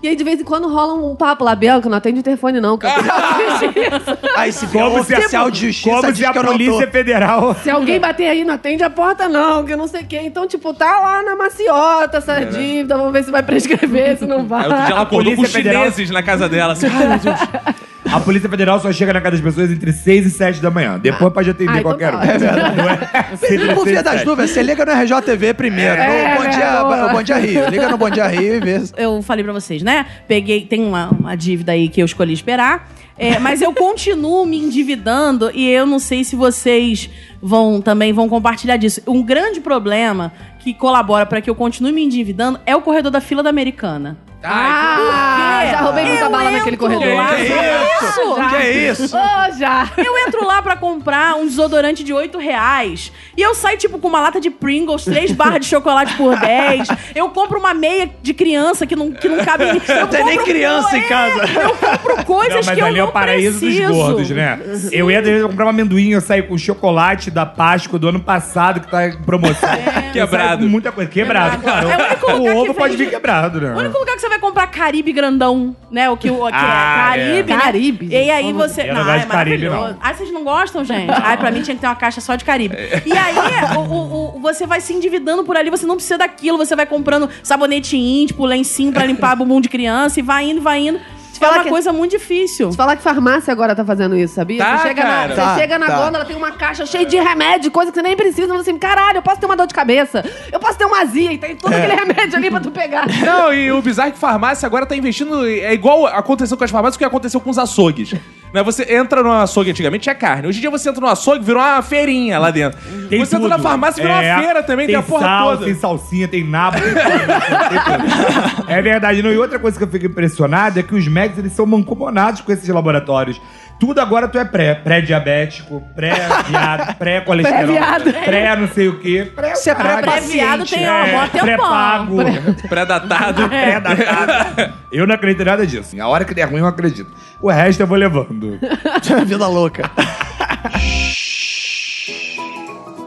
[SPEAKER 4] E aí, de vez em quando, rola um papo lá, Bianca, não atende o telefone, não. Que eu preciso disso.
[SPEAKER 2] Aí se vier
[SPEAKER 3] Como
[SPEAKER 2] um
[SPEAKER 3] se a-
[SPEAKER 2] oficial de justiça
[SPEAKER 3] Como
[SPEAKER 2] diz
[SPEAKER 3] se a
[SPEAKER 2] que eu não tô.
[SPEAKER 3] Polícia Federal...
[SPEAKER 4] Se alguém bater aí, não atende a porta, não, que eu não sei o quê. Então, tipo, tá lá na maciota essa dívida, vamos ver se vai prescrever, se não vai.
[SPEAKER 1] Aí outro dia ela acordou
[SPEAKER 3] Polícia
[SPEAKER 1] com os
[SPEAKER 3] Federal-
[SPEAKER 1] chineses na casa dela. Assim, "Ai, meu Deus".
[SPEAKER 3] A Polícia Federal só chega na casa das pessoas entre 6 e 7 da manhã. Depois pode atender
[SPEAKER 4] Ah, então
[SPEAKER 3] qualquer
[SPEAKER 4] tá.
[SPEAKER 3] um. É verdade. Não é? Sempre
[SPEAKER 2] Por
[SPEAKER 3] seis e
[SPEAKER 2] via das
[SPEAKER 3] sete.
[SPEAKER 2] nuvens, você liga no RJTV primeiro.
[SPEAKER 4] É,
[SPEAKER 2] no Bom dia,
[SPEAKER 4] boa.
[SPEAKER 2] Bom Dia Rio. Liga no Bom Dia Rio e vê.
[SPEAKER 5] Eu falei pra vocês, né? Peguei, tem uma, uma dívida aí que eu escolhi esperar. É, mas eu continuo me endividando e eu não sei se vocês vão também vão compartilhar disso. Um grande problema que colabora pra que eu continue me endividando é o corredor da fila da Americana.
[SPEAKER 1] Ai,
[SPEAKER 4] Ah, já roubei muita
[SPEAKER 5] Eu
[SPEAKER 4] bala naquele
[SPEAKER 5] entro
[SPEAKER 4] corredor.
[SPEAKER 5] lá- é
[SPEAKER 1] Que
[SPEAKER 5] isso?
[SPEAKER 4] Já.
[SPEAKER 2] isso?
[SPEAKER 4] Ô, já.
[SPEAKER 5] Eu entro lá pra comprar um desodorante de 8 reais. E eu saio, tipo, com uma lata de Pringles, três barras de chocolate por 10. Eu compro uma meia de criança que não, que não cabe em mim. Eu
[SPEAKER 2] tem nem
[SPEAKER 5] compro-
[SPEAKER 2] criança em
[SPEAKER 5] É,
[SPEAKER 2] casa.
[SPEAKER 5] Eu compro
[SPEAKER 3] Não,
[SPEAKER 5] coisas
[SPEAKER 3] mas
[SPEAKER 5] que eu
[SPEAKER 3] ali é
[SPEAKER 5] não
[SPEAKER 3] o paraíso
[SPEAKER 5] preciso.
[SPEAKER 3] dos gordos, né? Eu ia, às vezes, comprar um amendoim, eu saí com chocolate da Páscoa do ano passado, que tá em promoção. Eu saio
[SPEAKER 1] Quebrado.
[SPEAKER 3] com muita coisa. Quebrado,
[SPEAKER 5] É. Quebrado.
[SPEAKER 3] claro.
[SPEAKER 5] É o único lugar
[SPEAKER 3] o ovo
[SPEAKER 5] que
[SPEAKER 3] pode
[SPEAKER 5] vende-
[SPEAKER 3] vir quebrado, né?
[SPEAKER 5] O único lugar que você vai comprar Caribe grandão, né? O que, o, que
[SPEAKER 3] Ah,
[SPEAKER 5] é Caribe,
[SPEAKER 4] é.
[SPEAKER 5] né?
[SPEAKER 4] Caribe.
[SPEAKER 5] E aí você...
[SPEAKER 3] Eu não gosto
[SPEAKER 5] ai,
[SPEAKER 3] de Caribe, não.
[SPEAKER 5] maravilhoso. Ai, vocês não gostam, gente? Ai, pra mim tinha que ter uma caixa só de Caribe. E aí, o, o- o- você vai se endividando por ali, você não precisa daquilo, você vai comprando sabonete íntimo, lencinho pra limpar bumbum de criança e vai indo, vai indo. É
[SPEAKER 4] falar
[SPEAKER 5] uma
[SPEAKER 4] que-
[SPEAKER 5] coisa muito difícil.
[SPEAKER 4] Te falar que farmácia agora tá fazendo isso, sabia?
[SPEAKER 1] Tá,
[SPEAKER 4] você chega
[SPEAKER 1] cara.
[SPEAKER 4] na,
[SPEAKER 2] Tá,
[SPEAKER 4] você chega na
[SPEAKER 2] tá.
[SPEAKER 4] gôndola, tem uma caixa cheia de remédio, coisa que você nem precisa. Você assim, caralho, eu posso ter uma dor de cabeça, eu posso ter uma azia, e tem todo aquele remédio ali pra tu pegar.
[SPEAKER 1] É. Não, e o bizarro é que farmácia agora tá investindo. É igual aconteceu com as farmácias o que aconteceu com os açougues. Né? Você entra no açougue antigamente, tinha carne. Hoje em dia você entra no açougue, virou uma feirinha lá dentro.
[SPEAKER 3] Tem
[SPEAKER 1] você
[SPEAKER 3] tudo.
[SPEAKER 1] entra na farmácia, virou
[SPEAKER 3] É,
[SPEAKER 1] uma feira também, tem, a porra
[SPEAKER 3] sal,
[SPEAKER 1] toda.
[SPEAKER 3] Tem salsinha, tem nabo. tem tudo, tem tudo. é verdade. Não, e outra coisa que eu fico impressionado é que os médicos eles são mancomunados com esses laboratórios. Tudo agora tu é pré. Pré-diabético, pré-viado, pré-colesterol.
[SPEAKER 4] Pré-viado.
[SPEAKER 3] Pré não sei o quê. Pré,
[SPEAKER 2] Você é
[SPEAKER 5] Pré-viado
[SPEAKER 2] pré-paciente.
[SPEAKER 5] tem, ó,
[SPEAKER 1] É,
[SPEAKER 5] mó tempão.
[SPEAKER 3] pré-pago.
[SPEAKER 1] Pré-datado.
[SPEAKER 3] Pré-datado. Eu não acredito em nada disso. A hora que der ruim, eu acredito. O resto eu vou levando.
[SPEAKER 2] Vida louca.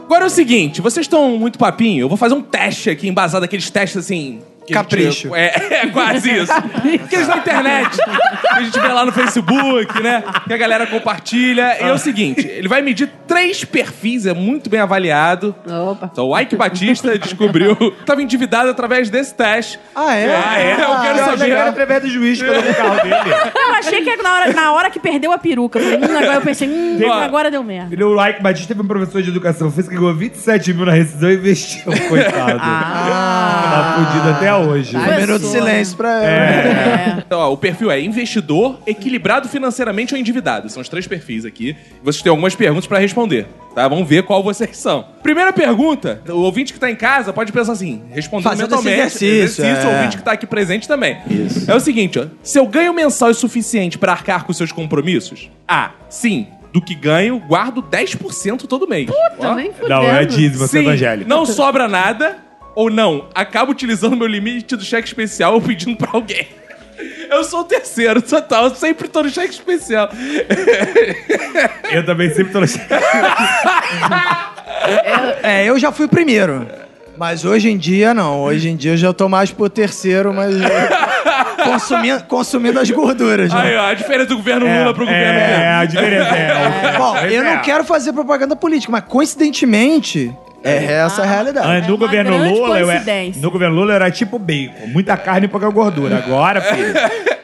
[SPEAKER 1] Agora é o seguinte, vocês estão muito papinho. Eu vou fazer um teste aqui, embasado aqueles testes assim. que a gente-
[SPEAKER 2] Capricho.
[SPEAKER 1] é, é quase isso. Aqueles da internet. Que a gente vê lá no Facebook, né? Que a galera compartilha. E é o seguinte: ele vai medir três perfis, é muito bem avaliado.
[SPEAKER 4] Opa.
[SPEAKER 1] Então, o Ike Batista descobriu que estava endividado através desse teste.
[SPEAKER 2] Ah, é?
[SPEAKER 1] Ah, é? Eu quero
[SPEAKER 2] Ah,
[SPEAKER 1] saber.
[SPEAKER 3] Chegaram
[SPEAKER 2] legal.
[SPEAKER 3] através do juiz que colocou o carro dele.
[SPEAKER 5] Eu achei que na hora, na hora que perdeu a peruca. Eu falei, hum, agora eu pensei, hum,
[SPEAKER 1] Tem uma-
[SPEAKER 5] agora deu merda.
[SPEAKER 3] Ele, o Like Batista teve um professor de
[SPEAKER 2] Ah.
[SPEAKER 3] educação física que ganhou 27 mil na rescisão e investiu, coitado. Tá fudido até até hoje.
[SPEAKER 2] Um minuto de
[SPEAKER 5] Pessoa.
[SPEAKER 2] silêncio pra ela.
[SPEAKER 5] É.
[SPEAKER 1] Então, ó, o perfil é investidor, equilibrado financeiramente ou endividado. São os três perfis aqui. Vocês têm algumas perguntas pra responder, tá? Vamos ver qual vocês são. Primeira pergunta, o ouvinte que tá em casa pode pensar assim, respondendo
[SPEAKER 2] Fazendo esse
[SPEAKER 1] mentalmente.
[SPEAKER 2] exercício,
[SPEAKER 1] o
[SPEAKER 2] é.
[SPEAKER 1] ouvinte que tá aqui presente também.
[SPEAKER 2] Isso.
[SPEAKER 1] É o seguinte, ó, seu ganho mensal é suficiente pra arcar com seus compromissos? A, sim. Do que ganho, guardo 10% todo mês. Ó.
[SPEAKER 4] Também Tá fudendo.
[SPEAKER 3] Não, é dízimo, você é
[SPEAKER 1] Sim,
[SPEAKER 3] evangélico.
[SPEAKER 1] Não sobra nada, ou não, acabo utilizando meu limite do cheque especial ou pedindo pra alguém. Eu sou o terceiro, total. Eu sempre tô no cheque especial.
[SPEAKER 3] Eu também sempre tô no
[SPEAKER 2] É, eu já fui o primeiro. Mas hoje em dia, não. Hoje em dia eu já tô mais pro terceiro, mas. consumindo, consumindo as gorduras. né?
[SPEAKER 1] Aí, ó, a diferença do governo Lula pro governo
[SPEAKER 3] É,
[SPEAKER 1] Lula.
[SPEAKER 3] a diferença é.
[SPEAKER 2] Bom, eu não quero fazer propaganda política, mas coincidentemente, é essa a realidade.
[SPEAKER 3] Antes, Ah, no
[SPEAKER 5] uma
[SPEAKER 3] governo
[SPEAKER 5] grande
[SPEAKER 3] Lula, eu era,
[SPEAKER 5] coincidência.
[SPEAKER 3] no governo Lula eu era tipo bacon, muita carne e pouca gordura. Agora, filho,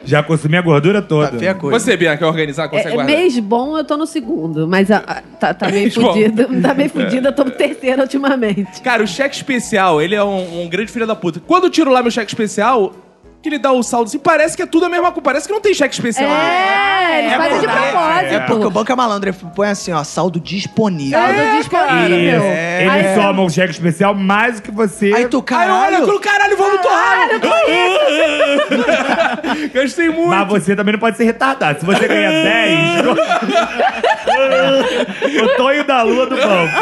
[SPEAKER 3] já consumi a gordura toda.
[SPEAKER 2] Tá feia a coisa.
[SPEAKER 1] Você, Bianca, organizar,
[SPEAKER 4] É,
[SPEAKER 1] consegue
[SPEAKER 4] é
[SPEAKER 1] guardar?
[SPEAKER 4] mês bom, eu tô no segundo, mas a- a- tá, tá meio
[SPEAKER 1] Mês bom.
[SPEAKER 4] fudida. Tá meio fudida, eu tô no terceiro ultimamente.
[SPEAKER 1] Cara, o cheque especial, ele é um, um grande filho da puta. Quando eu tiro lá meu cheque especial, que ele dá o saldo assim, parece que é tudo a mesma coisa. Parece que não tem cheque especial. né?
[SPEAKER 4] É, eles fazem de
[SPEAKER 2] verdade,
[SPEAKER 4] propósito.
[SPEAKER 2] É porque o Banco é malandro, ele põe assim, ó, saldo disponível. É,
[SPEAKER 4] Saldo disponível.
[SPEAKER 3] Isso. Eles
[SPEAKER 4] Aí-
[SPEAKER 3] somam um cheque especial mais que você.
[SPEAKER 2] Aí tu,
[SPEAKER 1] Aí eu olho aquilo,
[SPEAKER 2] caralho,
[SPEAKER 1] caralho, vamos torrar! Gastei muito.
[SPEAKER 3] Mas você também não pode ser retardado. Se você ganha 10, o Tonho da Lua do banco.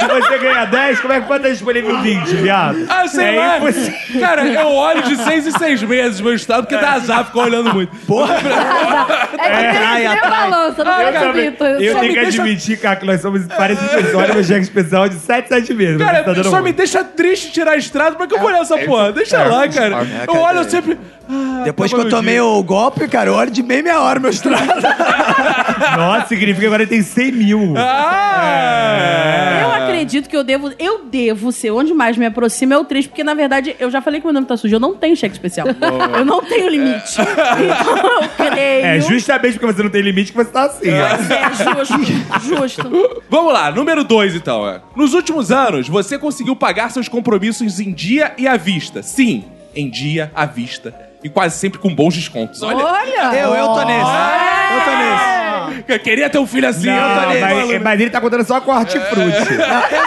[SPEAKER 3] Se você ganha 10, como é que pode ter disponível 20, viado?
[SPEAKER 1] Ah, sei
[SPEAKER 3] é
[SPEAKER 1] lá.
[SPEAKER 3] impossível.
[SPEAKER 1] Cara, eu olho de seis em seis meses meu estado, porque dá azar ficar olhando muito.
[SPEAKER 4] É que tem que ter balança,
[SPEAKER 1] Ah,
[SPEAKER 4] não
[SPEAKER 3] Eu,
[SPEAKER 4] tem
[SPEAKER 3] também-
[SPEAKER 4] capítulo.
[SPEAKER 3] eu
[SPEAKER 4] Só
[SPEAKER 3] tenho
[SPEAKER 4] me
[SPEAKER 3] que
[SPEAKER 4] deixa-
[SPEAKER 3] admitir, cara, que nós somos parecidos com esse óleo, meu cheque especial de 7, 7 meses. mas
[SPEAKER 1] Cara,
[SPEAKER 3] tá dando É
[SPEAKER 1] só me
[SPEAKER 3] muito.
[SPEAKER 1] deixa triste tirar a estrada, pra que eu vou olhar essa porra? Deixa lá, cara.
[SPEAKER 2] é,
[SPEAKER 1] Eu
[SPEAKER 2] cara,
[SPEAKER 1] olho, eu
[SPEAKER 2] é.
[SPEAKER 1] sempre... Ah,
[SPEAKER 2] depois que
[SPEAKER 1] tava
[SPEAKER 2] eu
[SPEAKER 1] no
[SPEAKER 2] tomei
[SPEAKER 1] dia.
[SPEAKER 2] o golpe, cara, eu olho de meia meia hora meu estrado.
[SPEAKER 3] Nossa, significa que agora ele tem 100 mil. É.
[SPEAKER 1] Ah!
[SPEAKER 5] Eu acredito que eu devo. Eu devo ser. Onde mais me aproxima é o 3, porque na verdade eu já falei que meu nome tá sujo. Eu não tenho cheque especial. eu não tenho limite. Então eu creio.
[SPEAKER 3] É justamente porque você não tem limite que você tá assim. ó.
[SPEAKER 5] Mas é justo, justo.
[SPEAKER 1] Vamos lá, número dois então. é. Nos últimos anos, você conseguiu pagar seus compromissos em dia e à vista. Sim, em dia, à vista. E quase sempre com bons descontos. Olha,
[SPEAKER 5] Olha!
[SPEAKER 2] Eu, eu tô nesse. Eu tô nesse.
[SPEAKER 1] eu queria ter um filho assim. eu tô
[SPEAKER 3] Não,
[SPEAKER 1] nem falando.
[SPEAKER 3] mas, mas ele tá contando só com hortifruti.
[SPEAKER 2] É. Não,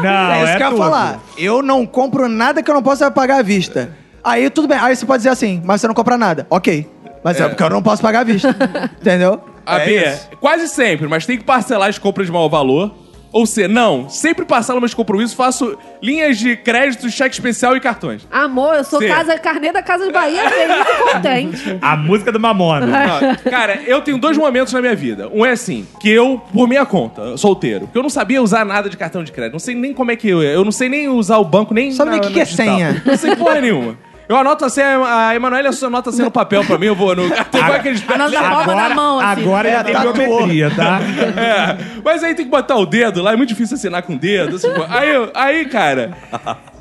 [SPEAKER 3] Não,
[SPEAKER 2] é isso
[SPEAKER 3] é
[SPEAKER 2] que eu ia
[SPEAKER 3] tudo.
[SPEAKER 2] falar. Eu não compro nada que eu não possa pagar à vista. Aí tudo bem. Aí você pode dizer assim, mas você não compra nada. Ok. Mas é, porque eu não posso pagar à vista. Entendeu?
[SPEAKER 1] A
[SPEAKER 2] é
[SPEAKER 1] B,
[SPEAKER 2] isso.
[SPEAKER 1] quase sempre, mas tem que parcelar as compras de mau valor. Ou C, não, sempre parcelo meus compromissos, faço linhas de crédito, cheque especial e cartões.
[SPEAKER 4] Amor, eu sou
[SPEAKER 1] Sim.
[SPEAKER 4] casa, carnê da Casa de Bahia, feliz e contente.
[SPEAKER 3] A música do Mamona.
[SPEAKER 1] Ó, Cara, eu tenho dois momentos na minha vida. Um é assim, que eu, por minha conta, solteiro, que eu não sabia usar nada de cartão de crédito. Não sei nem como é que eu. Eu não sei nem usar o banco, nem.
[SPEAKER 2] Sabe nem o que que é
[SPEAKER 1] digital.
[SPEAKER 2] senha?
[SPEAKER 1] Não sei porra nenhuma. Eu anoto assim, a a Emanuela anota assim no papel pra mim, eu vou no cartão com aqueles
[SPEAKER 5] A nossa palma da mão, assim.
[SPEAKER 3] Agora já tem
[SPEAKER 2] tatuou.
[SPEAKER 3] biometria, tá?
[SPEAKER 1] É, mas aí tem que botar o dedo lá, é muito difícil assinar com o dedo. assim, pô. aí, eu- aí, cara,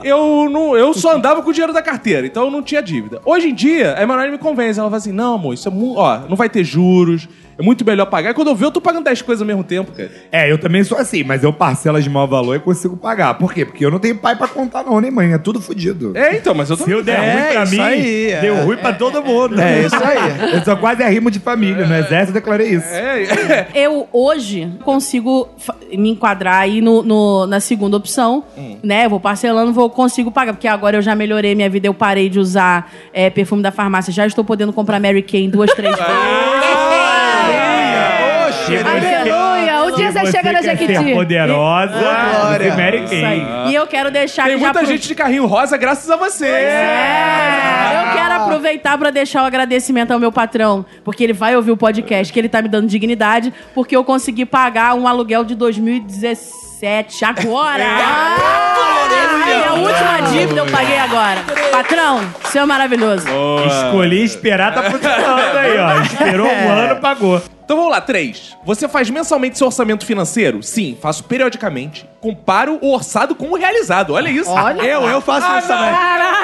[SPEAKER 1] eu, não, eu só andava com o dinheiro da carteira, então eu não tinha dívida. Hoje em dia, a Emanuele me convence, ela fala assim, não, amor, isso é mu- ó, não vai ter juros, é muito melhor pagar. E quando eu ver, eu tô pagando 10 coisas ao mesmo tempo, cara.
[SPEAKER 3] É, eu também sou assim, mas eu parcelo de mau valor e consigo pagar. Por quê? Porque eu não tenho pai pra contar, não, nem mãe. É tudo fodido.
[SPEAKER 1] É, então, mas eu tô...
[SPEAKER 3] Se eu der
[SPEAKER 2] É,
[SPEAKER 3] ruim pra
[SPEAKER 2] isso
[SPEAKER 3] mim,
[SPEAKER 2] aí, é.
[SPEAKER 3] deu ruim pra todo mundo.
[SPEAKER 2] É isso aí.
[SPEAKER 3] Eu sou quase arrimo de família. No exército eu declarei isso.
[SPEAKER 1] É, é.
[SPEAKER 5] Eu hoje consigo fa- me enquadrar aí no, no- na segunda opção, né? Eu vou parcelando, vou consigo pagar, porque agora eu já melhorei minha vida, eu parei de usar é, perfume da farmácia, já estou podendo comprar Mary Kay em duas, três
[SPEAKER 1] Ah.
[SPEAKER 3] Oxe,
[SPEAKER 4] Aleluia! Um dia você chega na Jequiti.
[SPEAKER 3] poderosa,
[SPEAKER 2] Glória.
[SPEAKER 3] você Mary Kay.
[SPEAKER 5] vezes. E eu quero deixar
[SPEAKER 1] Tem
[SPEAKER 5] aqui já
[SPEAKER 1] muita
[SPEAKER 5] pro-
[SPEAKER 1] gente de carrinho rosa graças a você.
[SPEAKER 5] É, eu
[SPEAKER 2] Ah.
[SPEAKER 5] quero aproveitar pra deixar o agradecimento ao meu patrão, porque ele vai ouvir o podcast, que ele tá me dando dignidade, porque eu consegui pagar um aluguel de 2017
[SPEAKER 2] É.
[SPEAKER 5] agora. Ai, a última dívida eu paguei agora. Patrão, você é maravilhoso.
[SPEAKER 3] Escolhi esperar, tá funcionando aí, ó. Esperou um ano, pagou.
[SPEAKER 1] Então vamos lá, três. Você faz mensalmente seu orçamento financeiro? Sim, faço periodicamente. Comparo o orçado com o realizado. Olha isso. Ah,
[SPEAKER 2] Eu, eu faço isso também. Ah.
[SPEAKER 5] Caralho!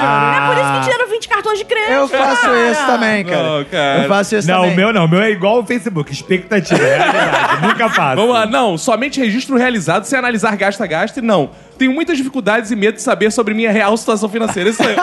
[SPEAKER 5] Ah, é por isso que tiraram o 20 cartões de crédito.
[SPEAKER 2] Eu faço
[SPEAKER 5] cara.
[SPEAKER 2] isso também, cara.
[SPEAKER 1] Não, cara.
[SPEAKER 2] Eu faço isso
[SPEAKER 3] Não,
[SPEAKER 2] também.
[SPEAKER 3] o meu não. O meu é igual o Facebook. Expectativa. É realidade. Nunca faço.
[SPEAKER 1] Vamos lá, não, somente registro realizado sem analisar gasta, gasta e não. Tenho muitas dificuldades e medo de saber sobre minha real situação financeira. Isso é.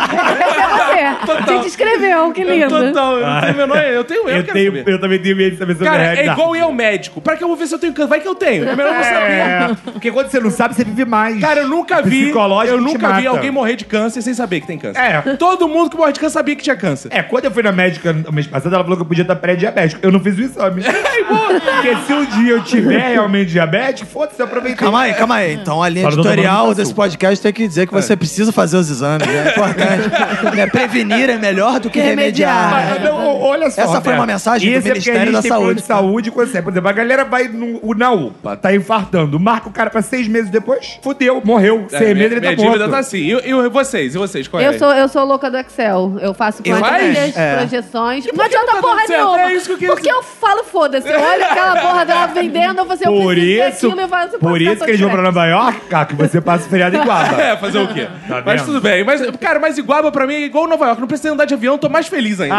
[SPEAKER 4] É você. Te descreveu, que
[SPEAKER 1] Eu,
[SPEAKER 4] lindo.
[SPEAKER 1] total, Então, eu não tenho menor. Eu tenho eu,
[SPEAKER 3] Eu,
[SPEAKER 1] quero
[SPEAKER 3] tenho,
[SPEAKER 1] saber.
[SPEAKER 3] eu também tenho medo de saber sobre a
[SPEAKER 1] Cara, é
[SPEAKER 3] realidade.
[SPEAKER 1] igual eu médico. Pra que eu vou ver se eu tenho câncer? Vai que eu tenho. É melhor eu não saber.
[SPEAKER 3] É, porque quando você não sabe, você vive mais.
[SPEAKER 1] Cara, eu nunca vi.
[SPEAKER 3] Psicológico
[SPEAKER 1] Eu
[SPEAKER 3] te
[SPEAKER 1] nunca vi
[SPEAKER 3] mata.
[SPEAKER 1] alguém morrer de câncer sem saber que tem câncer.
[SPEAKER 3] É.
[SPEAKER 1] Todo mundo que morre de câncer sabia que tinha câncer.
[SPEAKER 3] É, quando eu fui na médica no mês passado, ela falou que eu podia estar pré-diabético. Eu não fiz o exame. Porque se um dia eu tiver realmente diabético, foda-se, eu aproveitei.
[SPEAKER 2] Calma aí, calma aí. Então a linha
[SPEAKER 3] Fala, doutor,
[SPEAKER 2] editorial
[SPEAKER 3] vamos no
[SPEAKER 2] desse
[SPEAKER 3] sul.
[SPEAKER 2] podcast tem que dizer que
[SPEAKER 3] É.
[SPEAKER 2] você precisa fazer os exames. né? É importante. Né? Prevenir é melhor do que remediar.
[SPEAKER 3] Mas, não, o- olha só.
[SPEAKER 2] Essa foi uma mensagem do
[SPEAKER 3] Isso é porque
[SPEAKER 2] Ministério
[SPEAKER 3] a gente
[SPEAKER 2] da
[SPEAKER 3] tem plano de
[SPEAKER 2] Saúde.
[SPEAKER 3] saúde com essa- Por exemplo, a galera vai no, na UPA, tá infartando, marca o cara pra seis meses depois, fudeu, morreu.
[SPEAKER 1] É,
[SPEAKER 3] seis
[SPEAKER 1] minha-
[SPEAKER 3] meses ele
[SPEAKER 1] minha
[SPEAKER 3] tá
[SPEAKER 1] dívida
[SPEAKER 3] morto.
[SPEAKER 1] tá assim. E, e vocês? E vocês? Qual é?
[SPEAKER 4] Eu sou, eu sou louca do Excel. Eu faço
[SPEAKER 1] E
[SPEAKER 4] planilhas,
[SPEAKER 1] faz?
[SPEAKER 4] é. projeções. Não
[SPEAKER 1] que não
[SPEAKER 4] adianta
[SPEAKER 1] tá
[SPEAKER 4] porra
[SPEAKER 1] dando certo?
[SPEAKER 4] nenhuma.
[SPEAKER 1] É isso que eu queria
[SPEAKER 4] Porque eu falo, foda-se. Eu olho aquela porra dela vendendo, eu vou assim, eu
[SPEAKER 3] Por
[SPEAKER 4] preciso
[SPEAKER 3] isso,
[SPEAKER 4] daquilo, eu faço
[SPEAKER 3] por isso que eles vão pra Nova York, cara, que você passa o feriado em Guarda.
[SPEAKER 1] É, fazer o quê?
[SPEAKER 3] Tá
[SPEAKER 1] mas
[SPEAKER 3] vendo?
[SPEAKER 1] tudo bem. Mas, cara, mas Iguaba pra mim é igual Nova York. Não precisa andar de avião, tô mais feliz ainda.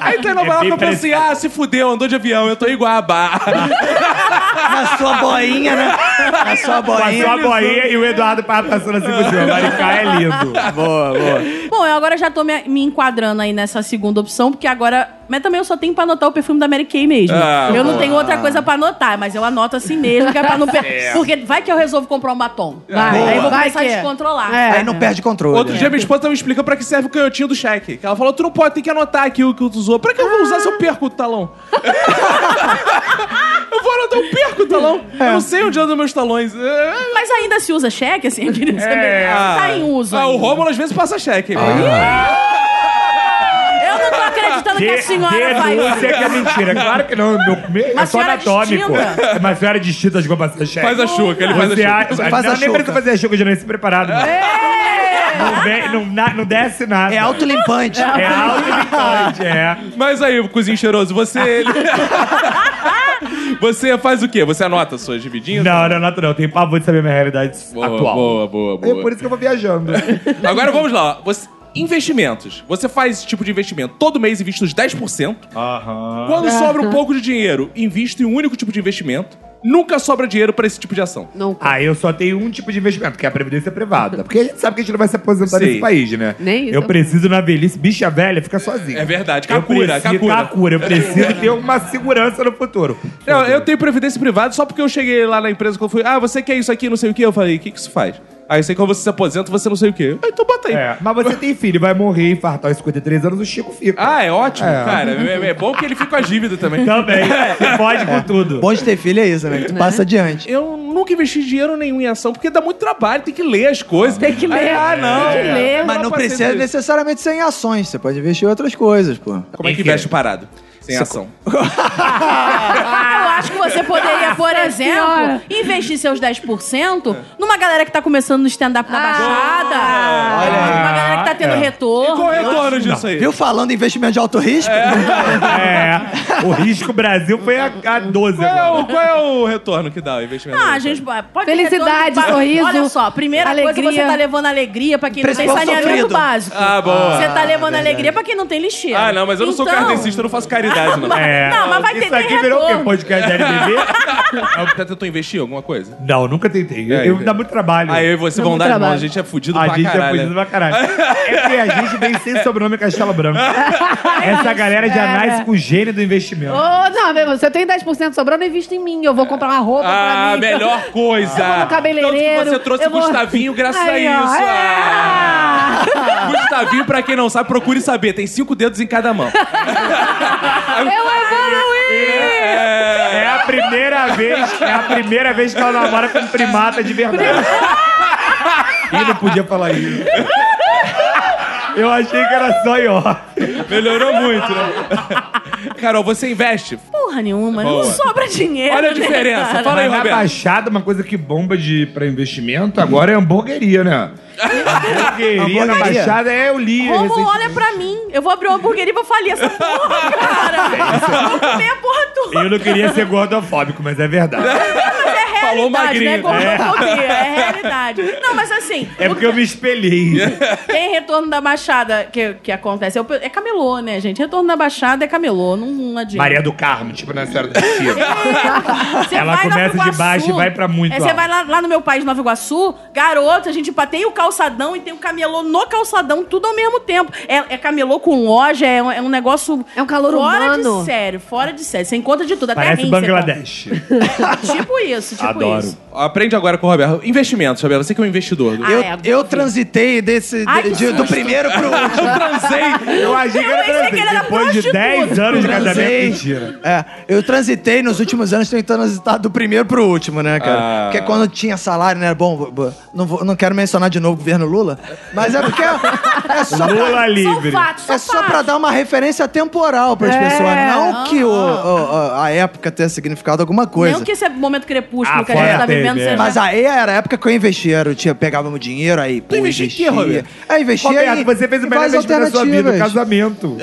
[SPEAKER 1] Aí tá em Nova
[SPEAKER 3] Ah, É
[SPEAKER 1] York,
[SPEAKER 3] bem
[SPEAKER 1] eu penso assim, ah, se fudeu, andou de avião, eu tô em Iguaba.
[SPEAKER 2] Na sua boinha, né? Na
[SPEAKER 3] Passou
[SPEAKER 2] sua
[SPEAKER 3] a
[SPEAKER 2] boinha.
[SPEAKER 3] boinha e o Eduardo Pá passou na segunda. Maricá é lindo.
[SPEAKER 2] Boa, boa.
[SPEAKER 5] Bom, eu agora já tô me, me enquadrando aí nessa segunda opção, porque agora. Mas também eu só tenho pra anotar o perfume da Mary Kay mesmo.
[SPEAKER 1] Ah,
[SPEAKER 5] eu não tenho outra coisa pra anotar, mas eu anoto assim mesmo, que é pra não per... Porque vai que eu resolvo comprar um batom.
[SPEAKER 1] Ah,
[SPEAKER 4] Vai,
[SPEAKER 5] Aí eu vou
[SPEAKER 4] vai
[SPEAKER 5] começar a
[SPEAKER 4] que-
[SPEAKER 5] descontrolar.
[SPEAKER 4] É.
[SPEAKER 2] Aí não perde controle.
[SPEAKER 5] né?
[SPEAKER 1] Outro dia minha esposa tava me explicando pra que serve o canhotinho do cheque. Ela falou, tu não pode, tem que anotar aqui o que tu usou. Pra que eu vou usar se eu perco o talão? eu vou anotar, eu perco o talão.
[SPEAKER 3] É.
[SPEAKER 1] Eu não sei onde andam meus talões. É.
[SPEAKER 5] Mas ainda se usa cheque, assim, eu queria saber. Tá em uso.
[SPEAKER 1] Ah, o
[SPEAKER 5] ainda.
[SPEAKER 1] Rômulo às vezes passa cheque.
[SPEAKER 3] Ah.
[SPEAKER 5] Eu não tô acreditando que a senhora vai.
[SPEAKER 3] denúncia que é mentira. Claro que não. Meu, meu, é só
[SPEAKER 5] senhora
[SPEAKER 3] anatômico. É,
[SPEAKER 5] distinta.
[SPEAKER 3] Mas a senhora distinta as gomas da chefe.
[SPEAKER 1] Faz a chuca, ele faz a
[SPEAKER 3] Você
[SPEAKER 1] chuca.
[SPEAKER 3] acha-
[SPEAKER 2] Faz a
[SPEAKER 3] não,
[SPEAKER 2] chuca.
[SPEAKER 3] nem precisa fazer a chuca, eu já nasci preparado.
[SPEAKER 5] É.
[SPEAKER 3] Não, vem- não, na- não desce nada.
[SPEAKER 2] É autolimpante.
[SPEAKER 3] É auto-limitante, é.
[SPEAKER 1] Mas aí, cozinho cheiroso, você... ele- você faz o quê? Você anota suas dividinhas?
[SPEAKER 3] Não, não, não, não. Tem pavor de saber minha realidade
[SPEAKER 1] Boa,
[SPEAKER 3] atual.
[SPEAKER 1] boa, boa,
[SPEAKER 3] É
[SPEAKER 1] boa.
[SPEAKER 3] por isso que eu vou viajando.
[SPEAKER 1] Agora vamos lá. Você- Investimentos. Você faz esse tipo de investimento. Todo mês investe os 10%.
[SPEAKER 3] Aham.
[SPEAKER 1] Quando sobra um pouco de dinheiro, invisto em um único tipo de investimento. Nunca sobra dinheiro pra esse tipo de ação.
[SPEAKER 4] Nunca.
[SPEAKER 3] Ah, eu só tenho um tipo de investimento, que é a previdência privada. Porque a gente sabe que a gente não vai se aposentar
[SPEAKER 1] Sim.
[SPEAKER 3] nesse país, né?
[SPEAKER 4] Nem isso.
[SPEAKER 3] Eu preciso na velhice, bicha velha, fica sozinha.
[SPEAKER 1] É verdade,
[SPEAKER 3] Eu
[SPEAKER 1] Kakura,
[SPEAKER 3] preciso-
[SPEAKER 1] Kakura.
[SPEAKER 3] Eu preciso ter uma segurança no futuro.
[SPEAKER 1] Eu, eu tenho previdência privada só porque eu cheguei lá na empresa quando eu fui, ah, você quer isso aqui, não sei o quê. Eu falei, o que, que isso faz? Aí sei que quando você se aposenta, você não sei o quê. Ah, Então bota aí.
[SPEAKER 3] É, mas você tem filho, vai morrer, infartar aos 53 anos, o Chico fica.
[SPEAKER 1] Ah, é ótimo,
[SPEAKER 3] É.
[SPEAKER 1] cara. É, é bom que ele fica com a dívida também. É.
[SPEAKER 3] Também, você pode com tudo.
[SPEAKER 2] Bom de ter filho é isso, né? Tu passa adiante.
[SPEAKER 1] Eu nunca investi dinheiro nenhum em ação, porque dá muito trabalho, tem que ler as coisas. Tem que ler. Ah, não.
[SPEAKER 4] Tem que ler.
[SPEAKER 2] Mas não
[SPEAKER 1] passei
[SPEAKER 2] precisa
[SPEAKER 1] por isso.
[SPEAKER 2] necessariamente ser em ações. Você pode investir em outras coisas, pô.
[SPEAKER 1] Como é que investe parado? Sem ação.
[SPEAKER 5] Eu acho que você poderia, por exemplo,
[SPEAKER 4] Senhora.
[SPEAKER 5] investir seus 10% numa galera que tá começando no stand-up na
[SPEAKER 4] Ah,
[SPEAKER 5] Baixada.
[SPEAKER 2] olha aí.
[SPEAKER 5] Uma galera que tá tendo
[SPEAKER 3] É.
[SPEAKER 1] E qual
[SPEAKER 5] retorno.
[SPEAKER 1] é o retorno disso aí?
[SPEAKER 2] Viu falando em investimento de alto risco?
[SPEAKER 3] É, o risco Brasil foi a, a 12
[SPEAKER 1] Qual é, o,
[SPEAKER 3] agora.
[SPEAKER 1] qual é o retorno que dá o investimento?
[SPEAKER 5] Ah, gente, pode ter
[SPEAKER 4] Felicidade,
[SPEAKER 5] retorno,
[SPEAKER 4] sorriso,
[SPEAKER 5] Olha só, primeira coisa,
[SPEAKER 4] alegria.
[SPEAKER 5] você tá levando alegria pra quem não tem
[SPEAKER 2] Principal
[SPEAKER 5] saneamento
[SPEAKER 2] sofrido.
[SPEAKER 5] básico.
[SPEAKER 1] Ah, boa.
[SPEAKER 5] Você tá levando alegria pra quem não tem lixeira.
[SPEAKER 1] Ah, não, mas eu não sou
[SPEAKER 5] Então-
[SPEAKER 1] cardecista, eu não faço caridade, não.
[SPEAKER 3] É,
[SPEAKER 5] Não, mas vai ter-
[SPEAKER 3] Isso
[SPEAKER 5] tem
[SPEAKER 3] aqui virou o quê?
[SPEAKER 5] retorno.
[SPEAKER 3] Podcast da LBB?
[SPEAKER 1] Ah, Você tentou investir em alguma coisa?
[SPEAKER 3] Não, nunca tentei.
[SPEAKER 1] É,
[SPEAKER 3] Eu,
[SPEAKER 1] é.
[SPEAKER 3] dá muito trabalho.
[SPEAKER 1] Aí eu e você
[SPEAKER 4] Dá
[SPEAKER 1] vão
[SPEAKER 4] muito
[SPEAKER 1] dar as mãos, a
[SPEAKER 4] trabalho.
[SPEAKER 1] gente é fudido
[SPEAKER 3] a
[SPEAKER 1] pra
[SPEAKER 3] gente
[SPEAKER 1] caralho.
[SPEAKER 3] é fudido pra caralho. É que a gente vem sem sobrenome Castelo Branco. Essa galera já nasce com o gênio do investimento.
[SPEAKER 4] É. Ô, não, meu irmão, se eu tenho 10% sobrando, eu invisto em mim. Eu vou comprar uma roupa
[SPEAKER 1] Ah,
[SPEAKER 4] pra mim.
[SPEAKER 1] melhor coisa!
[SPEAKER 4] Eu vou no cabeleireiro.
[SPEAKER 1] Tanto que você trouxe
[SPEAKER 4] eu vou-
[SPEAKER 1] Gustavinho graças
[SPEAKER 4] Aí,
[SPEAKER 1] a
[SPEAKER 4] ó,
[SPEAKER 1] isso.
[SPEAKER 4] é.
[SPEAKER 1] Ah. Gustavinho, pra quem não sabe, procure saber. Tem cinco dedos em cada mão.
[SPEAKER 4] Eu evoluí!
[SPEAKER 3] É a primeira vez, é a primeira vez que ela namora com um primata de verdade. E não podia falar isso. Eu achei que era só ió.
[SPEAKER 1] Melhorou muito, né? Carol, você investe?
[SPEAKER 5] Porra nenhuma,
[SPEAKER 1] Boa.
[SPEAKER 5] não sobra dinheiro.
[SPEAKER 1] Olha a
[SPEAKER 5] né,
[SPEAKER 1] diferença.
[SPEAKER 5] cara?
[SPEAKER 1] Fala aí,
[SPEAKER 3] Mas na
[SPEAKER 1] Roberto.
[SPEAKER 3] Baixada, uma coisa que bomba de, pra investimento agora é hamburgueria, né? Hamburgueria na
[SPEAKER 2] Hamburgueria?
[SPEAKER 3] Baixada é o Lia.
[SPEAKER 5] Romulo,
[SPEAKER 3] recentemente.
[SPEAKER 5] olha pra mim. Eu vou abrir uma hamburgueria e vou falir essa porra,
[SPEAKER 1] É
[SPEAKER 5] cara. Vou comer a porra toda.
[SPEAKER 3] Eu não queria ser gordofóbico, mas é verdade.
[SPEAKER 5] Mas é
[SPEAKER 1] falou
[SPEAKER 5] realidade, né?
[SPEAKER 1] magrinho.
[SPEAKER 5] Gordofobia, é. realidade. Não, mas assim,
[SPEAKER 3] É porque eu me espelhei.
[SPEAKER 5] tem retorno da baixada que, que acontece. É, o- é camelô, né, gente? Retorno da baixada é camelô, não, não adianta.
[SPEAKER 3] Maria do Carmo, tipo na Senhora do Destino.
[SPEAKER 5] Você
[SPEAKER 3] Ela
[SPEAKER 5] vai em Nova
[SPEAKER 3] começa de
[SPEAKER 5] Iguaçu,
[SPEAKER 3] baixo e vai pra muito
[SPEAKER 5] é, Você
[SPEAKER 3] alto.
[SPEAKER 5] vai lá, lá no meu país, Nova Iguaçu, garoto, a gente pateia o calçadão e tem o camelô no calçadão, tudo ao mesmo tempo. É, é camelô com loja, é um, é um negócio.
[SPEAKER 4] É um calor
[SPEAKER 5] Fora
[SPEAKER 4] humano.
[SPEAKER 5] de sério, fora de sério. Você encontra de tudo, até
[SPEAKER 3] Parece
[SPEAKER 1] tá?
[SPEAKER 5] rim você
[SPEAKER 3] Bangladesh.
[SPEAKER 5] encontra. Tipo isso, tipo
[SPEAKER 3] Adoro.
[SPEAKER 5] isso.
[SPEAKER 1] Aprende agora com o Roberto. Investimentos, Roberto. Você que é um investidor.
[SPEAKER 5] Ah,
[SPEAKER 2] eu,
[SPEAKER 5] é, agora
[SPEAKER 2] eu
[SPEAKER 5] sim.
[SPEAKER 2] transitei desse,
[SPEAKER 5] Ai,
[SPEAKER 2] de-
[SPEAKER 5] que
[SPEAKER 2] de- do
[SPEAKER 5] susto.
[SPEAKER 2] primeiro pro último.
[SPEAKER 3] Transei. Eu achei que era
[SPEAKER 5] pensei que
[SPEAKER 3] transei.
[SPEAKER 5] ele era
[SPEAKER 3] Depois de
[SPEAKER 5] prostituta.
[SPEAKER 3] 10 anos de casamento, mentira.
[SPEAKER 2] Transitei. É, eu transitei nos últimos anos, tentando transitar do primeiro pro último, né,
[SPEAKER 1] Ah.
[SPEAKER 2] cara? Porque quando tinha salário, né? Bom, vou- vou- não, vou- não quero mencionar de novo o governo Lula, mas é porque é, é só. pra-
[SPEAKER 3] Lula livre.
[SPEAKER 5] São fatos, são
[SPEAKER 2] É só
[SPEAKER 5] fatos.
[SPEAKER 2] pra dar uma referência temporal pras
[SPEAKER 4] É.
[SPEAKER 2] pessoas. Não
[SPEAKER 5] Ah.
[SPEAKER 2] que o- o- a época tenha significado alguma coisa.
[SPEAKER 5] Não que esse é momento crepúsculo
[SPEAKER 3] Ah,
[SPEAKER 5] que a gente
[SPEAKER 3] fora
[SPEAKER 5] tá
[SPEAKER 3] teve,
[SPEAKER 5] vivendo
[SPEAKER 3] é.
[SPEAKER 5] seja.
[SPEAKER 2] Mas aí era a época que eu investia, era, eu tinha, pegava meu dinheiro, aí pô,
[SPEAKER 1] investia em quê,
[SPEAKER 2] investia.
[SPEAKER 1] Roberto?
[SPEAKER 2] Aí investia
[SPEAKER 3] Roberto,
[SPEAKER 2] em-
[SPEAKER 3] é? você fez o
[SPEAKER 2] em
[SPEAKER 3] melhor
[SPEAKER 2] várias
[SPEAKER 3] investimento da sua vida, o
[SPEAKER 2] alternativas.
[SPEAKER 3] casamento.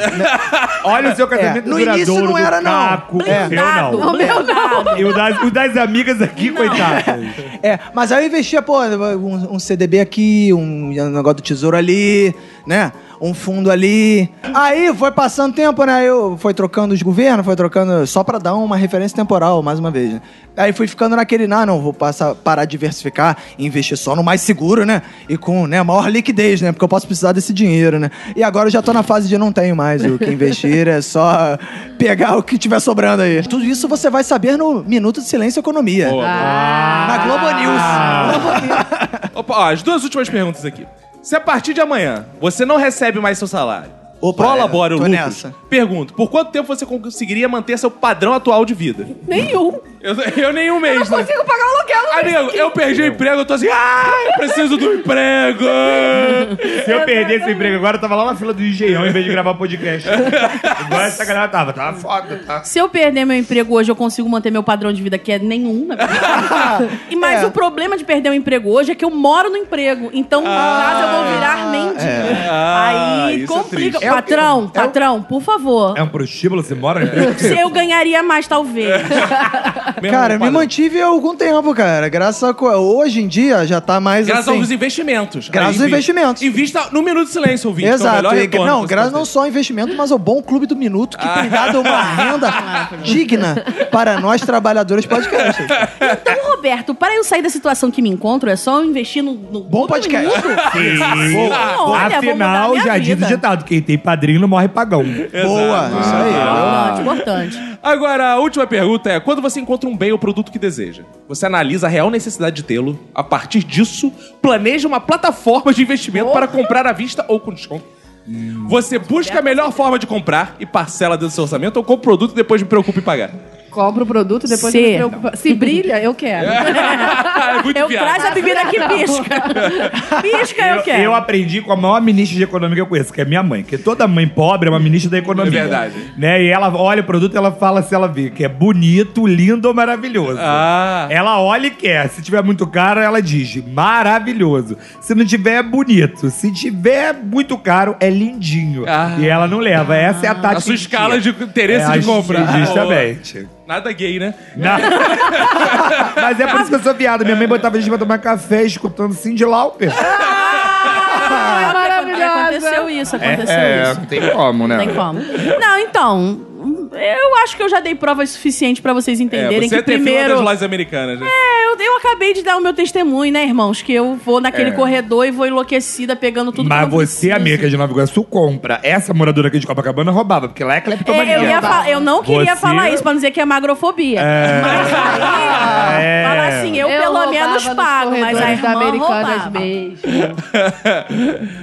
[SPEAKER 3] Olha o seu casamento
[SPEAKER 2] no
[SPEAKER 3] duradouro
[SPEAKER 2] início não
[SPEAKER 3] do
[SPEAKER 2] era, não.
[SPEAKER 3] Caco.
[SPEAKER 2] É.
[SPEAKER 3] O meu
[SPEAKER 5] Blindado,
[SPEAKER 3] não.
[SPEAKER 5] blindado.
[SPEAKER 3] E o das, o das amigas aqui, coitadas.
[SPEAKER 2] É, mas aí eu investia, pô, um, um CDB aqui, um negócio do tesouro ali, né? Um fundo ali. Aí foi passando tempo, né? Eu foi trocando os governos, foi trocando. Só pra dar uma referência temporal, mais uma vez, né? Aí fui ficando naquele, ah, não, vou passar, parar de diversificar, investir só no mais seguro, né? E com né, maior liquidez, né? Porque eu posso precisar desse dinheiro, né? E agora eu já tô na fase de não tenho mais o que investir, é só pegar o que tiver sobrando aí. Tudo isso você vai saber no Minuto de Silêncio e Economia. Na Globo News.
[SPEAKER 3] Ah,
[SPEAKER 1] Opa, ó, as duas últimas perguntas aqui. Se a partir de amanhã você não recebe mais seu salário,
[SPEAKER 2] Opa, é,
[SPEAKER 1] prolabora o
[SPEAKER 2] tô
[SPEAKER 1] lucro,
[SPEAKER 2] nessa.
[SPEAKER 1] pergunto, por quanto tempo você conseguiria manter seu padrão atual de vida?
[SPEAKER 4] Nenhum.
[SPEAKER 1] Eu, eu nem um mês, né?
[SPEAKER 4] Consigo pagar o aluguel. não
[SPEAKER 1] Amigo, eu perdi o emprego, eu tô assim, ah, eu preciso do emprego!
[SPEAKER 3] Se eu perdesse o emprego agora, eu tava lá na fila do engenhão em vez de gravar podcast. Igual essa galera tava. Tava foda, tá?
[SPEAKER 5] Se eu perder meu emprego hoje, eu consigo manter meu padrão de vida, que é nenhum, na verdade. E, mas
[SPEAKER 2] É.
[SPEAKER 5] o problema de perder o emprego hoje é que eu moro no emprego. Então, no caso, eu vou virar mendigo.
[SPEAKER 3] É.
[SPEAKER 1] Ah,
[SPEAKER 5] Aí
[SPEAKER 1] isso é
[SPEAKER 5] complica.
[SPEAKER 1] triste.
[SPEAKER 5] patrão, patrão, por favor.
[SPEAKER 3] É um prostíbulo, você mora no
[SPEAKER 5] Se eu ganharia mais, talvez.
[SPEAKER 1] Mesmo
[SPEAKER 2] Cara, eu me
[SPEAKER 1] padrão.
[SPEAKER 2] mantive há algum tempo, cara. Graças a. co- Hoje em dia já tá mais.
[SPEAKER 1] Graças
[SPEAKER 2] assim,
[SPEAKER 1] aos investimentos.
[SPEAKER 2] Graças
[SPEAKER 1] Aí,
[SPEAKER 2] aos investimentos.
[SPEAKER 1] Invista no Minuto de Silêncio, ouvinte. que é o
[SPEAKER 2] Exato.
[SPEAKER 1] melhor
[SPEAKER 2] e-
[SPEAKER 1] retorno que
[SPEAKER 2] não,
[SPEAKER 1] você
[SPEAKER 2] graças
[SPEAKER 1] pode ter.
[SPEAKER 2] não só ao investimento, mas ao bom clube do minuto que tem dado uma renda digna para nós trabalhadores podcasters.
[SPEAKER 5] Então, Roberto, para eu sair da situação que me encontro, é só eu investir no, no
[SPEAKER 2] Bom podcast.
[SPEAKER 5] Olha, vou mudar a
[SPEAKER 3] Afinal,
[SPEAKER 5] minha
[SPEAKER 3] já diz o
[SPEAKER 5] vida.
[SPEAKER 3] ditado: quem tem padrinho não morre pagão. Ah,
[SPEAKER 2] Boa. Isso aí.
[SPEAKER 5] Importante, importante.
[SPEAKER 1] Agora, a última pergunta é: quando você encontra um bem ou produto que deseja, você analisa a real necessidade de tê-lo, a partir disso, planeja uma plataforma de investimento para comprar à vista ou com desconto. Você busca a melhor forma de comprar e parcela dentro do seu orçamento ou compra o produto e depois me preocupa em pagar.
[SPEAKER 4] Compro o produto, depois
[SPEAKER 5] Se-
[SPEAKER 4] me preocupa. Se brilha, eu quero.
[SPEAKER 1] é muito Tá
[SPEAKER 5] eu
[SPEAKER 1] viagem.
[SPEAKER 5] traz a bebida que pisca. pisca,
[SPEAKER 4] é
[SPEAKER 5] eu, quero.
[SPEAKER 3] eu aprendi com a maior ministra de economia que eu conheço, que é minha mãe. Porque toda mãe pobre é uma ministra da economia.
[SPEAKER 1] É verdade.
[SPEAKER 3] Né? E ela olha o produto e ela fala se ela vê que é bonito, lindo ou maravilhoso.
[SPEAKER 1] Ah.
[SPEAKER 3] Ela olha e quer. Se tiver muito caro, ela diz maravilhoso. Se não tiver, é bonito. Se tiver muito caro, é lindinho.
[SPEAKER 1] Ah.
[SPEAKER 3] E ela não leva. Essa é a tática.
[SPEAKER 1] A sua
[SPEAKER 3] de
[SPEAKER 1] escala
[SPEAKER 3] tia.
[SPEAKER 1] de interesse
[SPEAKER 3] É,
[SPEAKER 1] de
[SPEAKER 3] acho-
[SPEAKER 1] comprar.
[SPEAKER 3] Justamente.
[SPEAKER 1] Nada gay, né?
[SPEAKER 3] Não. Mas é por isso que eu sou viado. Minha mãe botava a gente pra tomar café escutando Cindy Lauper.
[SPEAKER 5] Ah,
[SPEAKER 4] maravilhosa.
[SPEAKER 5] Aconteceu isso, aconteceu
[SPEAKER 3] É,
[SPEAKER 5] isso.
[SPEAKER 3] não tem como, né?
[SPEAKER 5] Não tem como. Não, então, eu acho que eu já dei provas suficientes pra vocês entenderem
[SPEAKER 3] É,
[SPEAKER 1] você
[SPEAKER 5] que
[SPEAKER 1] tem fila das
[SPEAKER 5] primeiro...
[SPEAKER 1] lojas americanas, né?
[SPEAKER 5] É, eu, eu acabei de dar o meu testemunho, né, irmãos? Que eu vou naquele
[SPEAKER 3] É.
[SPEAKER 5] corredor e vou enlouquecida pegando tudo que
[SPEAKER 3] Mas
[SPEAKER 5] eu
[SPEAKER 3] você,
[SPEAKER 5] preciso.
[SPEAKER 3] amiga de Nova Iguaçu, compra. Essa moradora aqui de Copacabana roubava, porque lá é
[SPEAKER 5] É,
[SPEAKER 3] cleptomaníaca.
[SPEAKER 5] eu, ia fa- eu não queria
[SPEAKER 3] Você-
[SPEAKER 5] falar isso pra não dizer que é magrofobia. Mas aí,
[SPEAKER 3] É.
[SPEAKER 5] fala assim, eu, pelo
[SPEAKER 4] roubava
[SPEAKER 5] menos
[SPEAKER 4] nos
[SPEAKER 5] pago, mas a
[SPEAKER 4] corredores
[SPEAKER 5] irmã
[SPEAKER 4] da Americanas
[SPEAKER 5] roubava.
[SPEAKER 4] mesmo.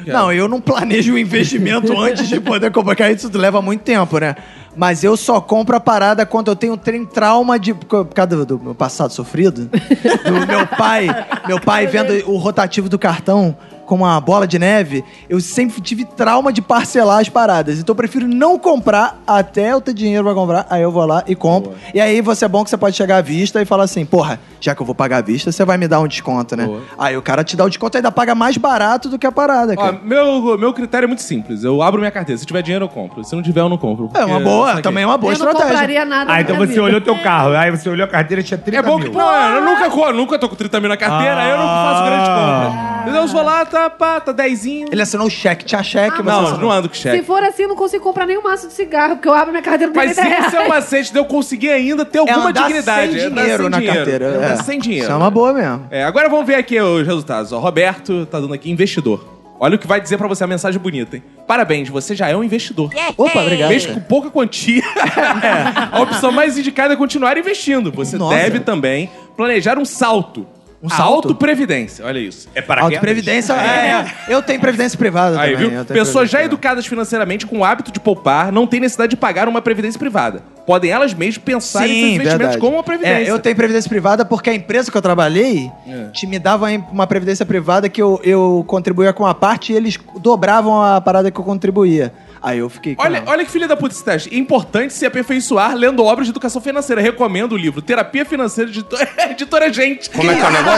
[SPEAKER 2] Não, eu não planejo o investimento antes de poder comprar, porque isso leva muito tempo, né? Mas eu só compro a parada quando eu tenho um trem trauma de. Por causa do, do meu passado sofrido. Do meu pai. Meu pai vendo o rotativo do cartão. como a bola de neve, eu sempre tive trauma de parcelar as paradas. Então eu prefiro não comprar até eu ter dinheiro pra comprar. Aí eu vou lá e compro. E aí você é bom que você pode chegar à vista e falar assim, porra, já que eu vou pagar à vista, você vai me dar um desconto, né? Aí o cara te dá o desconto e ainda paga mais barato do que a parada,
[SPEAKER 1] Ó,
[SPEAKER 2] cara.
[SPEAKER 1] meu, meu critério é muito simples. Eu abro minha carteira. Se tiver dinheiro, eu compro. Se não tiver, eu não compro.
[SPEAKER 2] é uma
[SPEAKER 1] Porque-
[SPEAKER 2] boa, também é uma boa
[SPEAKER 4] eu não
[SPEAKER 2] estratégia.
[SPEAKER 4] compraria nada
[SPEAKER 6] Ah,
[SPEAKER 4] na
[SPEAKER 6] então
[SPEAKER 4] minha
[SPEAKER 6] você
[SPEAKER 4] vida.
[SPEAKER 6] olhou teu carro, aí você olhou a carteira e tinha 30
[SPEAKER 1] É bom que,
[SPEAKER 6] mil.
[SPEAKER 1] pô,
[SPEAKER 5] Ah.
[SPEAKER 1] eu nunca, co- nunca tô com 30 mil na carteira, eu não faço grande
[SPEAKER 6] Ah.
[SPEAKER 1] compra. Entendeu?
[SPEAKER 4] Ah.
[SPEAKER 1] Eu vou lá, tá, pá, tá 10.
[SPEAKER 2] Ele assinou o cheque, tinha cheque, mas
[SPEAKER 1] Não, não ando com
[SPEAKER 4] Se
[SPEAKER 1] cheque.
[SPEAKER 4] for assim, eu não consigo comprar nenhum maço de cigarro, porque eu abro minha carteira com
[SPEAKER 1] Mas
[SPEAKER 4] 30 reais.
[SPEAKER 1] esse é o macete de eu conseguir ainda ter
[SPEAKER 2] É
[SPEAKER 1] alguma
[SPEAKER 2] andar
[SPEAKER 1] dignidade.
[SPEAKER 2] sem
[SPEAKER 1] É andar
[SPEAKER 2] dinheiro na carteira,
[SPEAKER 1] É andar
[SPEAKER 2] é.
[SPEAKER 1] sem dinheiro.
[SPEAKER 2] Isso é uma boa mesmo.
[SPEAKER 1] É, agora vamos ver aqui os resultados. Ó, Roberto tá dando aqui investidor. Olha o que vai dizer pra você a mensagem bonita, hein? Parabéns, você já é um investidor.
[SPEAKER 2] Opa, obrigado.
[SPEAKER 1] Mesmo com pouca quantia, a opção mais indicada é continuar investindo. Você
[SPEAKER 2] Nossa.
[SPEAKER 1] deve também planejar um salto. Um
[SPEAKER 2] salto?
[SPEAKER 1] Autoprevidência, olha isso. É
[SPEAKER 6] Ah,
[SPEAKER 1] para
[SPEAKER 2] Autoprevidência, é. Eu tenho previdência privada
[SPEAKER 1] Aí,
[SPEAKER 2] também.
[SPEAKER 1] viu?
[SPEAKER 2] eu tenho
[SPEAKER 1] Pessoas já
[SPEAKER 2] previdência privada.
[SPEAKER 1] educadas financeiramente, com o hábito de poupar, não têm necessidade de pagar uma previdência privada. Podem elas mesmas pensar em seus
[SPEAKER 2] Sim,
[SPEAKER 1] investimentos
[SPEAKER 2] verdade.
[SPEAKER 1] como uma previdência.
[SPEAKER 2] É, eu tenho previdência privada porque a empresa que eu trabalhei
[SPEAKER 1] É.
[SPEAKER 2] te me dava em- uma previdência privada que eu, eu contribuía com uma parte e eles dobravam a parada que eu contribuía. Aí eu fiquei.
[SPEAKER 1] Olha,
[SPEAKER 2] caramba.
[SPEAKER 1] olha que filha da puta esse teste. É importante se aperfeiçoar lendo obras de educação financeira. Recomendo o livro Terapia Financeira de Editora- Editora Gente. Como é que é o negócio?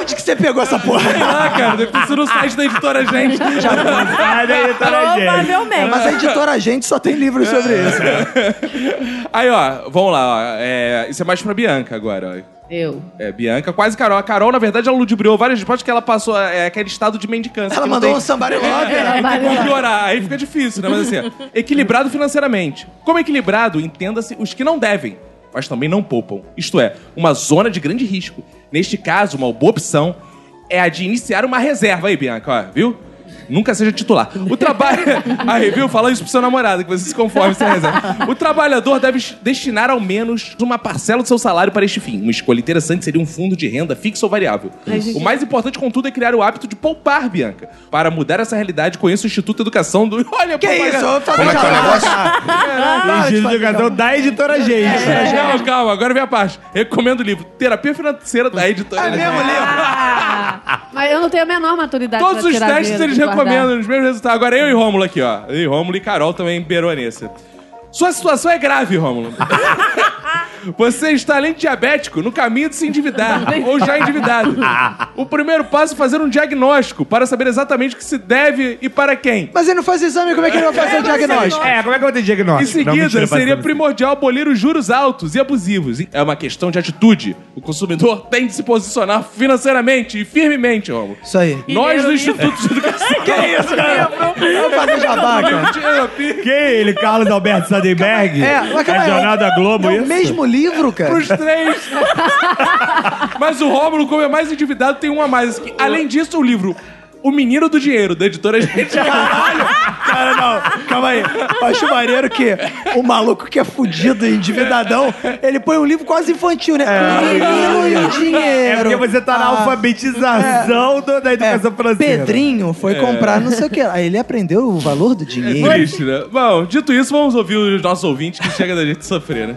[SPEAKER 2] Onde que você pegou essa porra?
[SPEAKER 1] Ah, cara, deve ter sido no site da Editora Gente.
[SPEAKER 5] Provavelmente.
[SPEAKER 2] Mas a editora Gente só tem livros sobre
[SPEAKER 1] É,
[SPEAKER 2] isso.
[SPEAKER 1] Aí, ó, vamos lá. Ó. É, isso é mais pra Bianca agora, ó.
[SPEAKER 4] Eu.
[SPEAKER 1] É, Bianca, quase Carol. A Carol, na verdade, ela ludibriou várias respostas que ela passou é, aquele estado de mendicância.
[SPEAKER 2] Ela
[SPEAKER 1] que não
[SPEAKER 2] mandou
[SPEAKER 1] tem-
[SPEAKER 2] um somebody love.
[SPEAKER 1] É, aí tem que piorar, aí fica difícil, né? Mas assim, ó, equilibrado financeiramente. Como equilibrado, entenda-se os que não devem, mas também não poupam. Isto é, uma zona de grande risco. Neste caso, uma boa opção é a de iniciar uma reserva aí, Bianca, ó, viu? Nunca seja titular. O trabalho. Aí, viu? Fala isso pro seu namorado, que você se conforme sem reserva. O trabalhador deve destinar ao menos uma parcela do seu salário para este fim. Uma escolha interessante seria um fundo de renda fixo ou variável. O mais importante, contudo, é criar o hábito de poupar, Bianca. Para mudar essa realidade, conheça o Instituto Educação do. Olha,
[SPEAKER 2] Que isso? Eu tô
[SPEAKER 8] Como é que é o negócio?
[SPEAKER 6] Pedido de educação da editora gente.
[SPEAKER 1] Não, É, calma, agora vem a parte. Recomendo o livro Terapia Financeira da Editora. É mesmo livro?
[SPEAKER 4] Mas eu não tenho a menor maturidade
[SPEAKER 1] Todos
[SPEAKER 4] pra
[SPEAKER 1] os
[SPEAKER 4] tirar
[SPEAKER 1] testes
[SPEAKER 4] dedo
[SPEAKER 1] eles
[SPEAKER 4] de guardar.
[SPEAKER 1] recomendam os mesmos resultados. Agora eu e Rômulo aqui, ó. Eu e Rômulo e Carol também beirou nesse. Sua situação é grave, Rômulo. Você está, além de diabético, no caminho de se endividar ou já endividado. O primeiro passo é fazer um diagnóstico para saber exatamente o que se deve e para quem.
[SPEAKER 2] Mas ele não faz exame, como é que ele vai fazer o diagnóstico?
[SPEAKER 6] É, como é que eu vou ter
[SPEAKER 1] Em
[SPEAKER 6] diagnóstico?
[SPEAKER 1] seguida,
[SPEAKER 6] Não, mentira,
[SPEAKER 1] seria
[SPEAKER 6] bastante.
[SPEAKER 1] primordial abolir os juros altos e abusivos. É uma questão de atitude. O consumidor tem de se posicionar financeiramente e firmemente, Rômulo.
[SPEAKER 2] Isso aí.
[SPEAKER 1] Nós,
[SPEAKER 5] ler
[SPEAKER 1] do
[SPEAKER 5] o
[SPEAKER 1] Instituto de Educação...
[SPEAKER 2] Que isso, cara? Vamos fazer jabá, cara.
[SPEAKER 6] Quem é ele? Carlos Alberto Sadenberg?
[SPEAKER 2] É, mas calma
[SPEAKER 6] é
[SPEAKER 2] aí.
[SPEAKER 6] jornal da Globo,
[SPEAKER 2] É
[SPEAKER 6] isso?
[SPEAKER 2] o mesmo livro, cara?
[SPEAKER 1] pros três. Mas o Rômulo, como é mais endividado, tem um a mais. Que, Além disso, o livro O Menino do Dinheiro, da editora Gente.
[SPEAKER 2] Cara, não. Calma aí. Eu acho maneiro que o maluco que é fudido, endividadão, ele põe um livro quase infantil, né? Menino e o
[SPEAKER 6] É
[SPEAKER 2] dinheiro.
[SPEAKER 6] porque você tá na
[SPEAKER 2] Ah,
[SPEAKER 6] alfabetização do- da
[SPEAKER 2] é,
[SPEAKER 6] educação É. financeira.
[SPEAKER 2] Pedrinho foi comprar não sei o que. Aí ele aprendeu o valor do dinheiro.
[SPEAKER 1] Triste, né? Bom, dito isso, vamos ouvir os nossos ouvintes que chega da gente sofrer, né?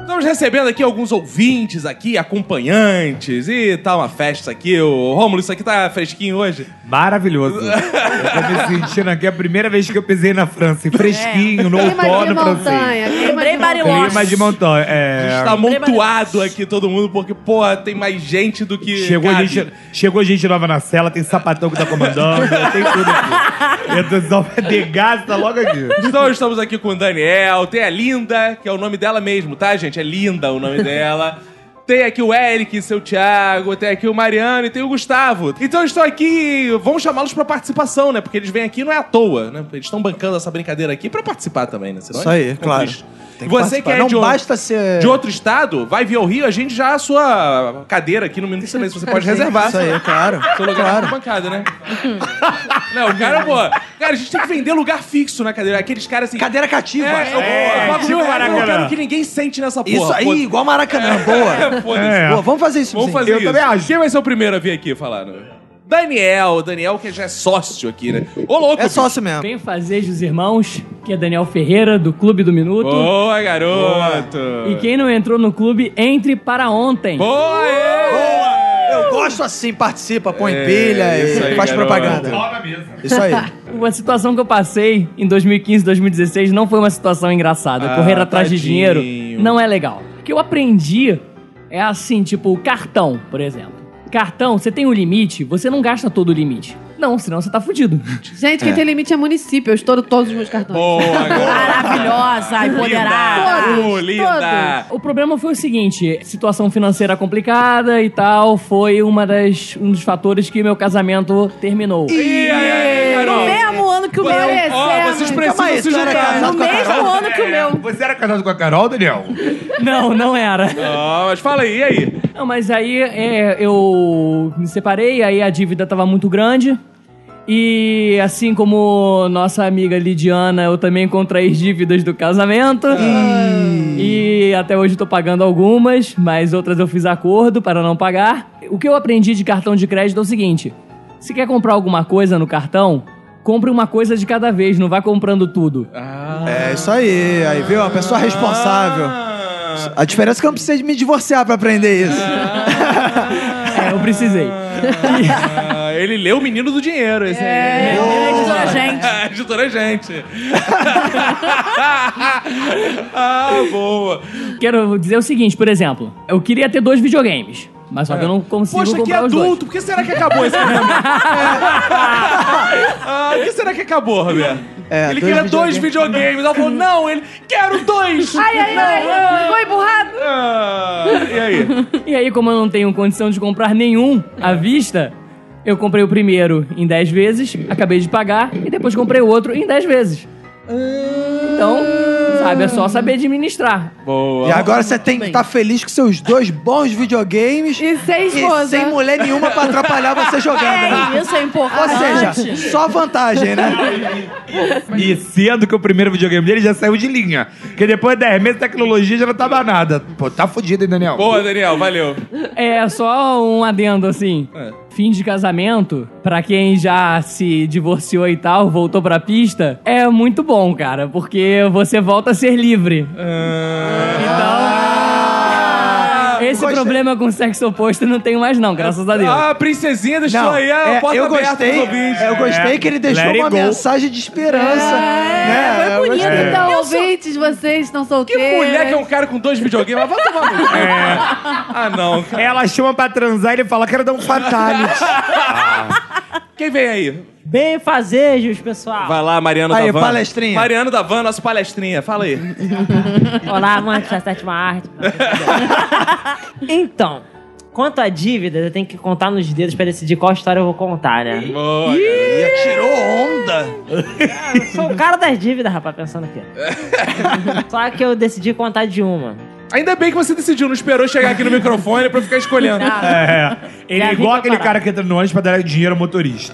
[SPEAKER 1] Estamos recebendo aqui alguns ouvintes aqui, acompanhantes e tá uma festa aqui. O Rômulo, isso aqui tá fresquinho hoje?
[SPEAKER 6] Maravilhoso. eu tô me sentindo aqui, é a primeira vez que eu pisei na França, e fresquinho, no
[SPEAKER 4] É. Clima de
[SPEAKER 6] outono francês.
[SPEAKER 4] montanha. Clima
[SPEAKER 5] Lembrei
[SPEAKER 4] de montanha.
[SPEAKER 5] Bariloche.
[SPEAKER 6] Clima de montanha. É...
[SPEAKER 1] Tá amontoado aqui todo mundo, porque, porra, tem mais gente do que.
[SPEAKER 6] Chegou
[SPEAKER 1] cabe.
[SPEAKER 6] gente, chegou gente nova na cela, tem sapatão que tá comandando, tem tudo aqui. Eu tô só de gás, tá logo aqui.
[SPEAKER 1] Então estamos aqui com o Daniel, tem a Linda, que é o nome dela mesmo, tá, gente? É Linda o nome dela. Tem aqui o Eric, seu Thiago, tem aqui o Mariano e tem o Gustavo. Então eu estou aqui, vamos chamá-los pra participação, né? Porque eles vêm aqui não é à toa, né? Eles estão bancando essa brincadeira aqui pra participar também, né? Senão
[SPEAKER 2] Isso aí,
[SPEAKER 1] é triste.
[SPEAKER 2] claro.
[SPEAKER 1] E você que é
[SPEAKER 2] não
[SPEAKER 1] de, outro,
[SPEAKER 2] basta ser.
[SPEAKER 1] de outro estado, vai vir ao Rio, a gente já a sua cadeira aqui no Minuto de Silêncio, você pode reservar.
[SPEAKER 2] É Isso aí, claro.
[SPEAKER 1] Seu lugar
[SPEAKER 2] claro.
[SPEAKER 1] na bancada, né? Não, o cara, pô. Cara, a gente tem que vender lugar fixo na cadeira. Aqueles caras assim.
[SPEAKER 2] Cadeira cativa.
[SPEAKER 1] É, eu,
[SPEAKER 6] É,
[SPEAKER 1] eu pago
[SPEAKER 6] tipo
[SPEAKER 1] mil reais, eu não
[SPEAKER 6] Maracanã.
[SPEAKER 1] quero que ninguém sente nessa porra. É,
[SPEAKER 2] Isso aí, igual Maracanã. Boa.
[SPEAKER 1] Foda-se. Foda-se.
[SPEAKER 6] É.
[SPEAKER 2] Boa, vamos fazer isso.
[SPEAKER 1] Vamos
[SPEAKER 2] sim.
[SPEAKER 1] fazer
[SPEAKER 6] Eu
[SPEAKER 1] isso.
[SPEAKER 6] também acho.
[SPEAKER 1] Quem vai ser o primeiro a vir aqui falar? né? Daniel, Daniel que já é sócio aqui, né? Ô, louco!
[SPEAKER 2] É sócio mesmo.
[SPEAKER 9] Bem fazer os irmãos, que é Daniel Ferreira, do Clube do Minuto.
[SPEAKER 1] Boa, garoto!
[SPEAKER 9] E quem não entrou no clube, entre para ontem.
[SPEAKER 1] Boa! ê!
[SPEAKER 2] Eu gosto assim, participa, põe
[SPEAKER 1] É,
[SPEAKER 2] pilha e
[SPEAKER 1] isso aí,
[SPEAKER 2] faz
[SPEAKER 1] garoto.
[SPEAKER 2] propaganda.
[SPEAKER 6] é
[SPEAKER 2] Isso aí.
[SPEAKER 9] Uma situação que eu passei em 2015, 2016 não foi uma situação engraçada.
[SPEAKER 1] Ah,
[SPEAKER 9] Correr atrás de
[SPEAKER 1] tadinho.
[SPEAKER 9] dinheiro não é legal. O que eu aprendi é assim, tipo, cartão, por exemplo. Cartão, você tem um limite, você não gasta todo o limite. Não, senão você tá fudido.
[SPEAKER 4] Gente, quem tem limite é município. Eu estouro todos os meus cartões.
[SPEAKER 1] Boa, agora.
[SPEAKER 5] Maravilhosa, empoderada.
[SPEAKER 1] Ô, linda.
[SPEAKER 9] O problema foi o seguinte: situação financeira complicada e tal, foi uma das, um dos fatores que meu casamento terminou.
[SPEAKER 1] E aí,
[SPEAKER 5] No
[SPEAKER 1] Carol?
[SPEAKER 5] mesmo é um ano que o meu.
[SPEAKER 4] é
[SPEAKER 1] Ó, vocês
[SPEAKER 2] Calma aí,
[SPEAKER 1] precisam se
[SPEAKER 2] tu era
[SPEAKER 1] juntar.
[SPEAKER 2] casado
[SPEAKER 5] No
[SPEAKER 2] com a
[SPEAKER 5] mesmo
[SPEAKER 2] Carol?
[SPEAKER 5] ano que o meu.
[SPEAKER 3] Você era casado com a Carol, Daniel?
[SPEAKER 9] Não, não era.
[SPEAKER 1] Ó, mas fala aí, e aí?
[SPEAKER 9] Não, mas aí é, eu me separei, aí a dívida tava muito grande. E assim como nossa amiga Lidiana, eu também contraí dívidas do casamento.
[SPEAKER 2] Ah.
[SPEAKER 9] E até hoje eu tô pagando algumas, mas outras eu fiz acordo para não pagar. O que eu aprendi de cartão de crédito é o seguinte: se quer comprar alguma coisa no cartão, compre uma coisa de cada vez, não vá comprando tudo.
[SPEAKER 1] Ah.
[SPEAKER 2] É isso aí, aí viu? Uma pessoa responsável.
[SPEAKER 6] Ah.
[SPEAKER 2] A diferença é que eu não precisei de me divorciar pra aprender isso.
[SPEAKER 9] É, eu precisei.
[SPEAKER 1] Ah, ele leu o Menino do Dinheiro, esse aí. É,
[SPEAKER 5] É, editora gente.
[SPEAKER 1] Editora gente. ah, boa.
[SPEAKER 9] Quero dizer o seguinte, por exemplo, eu queria ter dois videogames, mas só que eu não consigo
[SPEAKER 1] É. Poxa, que
[SPEAKER 9] comprar os dois.
[SPEAKER 1] adulto. Por que será que acabou esse programa? ah, por que será que acabou, Roberto?
[SPEAKER 2] É,
[SPEAKER 1] ele
[SPEAKER 2] dois
[SPEAKER 1] queria dois videogames. Ela falou, não, ele... Quero dois.
[SPEAKER 4] Ai, ai, ai. Ficou emburrado.
[SPEAKER 1] Ah, e aí?
[SPEAKER 9] E aí, como eu não tenho condição de comprar nenhum à vista, eu comprei o primeiro em 10 vezes, acabei de pagar, e depois comprei o outro em 10 vezes.
[SPEAKER 1] Ah.
[SPEAKER 9] Então, sabe, é só saber administrar.
[SPEAKER 1] Boa.
[SPEAKER 2] E agora você tem que estar feliz com seus dois bons videogames
[SPEAKER 4] E sem esposa.
[SPEAKER 2] e sem mulher nenhuma pra atrapalhar você jogando.
[SPEAKER 5] É, isso é
[SPEAKER 2] Ou
[SPEAKER 5] importante.
[SPEAKER 2] seja, só vantagem, né?
[SPEAKER 3] E sendo que o primeiro videogame dele já saiu de linha. Porque depois de 10 meses, a tecnologia já não tava nada. Pô, tá fudido, hein, Daniel?
[SPEAKER 1] Boa, Daniel. Valeu. É.
[SPEAKER 9] É só um adendo assim. Fim de casamento, pra quem já se divorciou e tal, voltou pra pista, é muito bom, cara, porque você volta a ser livre.
[SPEAKER 1] Ah.
[SPEAKER 9] Então, esse
[SPEAKER 2] Gostei.
[SPEAKER 9] problema com sexo oposto eu não tenho mais não, graças a Deus.
[SPEAKER 1] Ah, a princesinha deixou
[SPEAKER 2] Não,
[SPEAKER 1] aí a
[SPEAKER 2] é,
[SPEAKER 1] porta
[SPEAKER 2] eu
[SPEAKER 1] aberta
[SPEAKER 2] gostei, é,
[SPEAKER 1] pros ouvintes.
[SPEAKER 2] eu gostei
[SPEAKER 9] É.
[SPEAKER 2] que ele deixou
[SPEAKER 3] É. Let it
[SPEAKER 2] uma
[SPEAKER 3] go.
[SPEAKER 2] mensagem de esperança. né? Eu
[SPEAKER 4] É, Foi bonito,
[SPEAKER 2] gostei.
[SPEAKER 4] então. Ouvintes, vocês estão
[SPEAKER 1] Que
[SPEAKER 4] solteiros.
[SPEAKER 1] mulher que é um cara com dois videogames? Mas vai tomar no cu. É. Ah, não. cara.
[SPEAKER 3] Ela chama pra transar e ele fala, quero dar um fatality.
[SPEAKER 1] Ah. Quem vem aí?
[SPEAKER 10] Bem fazejos, pessoal.
[SPEAKER 1] Vai lá, Mariano
[SPEAKER 2] Aí,
[SPEAKER 1] da Van.
[SPEAKER 2] palestrinha.
[SPEAKER 1] Mariano da Van, nosso palestrinha. Fala aí.
[SPEAKER 10] Olá, amantes da sétima arte. então, quanto à dívida, eu tenho que contar nos dedos pra decidir qual história eu vou contar, né?
[SPEAKER 1] Boa,
[SPEAKER 2] Tirou onda.
[SPEAKER 10] Eu sou o cara das dívidas, rapaz, pensando aqui. Só que eu decidi contar de uma.
[SPEAKER 1] Ainda bem que você decidiu, não esperou chegar aqui no microfone pra eu ficar escolhendo.
[SPEAKER 3] É. Ele
[SPEAKER 10] Já
[SPEAKER 3] é
[SPEAKER 10] vi
[SPEAKER 3] igual aquele
[SPEAKER 10] preparado.
[SPEAKER 3] cara que entra no ônibus pra dar dinheiro ao motorista.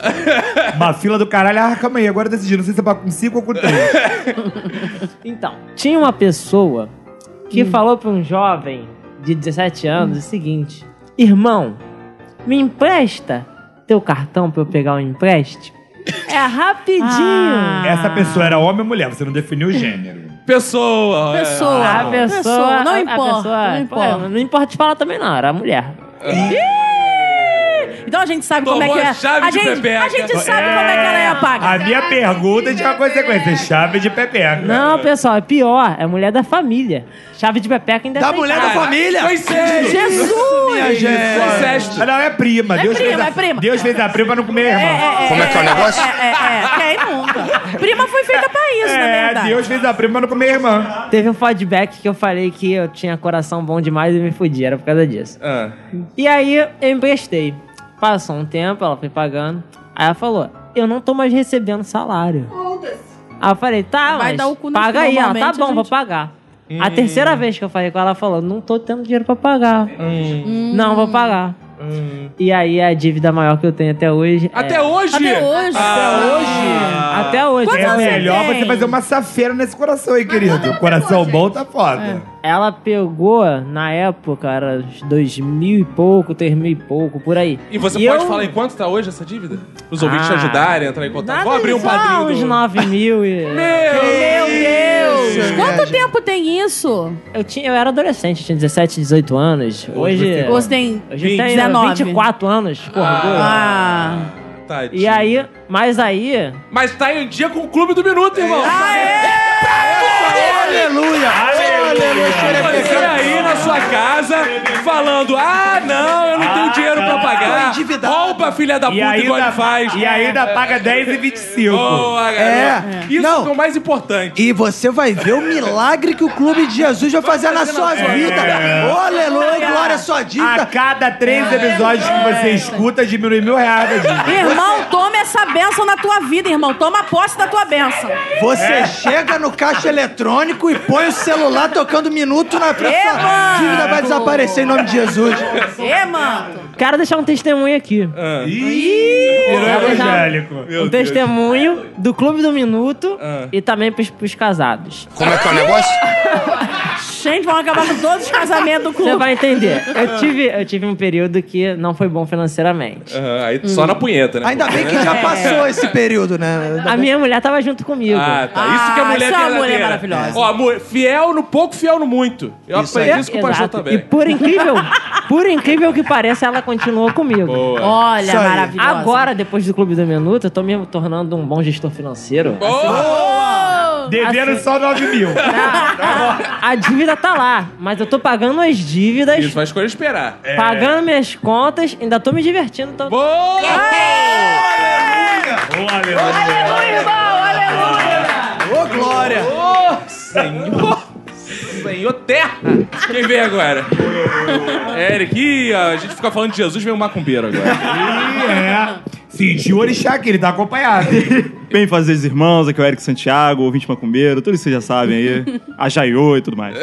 [SPEAKER 3] Uma fila do caralho. Ah, calma aí, agora eu decidi. Não sei se é pra com 5 ou com 3.
[SPEAKER 10] Então, tinha uma pessoa que falou pra um jovem de 17 anos o seguinte: Irmão, me empresta teu cartão pra eu pegar um empréstimo? É rapidinho. Ah.
[SPEAKER 5] Ah.
[SPEAKER 3] Essa pessoa era homem ou mulher? Você não definiu o gênero.
[SPEAKER 1] Pessoa. é.
[SPEAKER 5] Pessoa.
[SPEAKER 10] A pessoa,
[SPEAKER 5] Pessoa, Não
[SPEAKER 10] a- a
[SPEAKER 5] importa.
[SPEAKER 10] pessoa-
[SPEAKER 5] não
[SPEAKER 10] é,
[SPEAKER 5] importa.
[SPEAKER 10] não importa de falar também, não. Era mulher.
[SPEAKER 5] Então a gente sabe como é
[SPEAKER 1] É. Tomou
[SPEAKER 5] que é.
[SPEAKER 1] a chave
[SPEAKER 5] a,
[SPEAKER 1] de
[SPEAKER 5] gente,
[SPEAKER 1] pepeca.
[SPEAKER 5] a gente sabe como é que ela ia pagar.
[SPEAKER 3] A minha pergunta tinha uma consequência. Chave de pepeca.
[SPEAKER 10] Não, pessoal, é pior. É mulher da família. Chave de pepeca ainda
[SPEAKER 2] Da
[SPEAKER 10] tem
[SPEAKER 2] mulher da
[SPEAKER 10] cara.
[SPEAKER 2] família.
[SPEAKER 1] Foi incesto.
[SPEAKER 5] Jesus!
[SPEAKER 2] Minha gente.
[SPEAKER 1] Incesto.
[SPEAKER 3] Ah, não, é prima.
[SPEAKER 5] É
[SPEAKER 3] Deus
[SPEAKER 5] prima,
[SPEAKER 3] fez a...
[SPEAKER 5] é prima.
[SPEAKER 3] Deus fez a prima pra não comer a irmã.
[SPEAKER 5] Como
[SPEAKER 11] tá
[SPEAKER 3] Ah,
[SPEAKER 5] é que é o
[SPEAKER 3] um
[SPEAKER 5] negócio? É, é, é. Que é imunda. Prima foi feita pra isso,
[SPEAKER 3] É,
[SPEAKER 5] na verdade.
[SPEAKER 3] Deus fez a prima pra não comer a irmã.
[SPEAKER 10] Teve um feedback que eu falei que eu tinha coração bom demais e me fudi. Era por causa disso.
[SPEAKER 1] Ah.
[SPEAKER 10] E aí eu emprestei. Passou um tempo, ela foi pagando. Aí ela falou: Eu não tô mais recebendo salário. Aí eu falei, tá,
[SPEAKER 5] Vai
[SPEAKER 10] mas
[SPEAKER 5] dar o cu no
[SPEAKER 10] paga
[SPEAKER 5] cu,
[SPEAKER 10] aí. Ela, tá
[SPEAKER 5] normalmente,
[SPEAKER 10] bom,
[SPEAKER 5] gente.
[SPEAKER 10] vou pagar.
[SPEAKER 3] Hum.
[SPEAKER 10] A terceira vez que eu falei com ela, ela falou, não tô tendo dinheiro pra pagar.
[SPEAKER 3] Hum.
[SPEAKER 10] Não, vou pagar. E aí a dívida maior que eu tenho até hoje é-
[SPEAKER 1] Até hoje.
[SPEAKER 5] Até hoje.
[SPEAKER 1] Ah.
[SPEAKER 10] Até hoje.
[SPEAKER 5] Quantos
[SPEAKER 10] ela-
[SPEAKER 3] É
[SPEAKER 5] Você
[SPEAKER 3] melhor
[SPEAKER 5] tem.
[SPEAKER 3] você fazer uma safeira nesse coração aí, querido. O coração bom tá
[SPEAKER 5] é.
[SPEAKER 3] foda.
[SPEAKER 10] Ela pegou, na época, era uns dois mil e pouco, três mil e pouco, por aí.
[SPEAKER 1] E você pode
[SPEAKER 10] eu-
[SPEAKER 1] falar em quanto tá hoje essa dívida? Os ouvintes te
[SPEAKER 10] Ah.
[SPEAKER 1] ajudarem a entrar em contato. um
[SPEAKER 10] Nada Ah,
[SPEAKER 1] Vou abrir um
[SPEAKER 10] disso, ah,
[SPEAKER 1] padrinho
[SPEAKER 10] uns
[SPEAKER 1] do...
[SPEAKER 10] nove mil e...
[SPEAKER 1] Meu Deus!
[SPEAKER 5] Quanto tempo tem isso?
[SPEAKER 10] Eu, tinha, eu era adolescente, tinha 17, 18 anos. Hoje.
[SPEAKER 5] Ou você tem
[SPEAKER 10] Hoje eu tenho
[SPEAKER 5] 19?
[SPEAKER 10] 24 anos, pô, orgulho.
[SPEAKER 5] Ah,
[SPEAKER 1] Tadinho.
[SPEAKER 10] E aí, mas aí.
[SPEAKER 1] Mas tá em dia com o Clube do Minuto, irmão.
[SPEAKER 6] É.
[SPEAKER 2] Aleluia!
[SPEAKER 1] Você aí na sua casa falando: ah, não, eu não tenho dinheiro pra pagar. Rouba, filha da puta,
[SPEAKER 6] é. E
[SPEAKER 1] igual
[SPEAKER 6] ainda,
[SPEAKER 1] ele faz. É.
[SPEAKER 6] e ainda paga 10 e 25.
[SPEAKER 1] Boa,
[SPEAKER 2] É.
[SPEAKER 1] galera. Isso
[SPEAKER 2] Não.
[SPEAKER 1] é o mais importante.
[SPEAKER 2] E você vai ver o milagre que o clube de Jesus vai fazer na sua vida. Oh, aleluia, glória à sua
[SPEAKER 6] A
[SPEAKER 2] dica.
[SPEAKER 6] cada três episódios que você escuta, diminui mil reais a dívida.
[SPEAKER 5] irmão, toma essa bênção na tua vida, irmão. Toma posse da tua bênção. É.
[SPEAKER 2] Você
[SPEAKER 3] É.
[SPEAKER 2] chega no caixa eletrônico e põe o celular tocando minuto na frente.
[SPEAKER 5] Ê,
[SPEAKER 2] Sua
[SPEAKER 5] mano!
[SPEAKER 2] dívida vai desaparecer em nome de Jesus.
[SPEAKER 5] Ê, É, mano.
[SPEAKER 10] Quero deixar um testemunho aqui.
[SPEAKER 1] Ah.
[SPEAKER 6] Virou
[SPEAKER 10] Quero deixar
[SPEAKER 6] evangélico.
[SPEAKER 10] um testemunho do Clube do Minuto
[SPEAKER 1] Ah.
[SPEAKER 10] e também pros, pros casados.
[SPEAKER 5] Gente, vão acabar com todos os casamentos do
[SPEAKER 10] Você
[SPEAKER 5] clube.
[SPEAKER 10] vai entender. Eu tive, eu tive um período que não foi bom financeiramente.
[SPEAKER 1] Aham, aí só na punheta, né?
[SPEAKER 2] Ainda bem que já passou esse período, né?
[SPEAKER 10] A minha mulher tava junto comigo.
[SPEAKER 1] Ah, tá. Isso que é mulher
[SPEAKER 5] Ah, isso é uma
[SPEAKER 1] verdadeira.
[SPEAKER 5] mulher maravilhosa.
[SPEAKER 1] Ó, amor, fiel no pouco, fiel no muito. Eu aprendi isso com o pastor
[SPEAKER 10] Exato. E
[SPEAKER 1] também.
[SPEAKER 10] por incrível, por incrível que pareça, ela continuou comigo.
[SPEAKER 5] Olha, maravilhosa.
[SPEAKER 10] Agora, depois do Clube do Minuto, eu tô me tornando um bom gestor financeiro. Assim,
[SPEAKER 6] Devendo só 9 mil.
[SPEAKER 10] Tá, A dívida tá lá, mas eu tô pagando as dívidas,
[SPEAKER 1] Isso vai escolher esperar.
[SPEAKER 10] pagando minhas contas, ainda tô me divertindo. Então...
[SPEAKER 1] Boa!
[SPEAKER 2] Ô, glória!
[SPEAKER 1] Senhor! Senhor Terra! Quem vem agora? Eric, ih, a gente fica falando de Jesus, vem o macumbeiro agora.
[SPEAKER 6] É. Sentiu o orixá que ele tá acompanhado.
[SPEAKER 11] Bem fazer os irmãos, aqui é o Eric Santiago, ouvinte macumbeiro, tudo isso vocês já sabem aí. A Jaiô e tudo mais. É.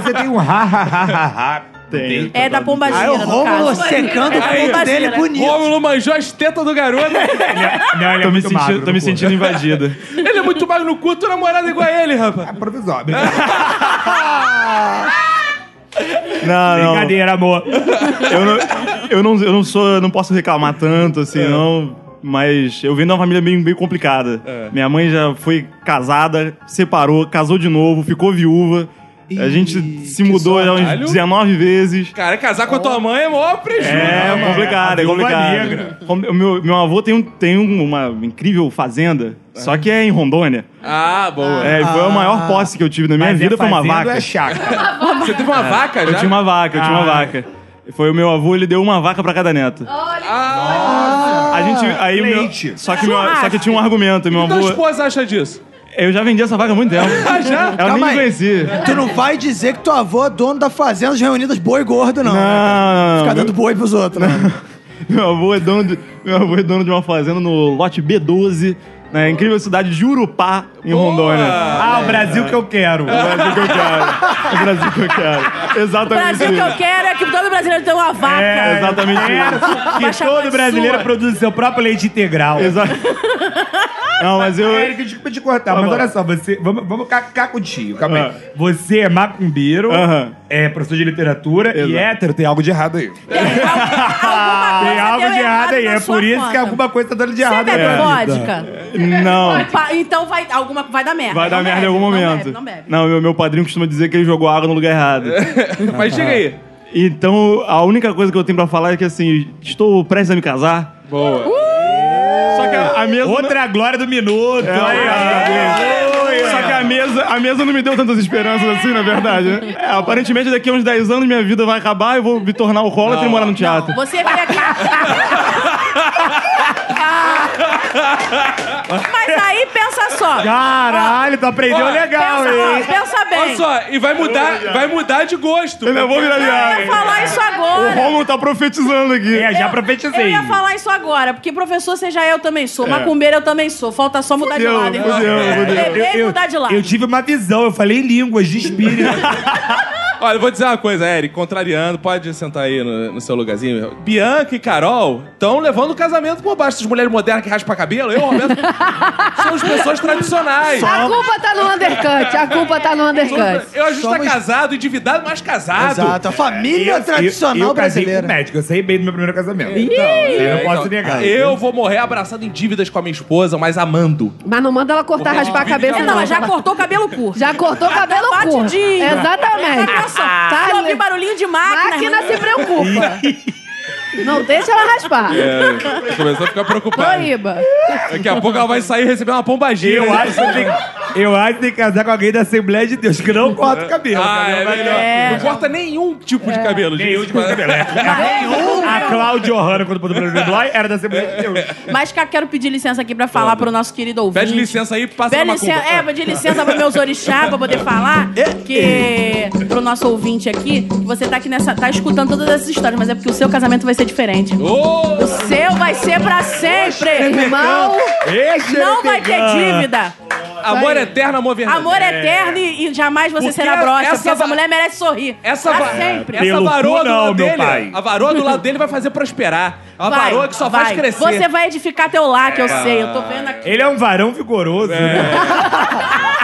[SPEAKER 6] Você tem um ha ha ha ha ha.
[SPEAKER 11] Tem.
[SPEAKER 5] É da
[SPEAKER 2] Aí o
[SPEAKER 5] pombagira, no
[SPEAKER 2] Rômulo
[SPEAKER 5] caso. É.
[SPEAKER 2] secando o
[SPEAKER 1] Pombagira.
[SPEAKER 2] cabelo dele é bonito.
[SPEAKER 1] Rômulo manjou as tetas do garoto.
[SPEAKER 6] Não, ele é
[SPEAKER 11] Tô me
[SPEAKER 6] muito magro,
[SPEAKER 11] sentindo, tô me
[SPEAKER 6] pô.
[SPEAKER 11] sentindo invadido.
[SPEAKER 1] Ele é muito magro no cu, tu namorada igual a ele, rapaz.
[SPEAKER 6] É provisório.
[SPEAKER 11] Não, não.
[SPEAKER 6] Brincadeira, amor.
[SPEAKER 11] Eu não, eu não, eu não sou, eu não posso reclamar tanto, assim,
[SPEAKER 6] É.
[SPEAKER 11] não. Mas eu venho de uma família meio, meio complicada.
[SPEAKER 6] É.
[SPEAKER 11] Minha mãe já foi casada, separou, casou de novo, ficou viúva. a gente se mudou já
[SPEAKER 1] caralho.
[SPEAKER 11] umas 19 vezes.
[SPEAKER 1] Cara, casar com a tua mãe é maior prejuízo.
[SPEAKER 11] É, complicado,
[SPEAKER 6] a
[SPEAKER 11] é
[SPEAKER 6] viúva
[SPEAKER 11] complicado.
[SPEAKER 6] negra.
[SPEAKER 11] Como- o Meu, meu avô tem, um, tem um- uma incrível fazenda, só que é em Rondônia.
[SPEAKER 1] Ah, boa.
[SPEAKER 11] É, e foi a
[SPEAKER 4] Ah.
[SPEAKER 11] maior posse que eu tive na minha
[SPEAKER 6] Mas
[SPEAKER 11] vida,
[SPEAKER 6] é
[SPEAKER 11] foi uma
[SPEAKER 6] fazendo,
[SPEAKER 11] vaca. É,
[SPEAKER 6] É chácara.
[SPEAKER 1] Você teve uma vaca já?
[SPEAKER 11] Eu tinha uma vaca, eu tinha uma
[SPEAKER 6] Ah.
[SPEAKER 11] vaca. Foi o meu avô, ele deu uma vaca pra cada neto.
[SPEAKER 1] Oh,
[SPEAKER 11] A gente, aí o meu-
[SPEAKER 6] Leite.
[SPEAKER 11] só que meu- só que tinha um argumento, meu
[SPEAKER 1] Então a
[SPEAKER 11] avô.
[SPEAKER 1] esposa acha disso. Ah,
[SPEAKER 11] Eu já vendi essa vaca há muito tempo.
[SPEAKER 1] já?
[SPEAKER 11] Ela nem
[SPEAKER 2] Calma
[SPEAKER 11] me
[SPEAKER 2] aí.
[SPEAKER 11] conhecia.
[SPEAKER 2] Tu não vai dizer que teu avô é dono da fazenda dos reunidas boi gordo, não. né?
[SPEAKER 11] Não,
[SPEAKER 2] Ficar
[SPEAKER 11] não, não.
[SPEAKER 2] dando boi pros outros, né?
[SPEAKER 11] Meu avô é dono de, meu avô é dono de uma fazenda no lote B12, na incrível cidade de Urupá, em Rondônia.
[SPEAKER 6] Ah, o Brasil que eu quero.
[SPEAKER 11] É o Brasil que eu quero. É o Brasil que eu quero.
[SPEAKER 5] O
[SPEAKER 11] Exatamente
[SPEAKER 5] Brasil que
[SPEAKER 11] isso.
[SPEAKER 5] eu quero é que todo brasileiro tenha uma vaca.
[SPEAKER 11] É, exatamente isso.
[SPEAKER 6] Que todo brasileiro produz seu próprio leite integral.
[SPEAKER 11] Exa- Não, mas eu.
[SPEAKER 6] Eric, desculpa te cortar, mas
[SPEAKER 11] Vamos lá.
[SPEAKER 6] olha só, você. Vamos, vamos cacar com o tio, calma aí.
[SPEAKER 11] Ah.
[SPEAKER 6] Você é macumbeiro,
[SPEAKER 11] Aham.
[SPEAKER 6] é professor de literatura e
[SPEAKER 11] Exato.
[SPEAKER 6] hétero, tem algo de errado aí. Tem
[SPEAKER 5] Tem
[SPEAKER 6] algo de errado aí, é por isso que alguma coisa tá dando de
[SPEAKER 5] Você
[SPEAKER 6] errado
[SPEAKER 5] bebe
[SPEAKER 6] aí.
[SPEAKER 5] vodka?
[SPEAKER 11] Não.
[SPEAKER 5] Pa- Então vai, alguma, vai dar merda.
[SPEAKER 11] Vai dar
[SPEAKER 5] Não
[SPEAKER 11] merda
[SPEAKER 5] bebe,
[SPEAKER 11] em algum
[SPEAKER 5] não
[SPEAKER 11] momento.
[SPEAKER 5] bebe, Não bebe.
[SPEAKER 11] Não, meu, meu padrinho costuma dizer que ele jogou água no lugar errado.
[SPEAKER 1] Mas diga aí.
[SPEAKER 11] Então, a única coisa que eu tenho pra falar é que, assim, estou prestes a me casar.
[SPEAKER 1] Boa.
[SPEAKER 11] É. Só que a, É. a mesa...
[SPEAKER 6] Outra glória do minuto.
[SPEAKER 11] não-
[SPEAKER 6] aí,
[SPEAKER 11] É.
[SPEAKER 6] ó.
[SPEAKER 11] Aleluia! Só que a mesa, a mesa não me deu tantas esperanças assim, na verdade. né? É, aparentemente, daqui a uns 10 anos, minha vida vai acabar, eu vou me tornar alcoólatra e morar no teatro.
[SPEAKER 5] Você veio aqui. Ah. Mas aí pensa só.
[SPEAKER 6] Caralho, tu aprendeu
[SPEAKER 1] Ó,
[SPEAKER 6] legal,
[SPEAKER 5] pensa,
[SPEAKER 6] hein?
[SPEAKER 5] ó, pensa
[SPEAKER 1] Olha
[SPEAKER 5] bem.
[SPEAKER 1] só, e vai mudar, vai mudar de gosto.
[SPEAKER 11] Eu ainda vou virar
[SPEAKER 5] Eu ia
[SPEAKER 11] viagem.
[SPEAKER 5] falar isso
[SPEAKER 11] O
[SPEAKER 5] agora.
[SPEAKER 11] Romulo tá profetizando aqui.
[SPEAKER 6] É, já
[SPEAKER 5] Eu
[SPEAKER 6] profetizei.
[SPEAKER 5] ia falar isso agora, porque professor seja eu também sou, macumbeira eu também sou. Falta só mudar de
[SPEAKER 11] Fudeu,
[SPEAKER 5] lado. hein?
[SPEAKER 6] É,
[SPEAKER 11] fudeu, fudeu.
[SPEAKER 5] Errei mudar de lado.
[SPEAKER 6] Eu tive uma visão, eu falei línguas de espírito.
[SPEAKER 1] Olha, eu vou dizer uma coisa, Eric, contrariando, pode sentar aí no, no seu lugarzinho. Bianca e Carol estão levando o casamento por baixo. Essas mulheres modernas que raspam cabelo, eu, Roberto, somos pessoas tradicionais.
[SPEAKER 4] A culpa tá no undercut. A culpa tá no undercut.
[SPEAKER 1] Eu, a gente tá casado, endividado, mas casado.
[SPEAKER 2] Exato, a família
[SPEAKER 3] Eu- eu-
[SPEAKER 2] tradicional
[SPEAKER 3] eu, casei
[SPEAKER 2] brasileira.
[SPEAKER 3] com médico, eu sei bem do meu primeiro casamento.
[SPEAKER 1] É,
[SPEAKER 3] eu não
[SPEAKER 1] então,
[SPEAKER 3] posso negar.
[SPEAKER 1] Eu vou morrer abraçado em dívidas com a minha esposa, mas amando.
[SPEAKER 4] Mas não manda ela cortar, raspar a cabeça,
[SPEAKER 5] É,
[SPEAKER 4] não.
[SPEAKER 5] não, ela já cortou o cabelo curto.
[SPEAKER 4] Já cortou o cabelo
[SPEAKER 5] Até
[SPEAKER 4] curto.
[SPEAKER 5] batidinho.
[SPEAKER 4] Exatamente.
[SPEAKER 5] Nossa,
[SPEAKER 4] Tá,
[SPEAKER 5] eu
[SPEAKER 4] le-
[SPEAKER 5] ouvi barulhinho de máquina.
[SPEAKER 4] Máquina
[SPEAKER 5] irmão.
[SPEAKER 4] se preocupa. Não deixa ela raspar.
[SPEAKER 1] É, começou a ficar preocupado.
[SPEAKER 4] Proíba.
[SPEAKER 1] Daqui a pouco ela vai sair e receber uma pombagira. né?
[SPEAKER 3] Eu acho, que eu, tenho, eu acho que tem que casar com alguém da Assembleia de Deus, que não corta o cabelo.
[SPEAKER 1] Ah,
[SPEAKER 3] cabelo
[SPEAKER 1] é
[SPEAKER 3] vai-
[SPEAKER 1] melhor. não corta nenhum tipo
[SPEAKER 5] É.
[SPEAKER 1] de cabelo, gente.
[SPEAKER 3] Nenhum tipo de cabelo.
[SPEAKER 5] Ah,
[SPEAKER 3] A Cláudia Ohana, quando botou o primeiro Bly, era da Assembleia de Deus.
[SPEAKER 5] Mas, cara, quero pedir licença aqui pra falar pro nosso querido ouvinte.
[SPEAKER 1] Pede licença aí, passa
[SPEAKER 5] Pede
[SPEAKER 1] uma
[SPEAKER 5] licença,
[SPEAKER 1] macumba.
[SPEAKER 5] é, pedir licença para meus orixás pra poder falar
[SPEAKER 1] É.
[SPEAKER 5] que pro nosso ouvinte aqui, que você tá aqui nessa, tá escutando todas essas histórias, mas é porque o seu casamento vai ser diferente.
[SPEAKER 1] Ô,
[SPEAKER 5] O seu vai ser pra sempre, irmão. Não vai ter dívida.
[SPEAKER 1] amor eterno, amor verdadeiro.
[SPEAKER 5] Amor
[SPEAKER 3] É.
[SPEAKER 5] eterno e, e jamais você
[SPEAKER 1] Porque
[SPEAKER 5] será broxa,
[SPEAKER 1] essa
[SPEAKER 5] porque essa
[SPEAKER 1] va-
[SPEAKER 5] mulher merece sorrir.
[SPEAKER 1] Essa,
[SPEAKER 5] pra
[SPEAKER 1] va-
[SPEAKER 5] sempre.
[SPEAKER 1] essa
[SPEAKER 3] Pelo
[SPEAKER 1] varoa
[SPEAKER 3] cu
[SPEAKER 1] do
[SPEAKER 3] não,
[SPEAKER 1] lado
[SPEAKER 3] meu
[SPEAKER 1] dele,
[SPEAKER 3] pai.
[SPEAKER 1] a varoa do lado dele vai fazer prosperar. É uma
[SPEAKER 5] Vai,
[SPEAKER 1] varoa que só faz crescer.
[SPEAKER 5] Você vai edificar teu lar, que eu
[SPEAKER 1] É.
[SPEAKER 5] sei. Eu tô vendo aqui.
[SPEAKER 3] Ele é um varão vigoroso. né?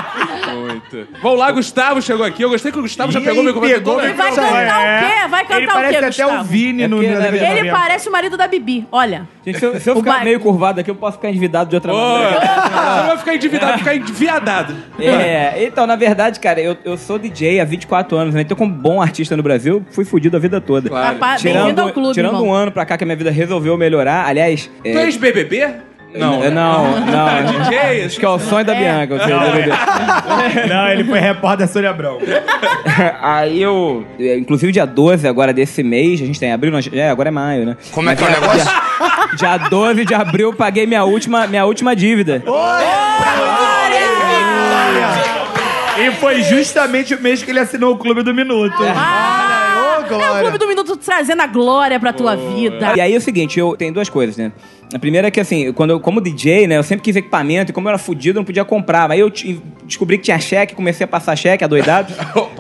[SPEAKER 1] Muito. Vamos lá, Gustavo chegou aqui. Eu gostei que o Gustavo já
[SPEAKER 3] E
[SPEAKER 1] pegou meu
[SPEAKER 3] pegou
[SPEAKER 1] comentário.
[SPEAKER 5] Ele vai
[SPEAKER 3] Então,
[SPEAKER 5] cantar
[SPEAKER 3] é.
[SPEAKER 5] o quê? Vai
[SPEAKER 3] Ele
[SPEAKER 5] cantar o
[SPEAKER 3] parece até o
[SPEAKER 5] quê,
[SPEAKER 1] um
[SPEAKER 5] Gustavo?
[SPEAKER 3] Vini no...
[SPEAKER 12] É porque,
[SPEAKER 3] no-
[SPEAKER 12] né,
[SPEAKER 3] no-
[SPEAKER 12] velho?
[SPEAKER 5] Ele parece o marido da Bibi, olha.
[SPEAKER 12] Gente, se eu, se eu
[SPEAKER 5] O
[SPEAKER 12] ficar
[SPEAKER 5] ba-
[SPEAKER 12] meio curvado aqui, eu posso ficar endividado de outra
[SPEAKER 1] Ô,
[SPEAKER 12] maneira.
[SPEAKER 1] Você não vai ficar endividado, vai ficar enviadado.
[SPEAKER 6] É, então, na verdade, cara, eu, eu sou DJ há 24 anos, né? Então, como bom artista no Brasil, fui fudido a vida toda.
[SPEAKER 1] Claro.
[SPEAKER 5] Rapaz, Bem-vindo ao clube,
[SPEAKER 6] tirando
[SPEAKER 5] irmão.
[SPEAKER 6] um ano pra cá que a minha vida resolveu melhorar, aliás.
[SPEAKER 1] Tu
[SPEAKER 6] É,
[SPEAKER 1] és BBB? Não.
[SPEAKER 6] é, não, não.
[SPEAKER 1] DJ?
[SPEAKER 6] Acho que é o sonho da
[SPEAKER 5] É.
[SPEAKER 6] Bianca. você entendeu?
[SPEAKER 3] Não, ele foi repórter da Sônia Abrão.
[SPEAKER 6] Aí eu. é, Inclusive, dia 12 agora desse mês, a gente tem abril, nós- é, agora é maio, né? Como é que é o negócio? Dia, dia 12 de abril, eu paguei minha última, minha última dívida.
[SPEAKER 3] E foi justamente o mês que ele assinou o Clube do Minuto.
[SPEAKER 6] É.
[SPEAKER 5] Ah,
[SPEAKER 2] Ô, Glória.
[SPEAKER 5] é o Clube do Minuto trazendo a glória pra tua vida.
[SPEAKER 6] E aí é o seguinte, eu tenho duas coisas, né? A primeira é que, assim, quando eu, como DJ, né, eu sempre quis equipamento e como eu era fudido, eu não podia comprar. Aí eu ti- descobri que tinha cheque, comecei a passar cheque, adoidado.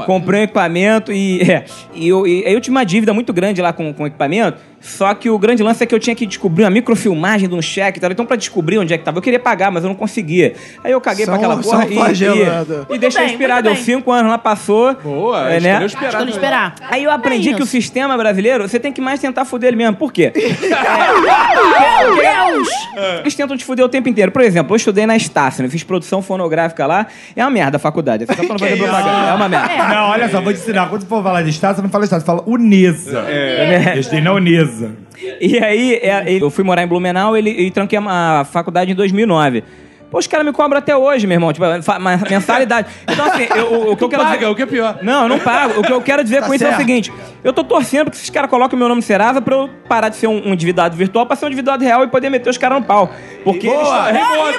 [SPEAKER 6] comprei um equipamento e, é, e, eu, e- aí eu tinha uma dívida muito grande lá com, com o equipamento. Só que o grande lance é que eu tinha que descobrir uma microfilmagem de um cheque e tal. Então, pra descobrir onde é que tava, eu queria pagar, mas eu não conseguia. Aí eu caguei
[SPEAKER 13] São-
[SPEAKER 6] pra aquela
[SPEAKER 13] são
[SPEAKER 6] porra e,
[SPEAKER 13] flagelo,
[SPEAKER 6] e-
[SPEAKER 13] né, do-
[SPEAKER 6] e deixei
[SPEAKER 5] bem,
[SPEAKER 6] esperar.
[SPEAKER 5] muito
[SPEAKER 6] Deu
[SPEAKER 5] bem.
[SPEAKER 6] cinco anos lá, passou.
[SPEAKER 1] Boa,
[SPEAKER 6] é, né?
[SPEAKER 1] escolheu esperar.
[SPEAKER 5] Escolhi esperar.
[SPEAKER 6] Aí eu aprendi
[SPEAKER 5] É
[SPEAKER 6] que o
[SPEAKER 5] isso.
[SPEAKER 6] sistema brasileiro, você tem que mais tentar foder ele mesmo. Por quê? É,
[SPEAKER 5] Meu Deus!
[SPEAKER 3] É.
[SPEAKER 6] Eles um tentam te fuder o tempo inteiro. Por exemplo, eu estudei na Estácio, né? fiz produção fonográfica lá. É uma merda a faculdade. É só pra não fazer propaganda. É uma merda.
[SPEAKER 3] Não, olha só, vou te ensinar. Quando for falar de Estado, você não fala Estado, você fala Unesa. É. Eu estudei na Unesa.
[SPEAKER 6] E aí, é, ele- eu fui morar em Blumenau ele, e tranquei a, a faculdade em 2009. Pô, os caras me cobram até hoje, meu irmão. Tipo, fa- ma- mensalidade. Então, assim, eu- o, o que eu quero
[SPEAKER 1] Paga,
[SPEAKER 6] dizer...
[SPEAKER 1] o que é pior.
[SPEAKER 6] Não, eu não pago. O que eu quero
[SPEAKER 2] Tá
[SPEAKER 6] dizer com isso é o seguinte: eu tô torcendo que esses caras coloquem o meu nome no Serasa pra eu parar de ser um, um endividado virtual pra ser um endividado real e poder meter os caras no pau. Porque eles.
[SPEAKER 1] é
[SPEAKER 5] Rimou!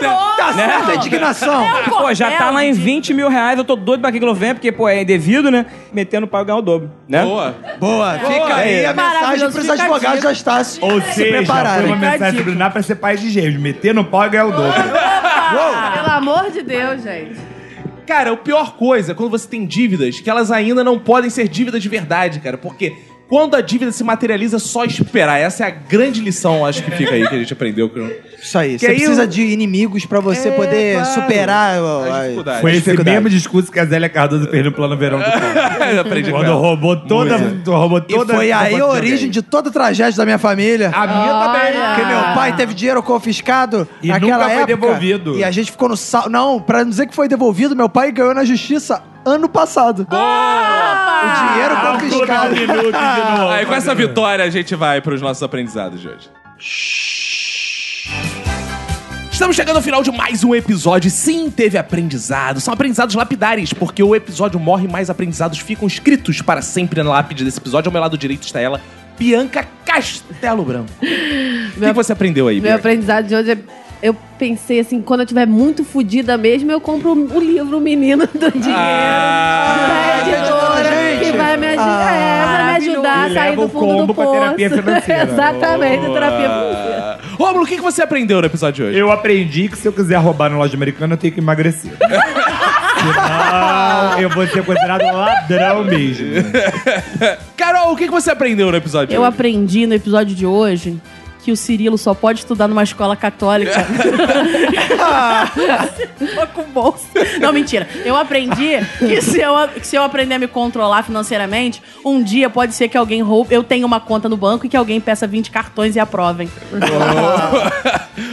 [SPEAKER 6] Né?
[SPEAKER 2] Tá Indignação.
[SPEAKER 5] É um
[SPEAKER 6] Pô, já tá
[SPEAKER 5] cordel,
[SPEAKER 6] lá em
[SPEAKER 5] gente.
[SPEAKER 6] 20 mil reais, eu tô doido pra que aquilo venha, porque, pô, é indevido, né? Metendo o pau eu ganhar o dobro, né?
[SPEAKER 1] Boa.
[SPEAKER 2] Boa, fica aí a mensagem
[SPEAKER 5] Maravilhoso,
[SPEAKER 2] pros
[SPEAKER 5] fica a
[SPEAKER 2] advogados
[SPEAKER 5] dica.
[SPEAKER 2] já está se
[SPEAKER 3] Ou seja, foi uma
[SPEAKER 2] prepararem.
[SPEAKER 3] mensagem subliminar pra ser pai de gêmeos. Meter no pau e ganhar o dobro.
[SPEAKER 4] Pelo amor de Deus, gente.
[SPEAKER 1] Cara, a pior coisa é quando você tem dívidas que elas ainda não podem ser dívidas de verdade, cara. Porque quando a dívida se materializa, é só esperar. Essa é a grande lição, acho que fica aí, que a gente aprendeu. com
[SPEAKER 2] Isso aí. Você
[SPEAKER 1] aí
[SPEAKER 2] precisa de inimigos pra você poder
[SPEAKER 1] claro.
[SPEAKER 2] superar ó,
[SPEAKER 1] as
[SPEAKER 2] as-
[SPEAKER 1] dificuldades.
[SPEAKER 3] Foi esse
[SPEAKER 2] dificuldade.
[SPEAKER 3] mesmo discurso que a Zélia Cardoso fez no Plano Verão do Pão.
[SPEAKER 1] Eu aprendi com
[SPEAKER 3] Quando
[SPEAKER 1] ela.
[SPEAKER 3] roubou toda... Roubou
[SPEAKER 2] E
[SPEAKER 3] toda
[SPEAKER 2] foi aí a
[SPEAKER 3] roubou-
[SPEAKER 2] origem de toda a tragédia da minha família.
[SPEAKER 3] A minha também.
[SPEAKER 2] Porque meu pai teve dinheiro confiscado
[SPEAKER 3] E
[SPEAKER 2] naquela
[SPEAKER 3] nunca foi
[SPEAKER 2] época.
[SPEAKER 3] devolvido.
[SPEAKER 2] E a gente ficou no sal. Não, pra não dizer que foi devolvido, meu pai ganhou na justiça ano passado. O dinheiro
[SPEAKER 3] Ah, o Clube do
[SPEAKER 1] um
[SPEAKER 2] confiscado.
[SPEAKER 3] Minuto de novo.
[SPEAKER 1] Aí, com essa vitória, a gente vai para os nossos aprendizados de hoje. Estamos chegando ao final de mais um episódio. Sim, teve aprendizado. São aprendizados lapidares, porque o episódio morre, mais aprendizados ficam escritos para sempre na lápide desse episódio. Ao meu lado direito está ela, Bianca Castelo Branco. O que que você aprendeu aí,
[SPEAKER 4] Meu
[SPEAKER 1] Bianca?
[SPEAKER 4] aprendizado de hoje é. Eu pensei assim, quando eu tiver muito fodida mesmo, eu compro um, o livro Menino do Dinheiro.
[SPEAKER 1] Ah,
[SPEAKER 4] da editora, que vai me, aju- é, vai me ajudar a
[SPEAKER 3] E
[SPEAKER 4] sair
[SPEAKER 3] leva
[SPEAKER 4] do
[SPEAKER 3] o
[SPEAKER 4] fundo do
[SPEAKER 3] combo pra
[SPEAKER 4] poço.
[SPEAKER 3] terapia financeira.
[SPEAKER 4] Exatamente, terapia financeira.
[SPEAKER 1] Ah. Rômulo, o que que você aprendeu no episódio de hoje?
[SPEAKER 3] Eu aprendi que se eu quiser roubar na loja americana, eu tenho que emagrecer.
[SPEAKER 6] Senão eu vou ser considerado ladrão mesmo.
[SPEAKER 1] Carol, o que que você aprendeu no episódio? de
[SPEAKER 5] Eu
[SPEAKER 1] hoje?
[SPEAKER 5] aprendi no episódio de hoje que o Cirilo só pode estudar numa escola católica. Só com bolsa. Não, mentira. Eu aprendi que se eu, que se eu aprender a me controlar financeiramente, um dia pode ser que alguém roube. Eu tenho uma conta no banco e que alguém peça 20 cartões e aprovem.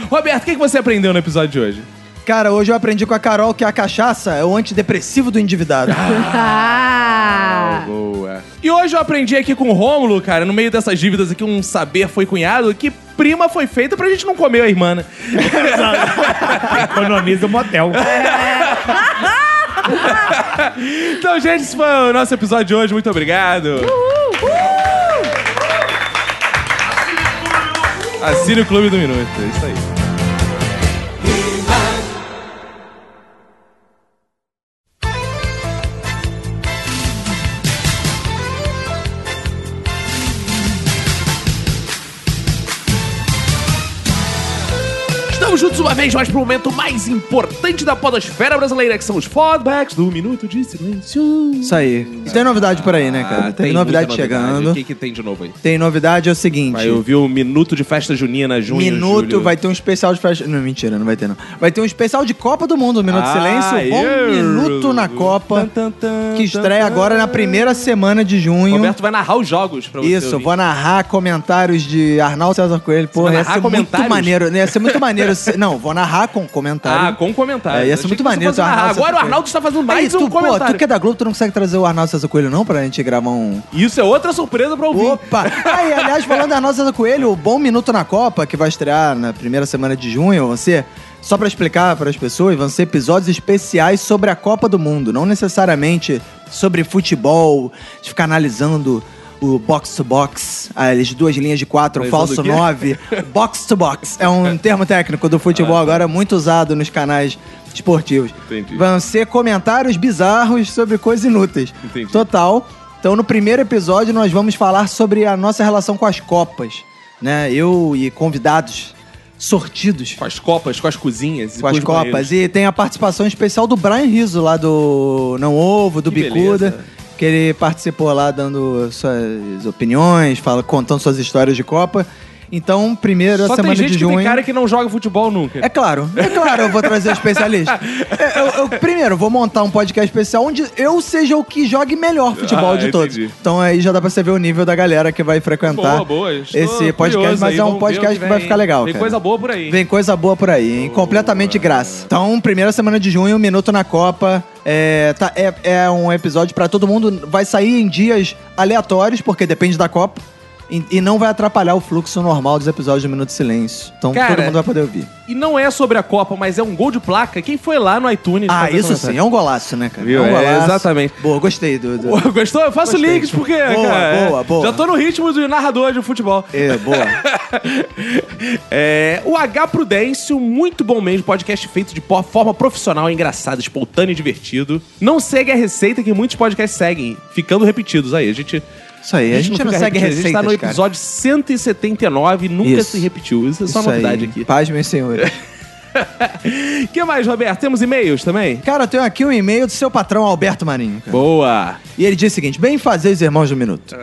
[SPEAKER 1] Roberto, o que que você aprendeu no episódio de hoje?
[SPEAKER 2] Cara, hoje eu aprendi com a Carol que a cachaça é o antidepressivo do endividado.
[SPEAKER 5] Ah!
[SPEAKER 1] Boa. E hoje eu aprendi aqui com o Rômulo, cara, no meio dessas dívidas aqui, um saber foi cunhado que prima foi feita pra gente não comer a irmã, né?
[SPEAKER 6] Economiza o motel.
[SPEAKER 1] Então, gente, esse foi o nosso episódio de hoje. Muito obrigado. Assine o Clube do Minuto. É isso aí. Estamos juntos uma vez mais para o momento mais importante da podosfera brasileira, que são os fallbacks do Minuto de Silêncio.
[SPEAKER 2] Isso aí. E tem novidade por aí, né, cara?
[SPEAKER 1] Ah,
[SPEAKER 2] tem,
[SPEAKER 1] muita
[SPEAKER 2] novidade chegando.
[SPEAKER 1] O que, que tem de novo aí?
[SPEAKER 2] Tem novidade, é o seguinte.
[SPEAKER 1] Vai ouvir o Minuto de Festa Junina, junho,
[SPEAKER 2] Minuto,
[SPEAKER 1] julho.
[SPEAKER 2] vai ter um especial de festa. Não, mentira, não vai ter, não. Vai ter um especial de Copa do Mundo, Minuto de
[SPEAKER 1] Ah,
[SPEAKER 2] Silêncio. Bom
[SPEAKER 1] eu-
[SPEAKER 2] Minuto na Copa.
[SPEAKER 1] Tan, tan, tan,
[SPEAKER 2] que estreia
[SPEAKER 1] tan,
[SPEAKER 2] agora na primeira semana de junho.
[SPEAKER 1] Roberto vai narrar os jogos pra você.
[SPEAKER 2] Isso,
[SPEAKER 1] ouvir.
[SPEAKER 2] vou narrar comentários de Arnaldo César Coelho. Pô,
[SPEAKER 1] vai
[SPEAKER 2] ia
[SPEAKER 1] narrar
[SPEAKER 2] ser muito
[SPEAKER 1] comentários?
[SPEAKER 2] maneiro. Ia ser muito maneiro. se- Não, vou narrar com
[SPEAKER 1] Ah,
[SPEAKER 2] comentário.
[SPEAKER 1] com comentário.
[SPEAKER 2] É, ia ser
[SPEAKER 1] Achei
[SPEAKER 2] muito
[SPEAKER 1] que você
[SPEAKER 2] maneiro
[SPEAKER 1] fosse
[SPEAKER 2] se o
[SPEAKER 1] narrar.
[SPEAKER 2] Arnaldo
[SPEAKER 1] Agora o
[SPEAKER 2] fosse-
[SPEAKER 1] Arnaldo está fazendo mais
[SPEAKER 2] Aí, tu,
[SPEAKER 1] um
[SPEAKER 2] pô, tu
[SPEAKER 1] comentário.
[SPEAKER 2] que é da Globo, tu não consegue trazer o Arnaldo César Coelho, não, pra gente gravar um.
[SPEAKER 1] Isso é outra surpresa pra ouvir.
[SPEAKER 2] Opa! Aí, aliás, falando da nossa do Coelho, o Bom Minuto na Copa, que vai estrear na primeira semana de junho, vão ser, só pra explicar para as pessoas, vão ser episódios especiais sobre a Copa do Mundo, não necessariamente sobre futebol, de ficar analisando o box-to-box, as duas linhas de quatro, o
[SPEAKER 1] Analisando
[SPEAKER 2] falso
[SPEAKER 1] o é quê?
[SPEAKER 2] 9, box-to-box. É um termo técnico do futebol agora muito usado nos canais esportivos.
[SPEAKER 1] Ah, tá. Entendi.
[SPEAKER 2] Vão ser comentários bizarros sobre coisas inúteis.
[SPEAKER 1] Entendi.
[SPEAKER 2] Total. Então, no primeiro episódio, nós vamos falar sobre a nossa relação com as Copas. Né? Eu e convidados sortidos
[SPEAKER 1] Com as copas, com as cozinhas. e
[SPEAKER 2] com as
[SPEAKER 1] os
[SPEAKER 2] Copas.
[SPEAKER 1] banheiros.
[SPEAKER 2] E tem a participação especial do Brian Rizzo, lá do Não Ovo, do
[SPEAKER 1] Que
[SPEAKER 2] Bicuda.
[SPEAKER 1] beleza.
[SPEAKER 2] Que ele participou lá dando suas opiniões, fala, contando suas histórias de Copa. Então, primeiro,
[SPEAKER 1] Só
[SPEAKER 2] a semana
[SPEAKER 1] tem gente
[SPEAKER 2] de
[SPEAKER 1] que
[SPEAKER 2] junho.
[SPEAKER 1] tem cara que não joga futebol nunca.
[SPEAKER 2] É claro, é claro, eu vou trazer o especialista. É, Eu, eu, primeiro, vou montar um podcast especial onde eu seja o que jogue melhor futebol
[SPEAKER 1] Ah,
[SPEAKER 2] de
[SPEAKER 1] entendi.
[SPEAKER 2] todos. Então aí já dá pra você ver o nível da galera que vai frequentar
[SPEAKER 1] Boa, boa. Estou
[SPEAKER 2] esse podcast,
[SPEAKER 1] curioso
[SPEAKER 2] mas
[SPEAKER 1] aí,
[SPEAKER 2] é
[SPEAKER 1] vamos
[SPEAKER 2] um
[SPEAKER 1] ver
[SPEAKER 2] podcast
[SPEAKER 1] o
[SPEAKER 2] que, vai
[SPEAKER 1] vem.
[SPEAKER 2] ficar legal.
[SPEAKER 1] Tem
[SPEAKER 2] cara.
[SPEAKER 1] coisa boa por aí. hein?
[SPEAKER 2] Vem coisa boa por aí, hein? Completamente de graça. Então, primeira semana de junho, Minuto na Copa. É, tá- é, é um episódio pra todo mundo. Vai sair em dias aleatórios, porque depende da Copa. E, e não vai atrapalhar o fluxo normal dos episódios do Minuto de Silêncio. Então
[SPEAKER 1] Cara,
[SPEAKER 2] todo mundo vai poder ouvir.
[SPEAKER 1] E não é sobre a Copa, mas é um gol de placa. Quem foi lá no iTunes?
[SPEAKER 2] Ah,
[SPEAKER 1] fazer
[SPEAKER 2] isso
[SPEAKER 1] comentário?
[SPEAKER 2] sim, é um golaço, né, cara?
[SPEAKER 1] Viu?
[SPEAKER 2] É um
[SPEAKER 1] É,
[SPEAKER 2] golaço.
[SPEAKER 1] exatamente.
[SPEAKER 2] Boa, gostei do. do-
[SPEAKER 1] Pô, Gostou? Eu faço
[SPEAKER 2] Gostei.
[SPEAKER 1] links porque,
[SPEAKER 2] Boa,
[SPEAKER 1] cara, é.
[SPEAKER 2] boa, boa.
[SPEAKER 1] já tô no ritmo do narrador de futebol.
[SPEAKER 2] É, boa.
[SPEAKER 1] É, o H Prudêncio, muito bom mesmo, podcast feito de po- forma profissional, engraçado, espontâneo e divertido. Não segue a receita que muitos podcasts seguem, ficando repetidos aí. A gente
[SPEAKER 2] Isso aí, a gente, não,
[SPEAKER 1] fica repetindo,
[SPEAKER 2] segue
[SPEAKER 1] A gente
[SPEAKER 2] receitas,
[SPEAKER 1] tá no
[SPEAKER 2] cara.
[SPEAKER 1] episódio 179 e nunca
[SPEAKER 2] Isso.
[SPEAKER 1] se repetiu. Isso é só
[SPEAKER 2] Isso aí.
[SPEAKER 1] novidade aqui.
[SPEAKER 2] Paz, meus senhores.
[SPEAKER 1] O que mais, Roberto? Temos e-mails também?
[SPEAKER 2] Cara, eu tenho aqui um e-mail do seu patrão, Alberto Marinho. cara.
[SPEAKER 1] Boa! É.
[SPEAKER 2] E ele diz o seguinte: bem fazer os irmãos do minuto.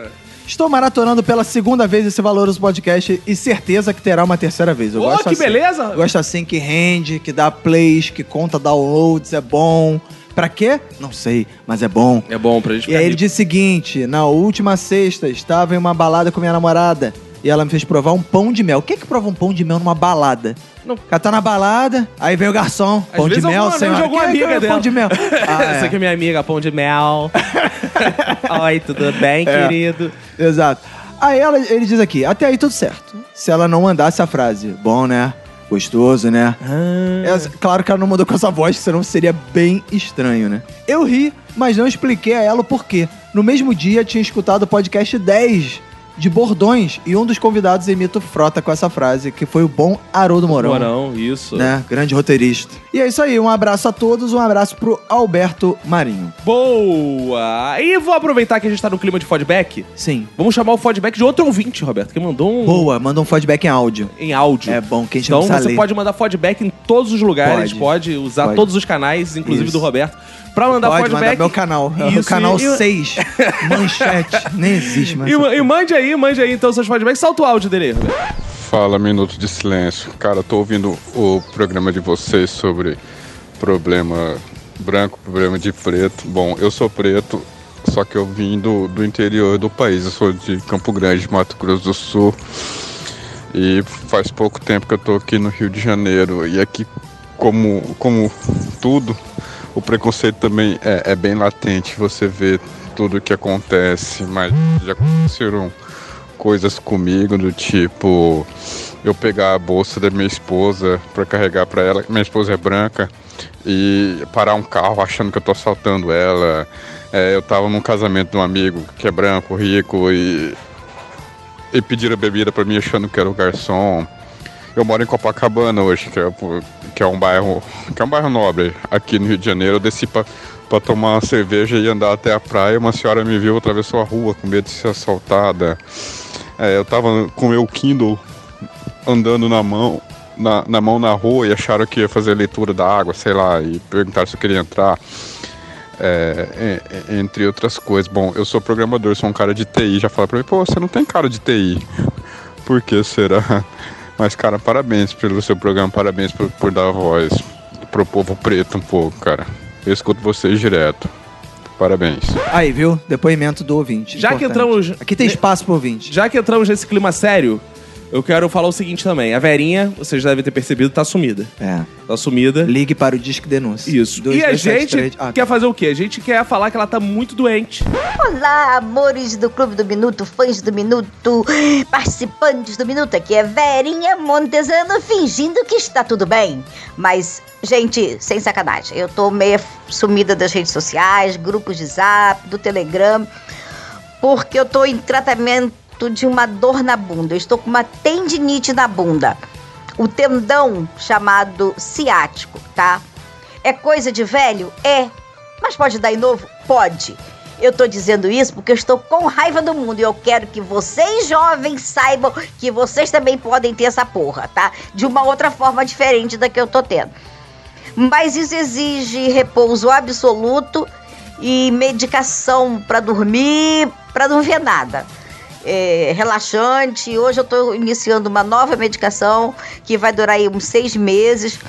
[SPEAKER 2] Estou maratonando pela segunda vez esse valoroso podcast e certeza que terá uma terceira vez. Eu
[SPEAKER 1] Ô,
[SPEAKER 2] gosto
[SPEAKER 1] que
[SPEAKER 2] assim.
[SPEAKER 1] beleza!
[SPEAKER 2] Eu gosto assim que rende, que dá plays, que conta downloads, é bom. Pra quê? Não sei, mas é bom.
[SPEAKER 1] É bom pra gente
[SPEAKER 2] E aí ele diz o seguinte: na última sexta estava em uma balada com minha namorada e ela me fez provar um pão de mel. O que é que prova um pão de mel numa balada?
[SPEAKER 1] Não.
[SPEAKER 2] Ela tá na balada, aí vem o garçom.
[SPEAKER 1] Às
[SPEAKER 2] Pão de
[SPEAKER 1] vezes é
[SPEAKER 2] mel,
[SPEAKER 1] algum amigo
[SPEAKER 2] senhora.
[SPEAKER 1] de alguma
[SPEAKER 2] "Quem é que
[SPEAKER 1] amiga
[SPEAKER 2] é
[SPEAKER 1] dela?"
[SPEAKER 2] Pão de mel. Ah, é.
[SPEAKER 1] Essa aqui é minha amiga, pão de mel. Oi, tudo bem, É, querido?
[SPEAKER 2] É, Exato. Aí ela, ele diz aqui, até aí tudo certo. Se ela não mandasse a frase, bom, né? Gostoso, né?
[SPEAKER 1] Ah.
[SPEAKER 2] Essa- claro que ela não mandou com essa voz, senão seria bem estranho, né? Eu ri, mas não expliquei a ela o porquê. No mesmo dia, tinha escutado o podcast 10 de Bordões e um dos convidados imita o Frota com essa frase, que foi o bom Haroldo Mourão.
[SPEAKER 1] Morão, isso.
[SPEAKER 2] Né? Grande roteirista. E é isso aí, um abraço a todos, um abraço pro Alberto Marinho.
[SPEAKER 1] Boa! E vou aproveitar que a gente tá no clima de feedback.
[SPEAKER 2] Sim.
[SPEAKER 1] Vamos chamar o feedback de outro ouvinte, Roberto, que mandou um
[SPEAKER 2] Boa, manda um feedback em áudio.
[SPEAKER 1] em áudio.
[SPEAKER 2] É bom, quem
[SPEAKER 1] Então
[SPEAKER 2] não
[SPEAKER 1] você
[SPEAKER 2] sabe ler.
[SPEAKER 1] pode mandar feedback em todos os lugares, pode,
[SPEAKER 2] Pode.
[SPEAKER 1] usar
[SPEAKER 2] Pode.
[SPEAKER 1] todos os canais, inclusive
[SPEAKER 2] Isso.
[SPEAKER 1] do Roberto, pra mandar
[SPEAKER 2] Pode
[SPEAKER 1] feedback.
[SPEAKER 2] mandar meu canal. É o
[SPEAKER 1] Isso,
[SPEAKER 2] canal
[SPEAKER 1] e- e-
[SPEAKER 2] 6. Manchete. Nem existe, mas.
[SPEAKER 1] E, ma- e mande aí, mande aí então seus feedbacks. Solta o áudio dele.
[SPEAKER 8] Fala, Minuto de Silêncio. Cara, tô ouvindo o programa de vocês sobre problema branco, problema de preto. Bom, eu sou preto, só que eu vim do, do interior do país. Eu sou de Campo Grande, Mato Grosso do Sul. E faz pouco tempo que eu tô aqui no Rio de Janeiro. E aqui, como, como tudo, o preconceito também é, é bem latente. Você vê tudo que acontece, mas já aconteceram coisas comigo do tipo eu pegar a bolsa da minha esposa pra carregar pra ela, minha esposa é branca, e parar um carro achando que eu tô assaltando ela. É, eu tava num casamento de um amigo que é branco, rico, e, e pediram bebida pra mim achando que era o garçom. Eu moro em Copacabana hoje, que é, pô, que é um bairro que é um bairro nobre aqui no Rio de Janeiro. Eu desci pra, pra tomar uma cerveja e andar até a praia. Uma senhora me viu, atravessou a rua com medo de ser assaltada. É, eu tava com o meu Kindle andando na mão na, na mão na rua e acharam que ia fazer leitura da água, sei lá, e perguntaram se eu queria entrar. É, é, é, entre outras coisas. Bom, eu sou programador, sou um cara de TI. Já falaram pra mim, pô, você não tem cara de TI. Por que será? Mas, cara, parabéns pelo seu programa, parabéns por, por dar voz pro povo preto um pouco, cara. Eu escuto vocês direto. Parabéns.
[SPEAKER 2] Aí, viu? Depoimento do ouvinte.
[SPEAKER 1] Já que
[SPEAKER 2] Importante.
[SPEAKER 1] entramos-
[SPEAKER 2] Aqui tem espaço pro ouvinte.
[SPEAKER 1] Já que entramos nesse clima sério, eu quero falar o seguinte também. A Verinha, vocês devem ter percebido, tá sumida.
[SPEAKER 2] É.
[SPEAKER 1] Tá sumida.
[SPEAKER 2] Ligue para o Disque Denúncia.
[SPEAKER 1] Isso.
[SPEAKER 2] Dois,
[SPEAKER 1] e a
[SPEAKER 2] dois, sete,
[SPEAKER 1] gente
[SPEAKER 2] três- Ah,
[SPEAKER 1] quer fazer o quê? A gente quer falar que ela tá muito doente.
[SPEAKER 14] Olá, amores do Clube do Minuto, fãs do Minuto, participantes do Minuto. Aqui é Verinha Montesano fingindo que está tudo bem. Mas, gente, sem sacanagem, eu tô meio sumida das redes sociais, grupos de zap, do Telegram, porque eu tô em tratamento de uma dor na bunda. Eu estou com uma tendinite na bunda. O tendão chamado ciático, tá? É coisa de velho? É. Mas pode dar em novo? Pode. Eu tô dizendo isso porque eu estou com raiva do mundo e eu quero que vocês jovens saibam que vocês também podem ter essa porra, tá? De uma outra forma diferente da que eu tô tendo. Mas isso exige repouso absoluto e medicação pra dormir, pra não ver nada. É, relaxante. Hoje eu tô iniciando uma nova medicação que vai durar aí uns seis meses.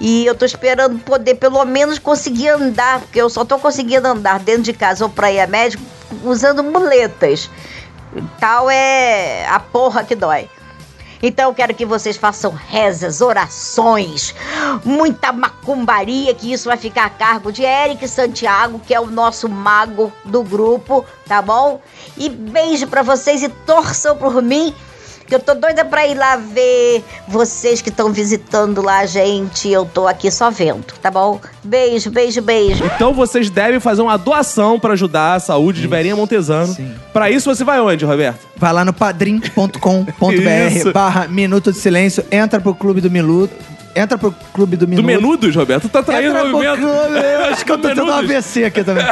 [SPEAKER 14] E eu tô esperando poder pelo menos conseguir andar, porque eu só tô conseguindo andar dentro de casa ou pra ir a médico usando muletas. Tal é a porra que dói. Então eu quero que vocês façam rezas, orações, muita macumbaria, que isso vai ficar a cargo de Eric Santiago, que é o nosso mago do grupo, tá bom? E beijo pra vocês e torçam por mim que eu tô doida pra ir lá ver vocês que estão visitando lá, gente. Eu tô aqui só vendo, tá bom? Beijo, beijo, beijo.
[SPEAKER 1] Então vocês devem fazer uma doação pra ajudar a saúde de Verinha Montesano. Pra isso você vai onde, Roberto?
[SPEAKER 2] Vai lá no padrim.com.br
[SPEAKER 1] Isso.
[SPEAKER 2] barra Minuto de Silêncio, entra pro Clube do Minuto. Entra pro Clube do Minuto.
[SPEAKER 1] Do Menudos, Roberto? Tá traindo
[SPEAKER 2] Entra
[SPEAKER 1] o
[SPEAKER 2] pro
[SPEAKER 1] movimento.
[SPEAKER 2] clube, eu acho que eu tô
[SPEAKER 1] Do
[SPEAKER 2] tendo um
[SPEAKER 1] Menudos.
[SPEAKER 2] AVC aqui também.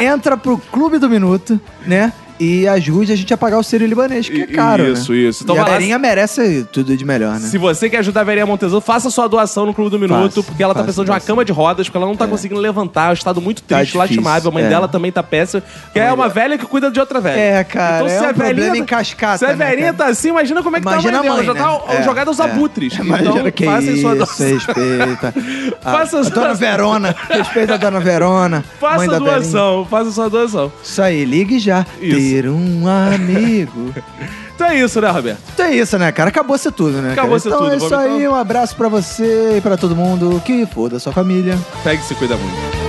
[SPEAKER 2] Entra pro Clube do Minuto, né? E ajude a gente a pagar o Ciro Libanês, que é caro. né?
[SPEAKER 1] Isso, isso. Então
[SPEAKER 2] e a
[SPEAKER 1] vai lá.
[SPEAKER 2] Verinha merece tudo de melhor, né?
[SPEAKER 1] Se você quer ajudar a Verinha Montesano, faça sua doação no Clube do Minuto,
[SPEAKER 2] Faça,
[SPEAKER 1] porque ela tá
[SPEAKER 2] faça,
[SPEAKER 1] precisando de uma
[SPEAKER 2] faça.
[SPEAKER 1] cama de rodas, porque ela não tá conseguindo levantar. É um estado muito
[SPEAKER 2] Tá
[SPEAKER 1] triste,
[SPEAKER 2] difícil,
[SPEAKER 1] lastimável. A mãe
[SPEAKER 2] é.
[SPEAKER 1] dela também tá péssima, que é uma velha que cuida de outra velha.
[SPEAKER 2] É,
[SPEAKER 1] Então,
[SPEAKER 2] cara, é
[SPEAKER 1] se
[SPEAKER 2] um
[SPEAKER 1] a
[SPEAKER 2] problema
[SPEAKER 1] velhinha-
[SPEAKER 2] em cascata,
[SPEAKER 1] Se a
[SPEAKER 2] né, cara?
[SPEAKER 1] velhinha tá assim, imagina como é que
[SPEAKER 2] Imagina
[SPEAKER 1] tá a mãe,
[SPEAKER 2] a
[SPEAKER 1] dela.
[SPEAKER 2] mãe,
[SPEAKER 1] Já tá
[SPEAKER 2] né? É,
[SPEAKER 1] jogada aos
[SPEAKER 2] é.
[SPEAKER 1] abutres.
[SPEAKER 2] Imagina
[SPEAKER 1] Então,
[SPEAKER 2] que
[SPEAKER 1] façam
[SPEAKER 2] isso,
[SPEAKER 1] sua doação.
[SPEAKER 2] respeita. A,
[SPEAKER 1] Faça
[SPEAKER 2] a
[SPEAKER 1] sua-
[SPEAKER 2] Dona Verona, respeita a Dona Verona. mãe
[SPEAKER 1] Faça
[SPEAKER 2] da
[SPEAKER 1] a
[SPEAKER 2] Verinha.
[SPEAKER 1] doação, faça sua doação.
[SPEAKER 2] Isso aí, ligue já.
[SPEAKER 1] Isso.
[SPEAKER 2] Ter um amigo.
[SPEAKER 1] Então é isso, né, Roberto?
[SPEAKER 2] Então é isso, né, cara? Acabou-se tudo, né?
[SPEAKER 1] Acabou-se
[SPEAKER 2] cara? Então
[SPEAKER 1] tudo,
[SPEAKER 2] é isso
[SPEAKER 1] vamos
[SPEAKER 2] aí.
[SPEAKER 1] então?
[SPEAKER 2] Um abraço pra você e pra todo mundo. Que foda a sua família.
[SPEAKER 1] Pega e se cuida muito.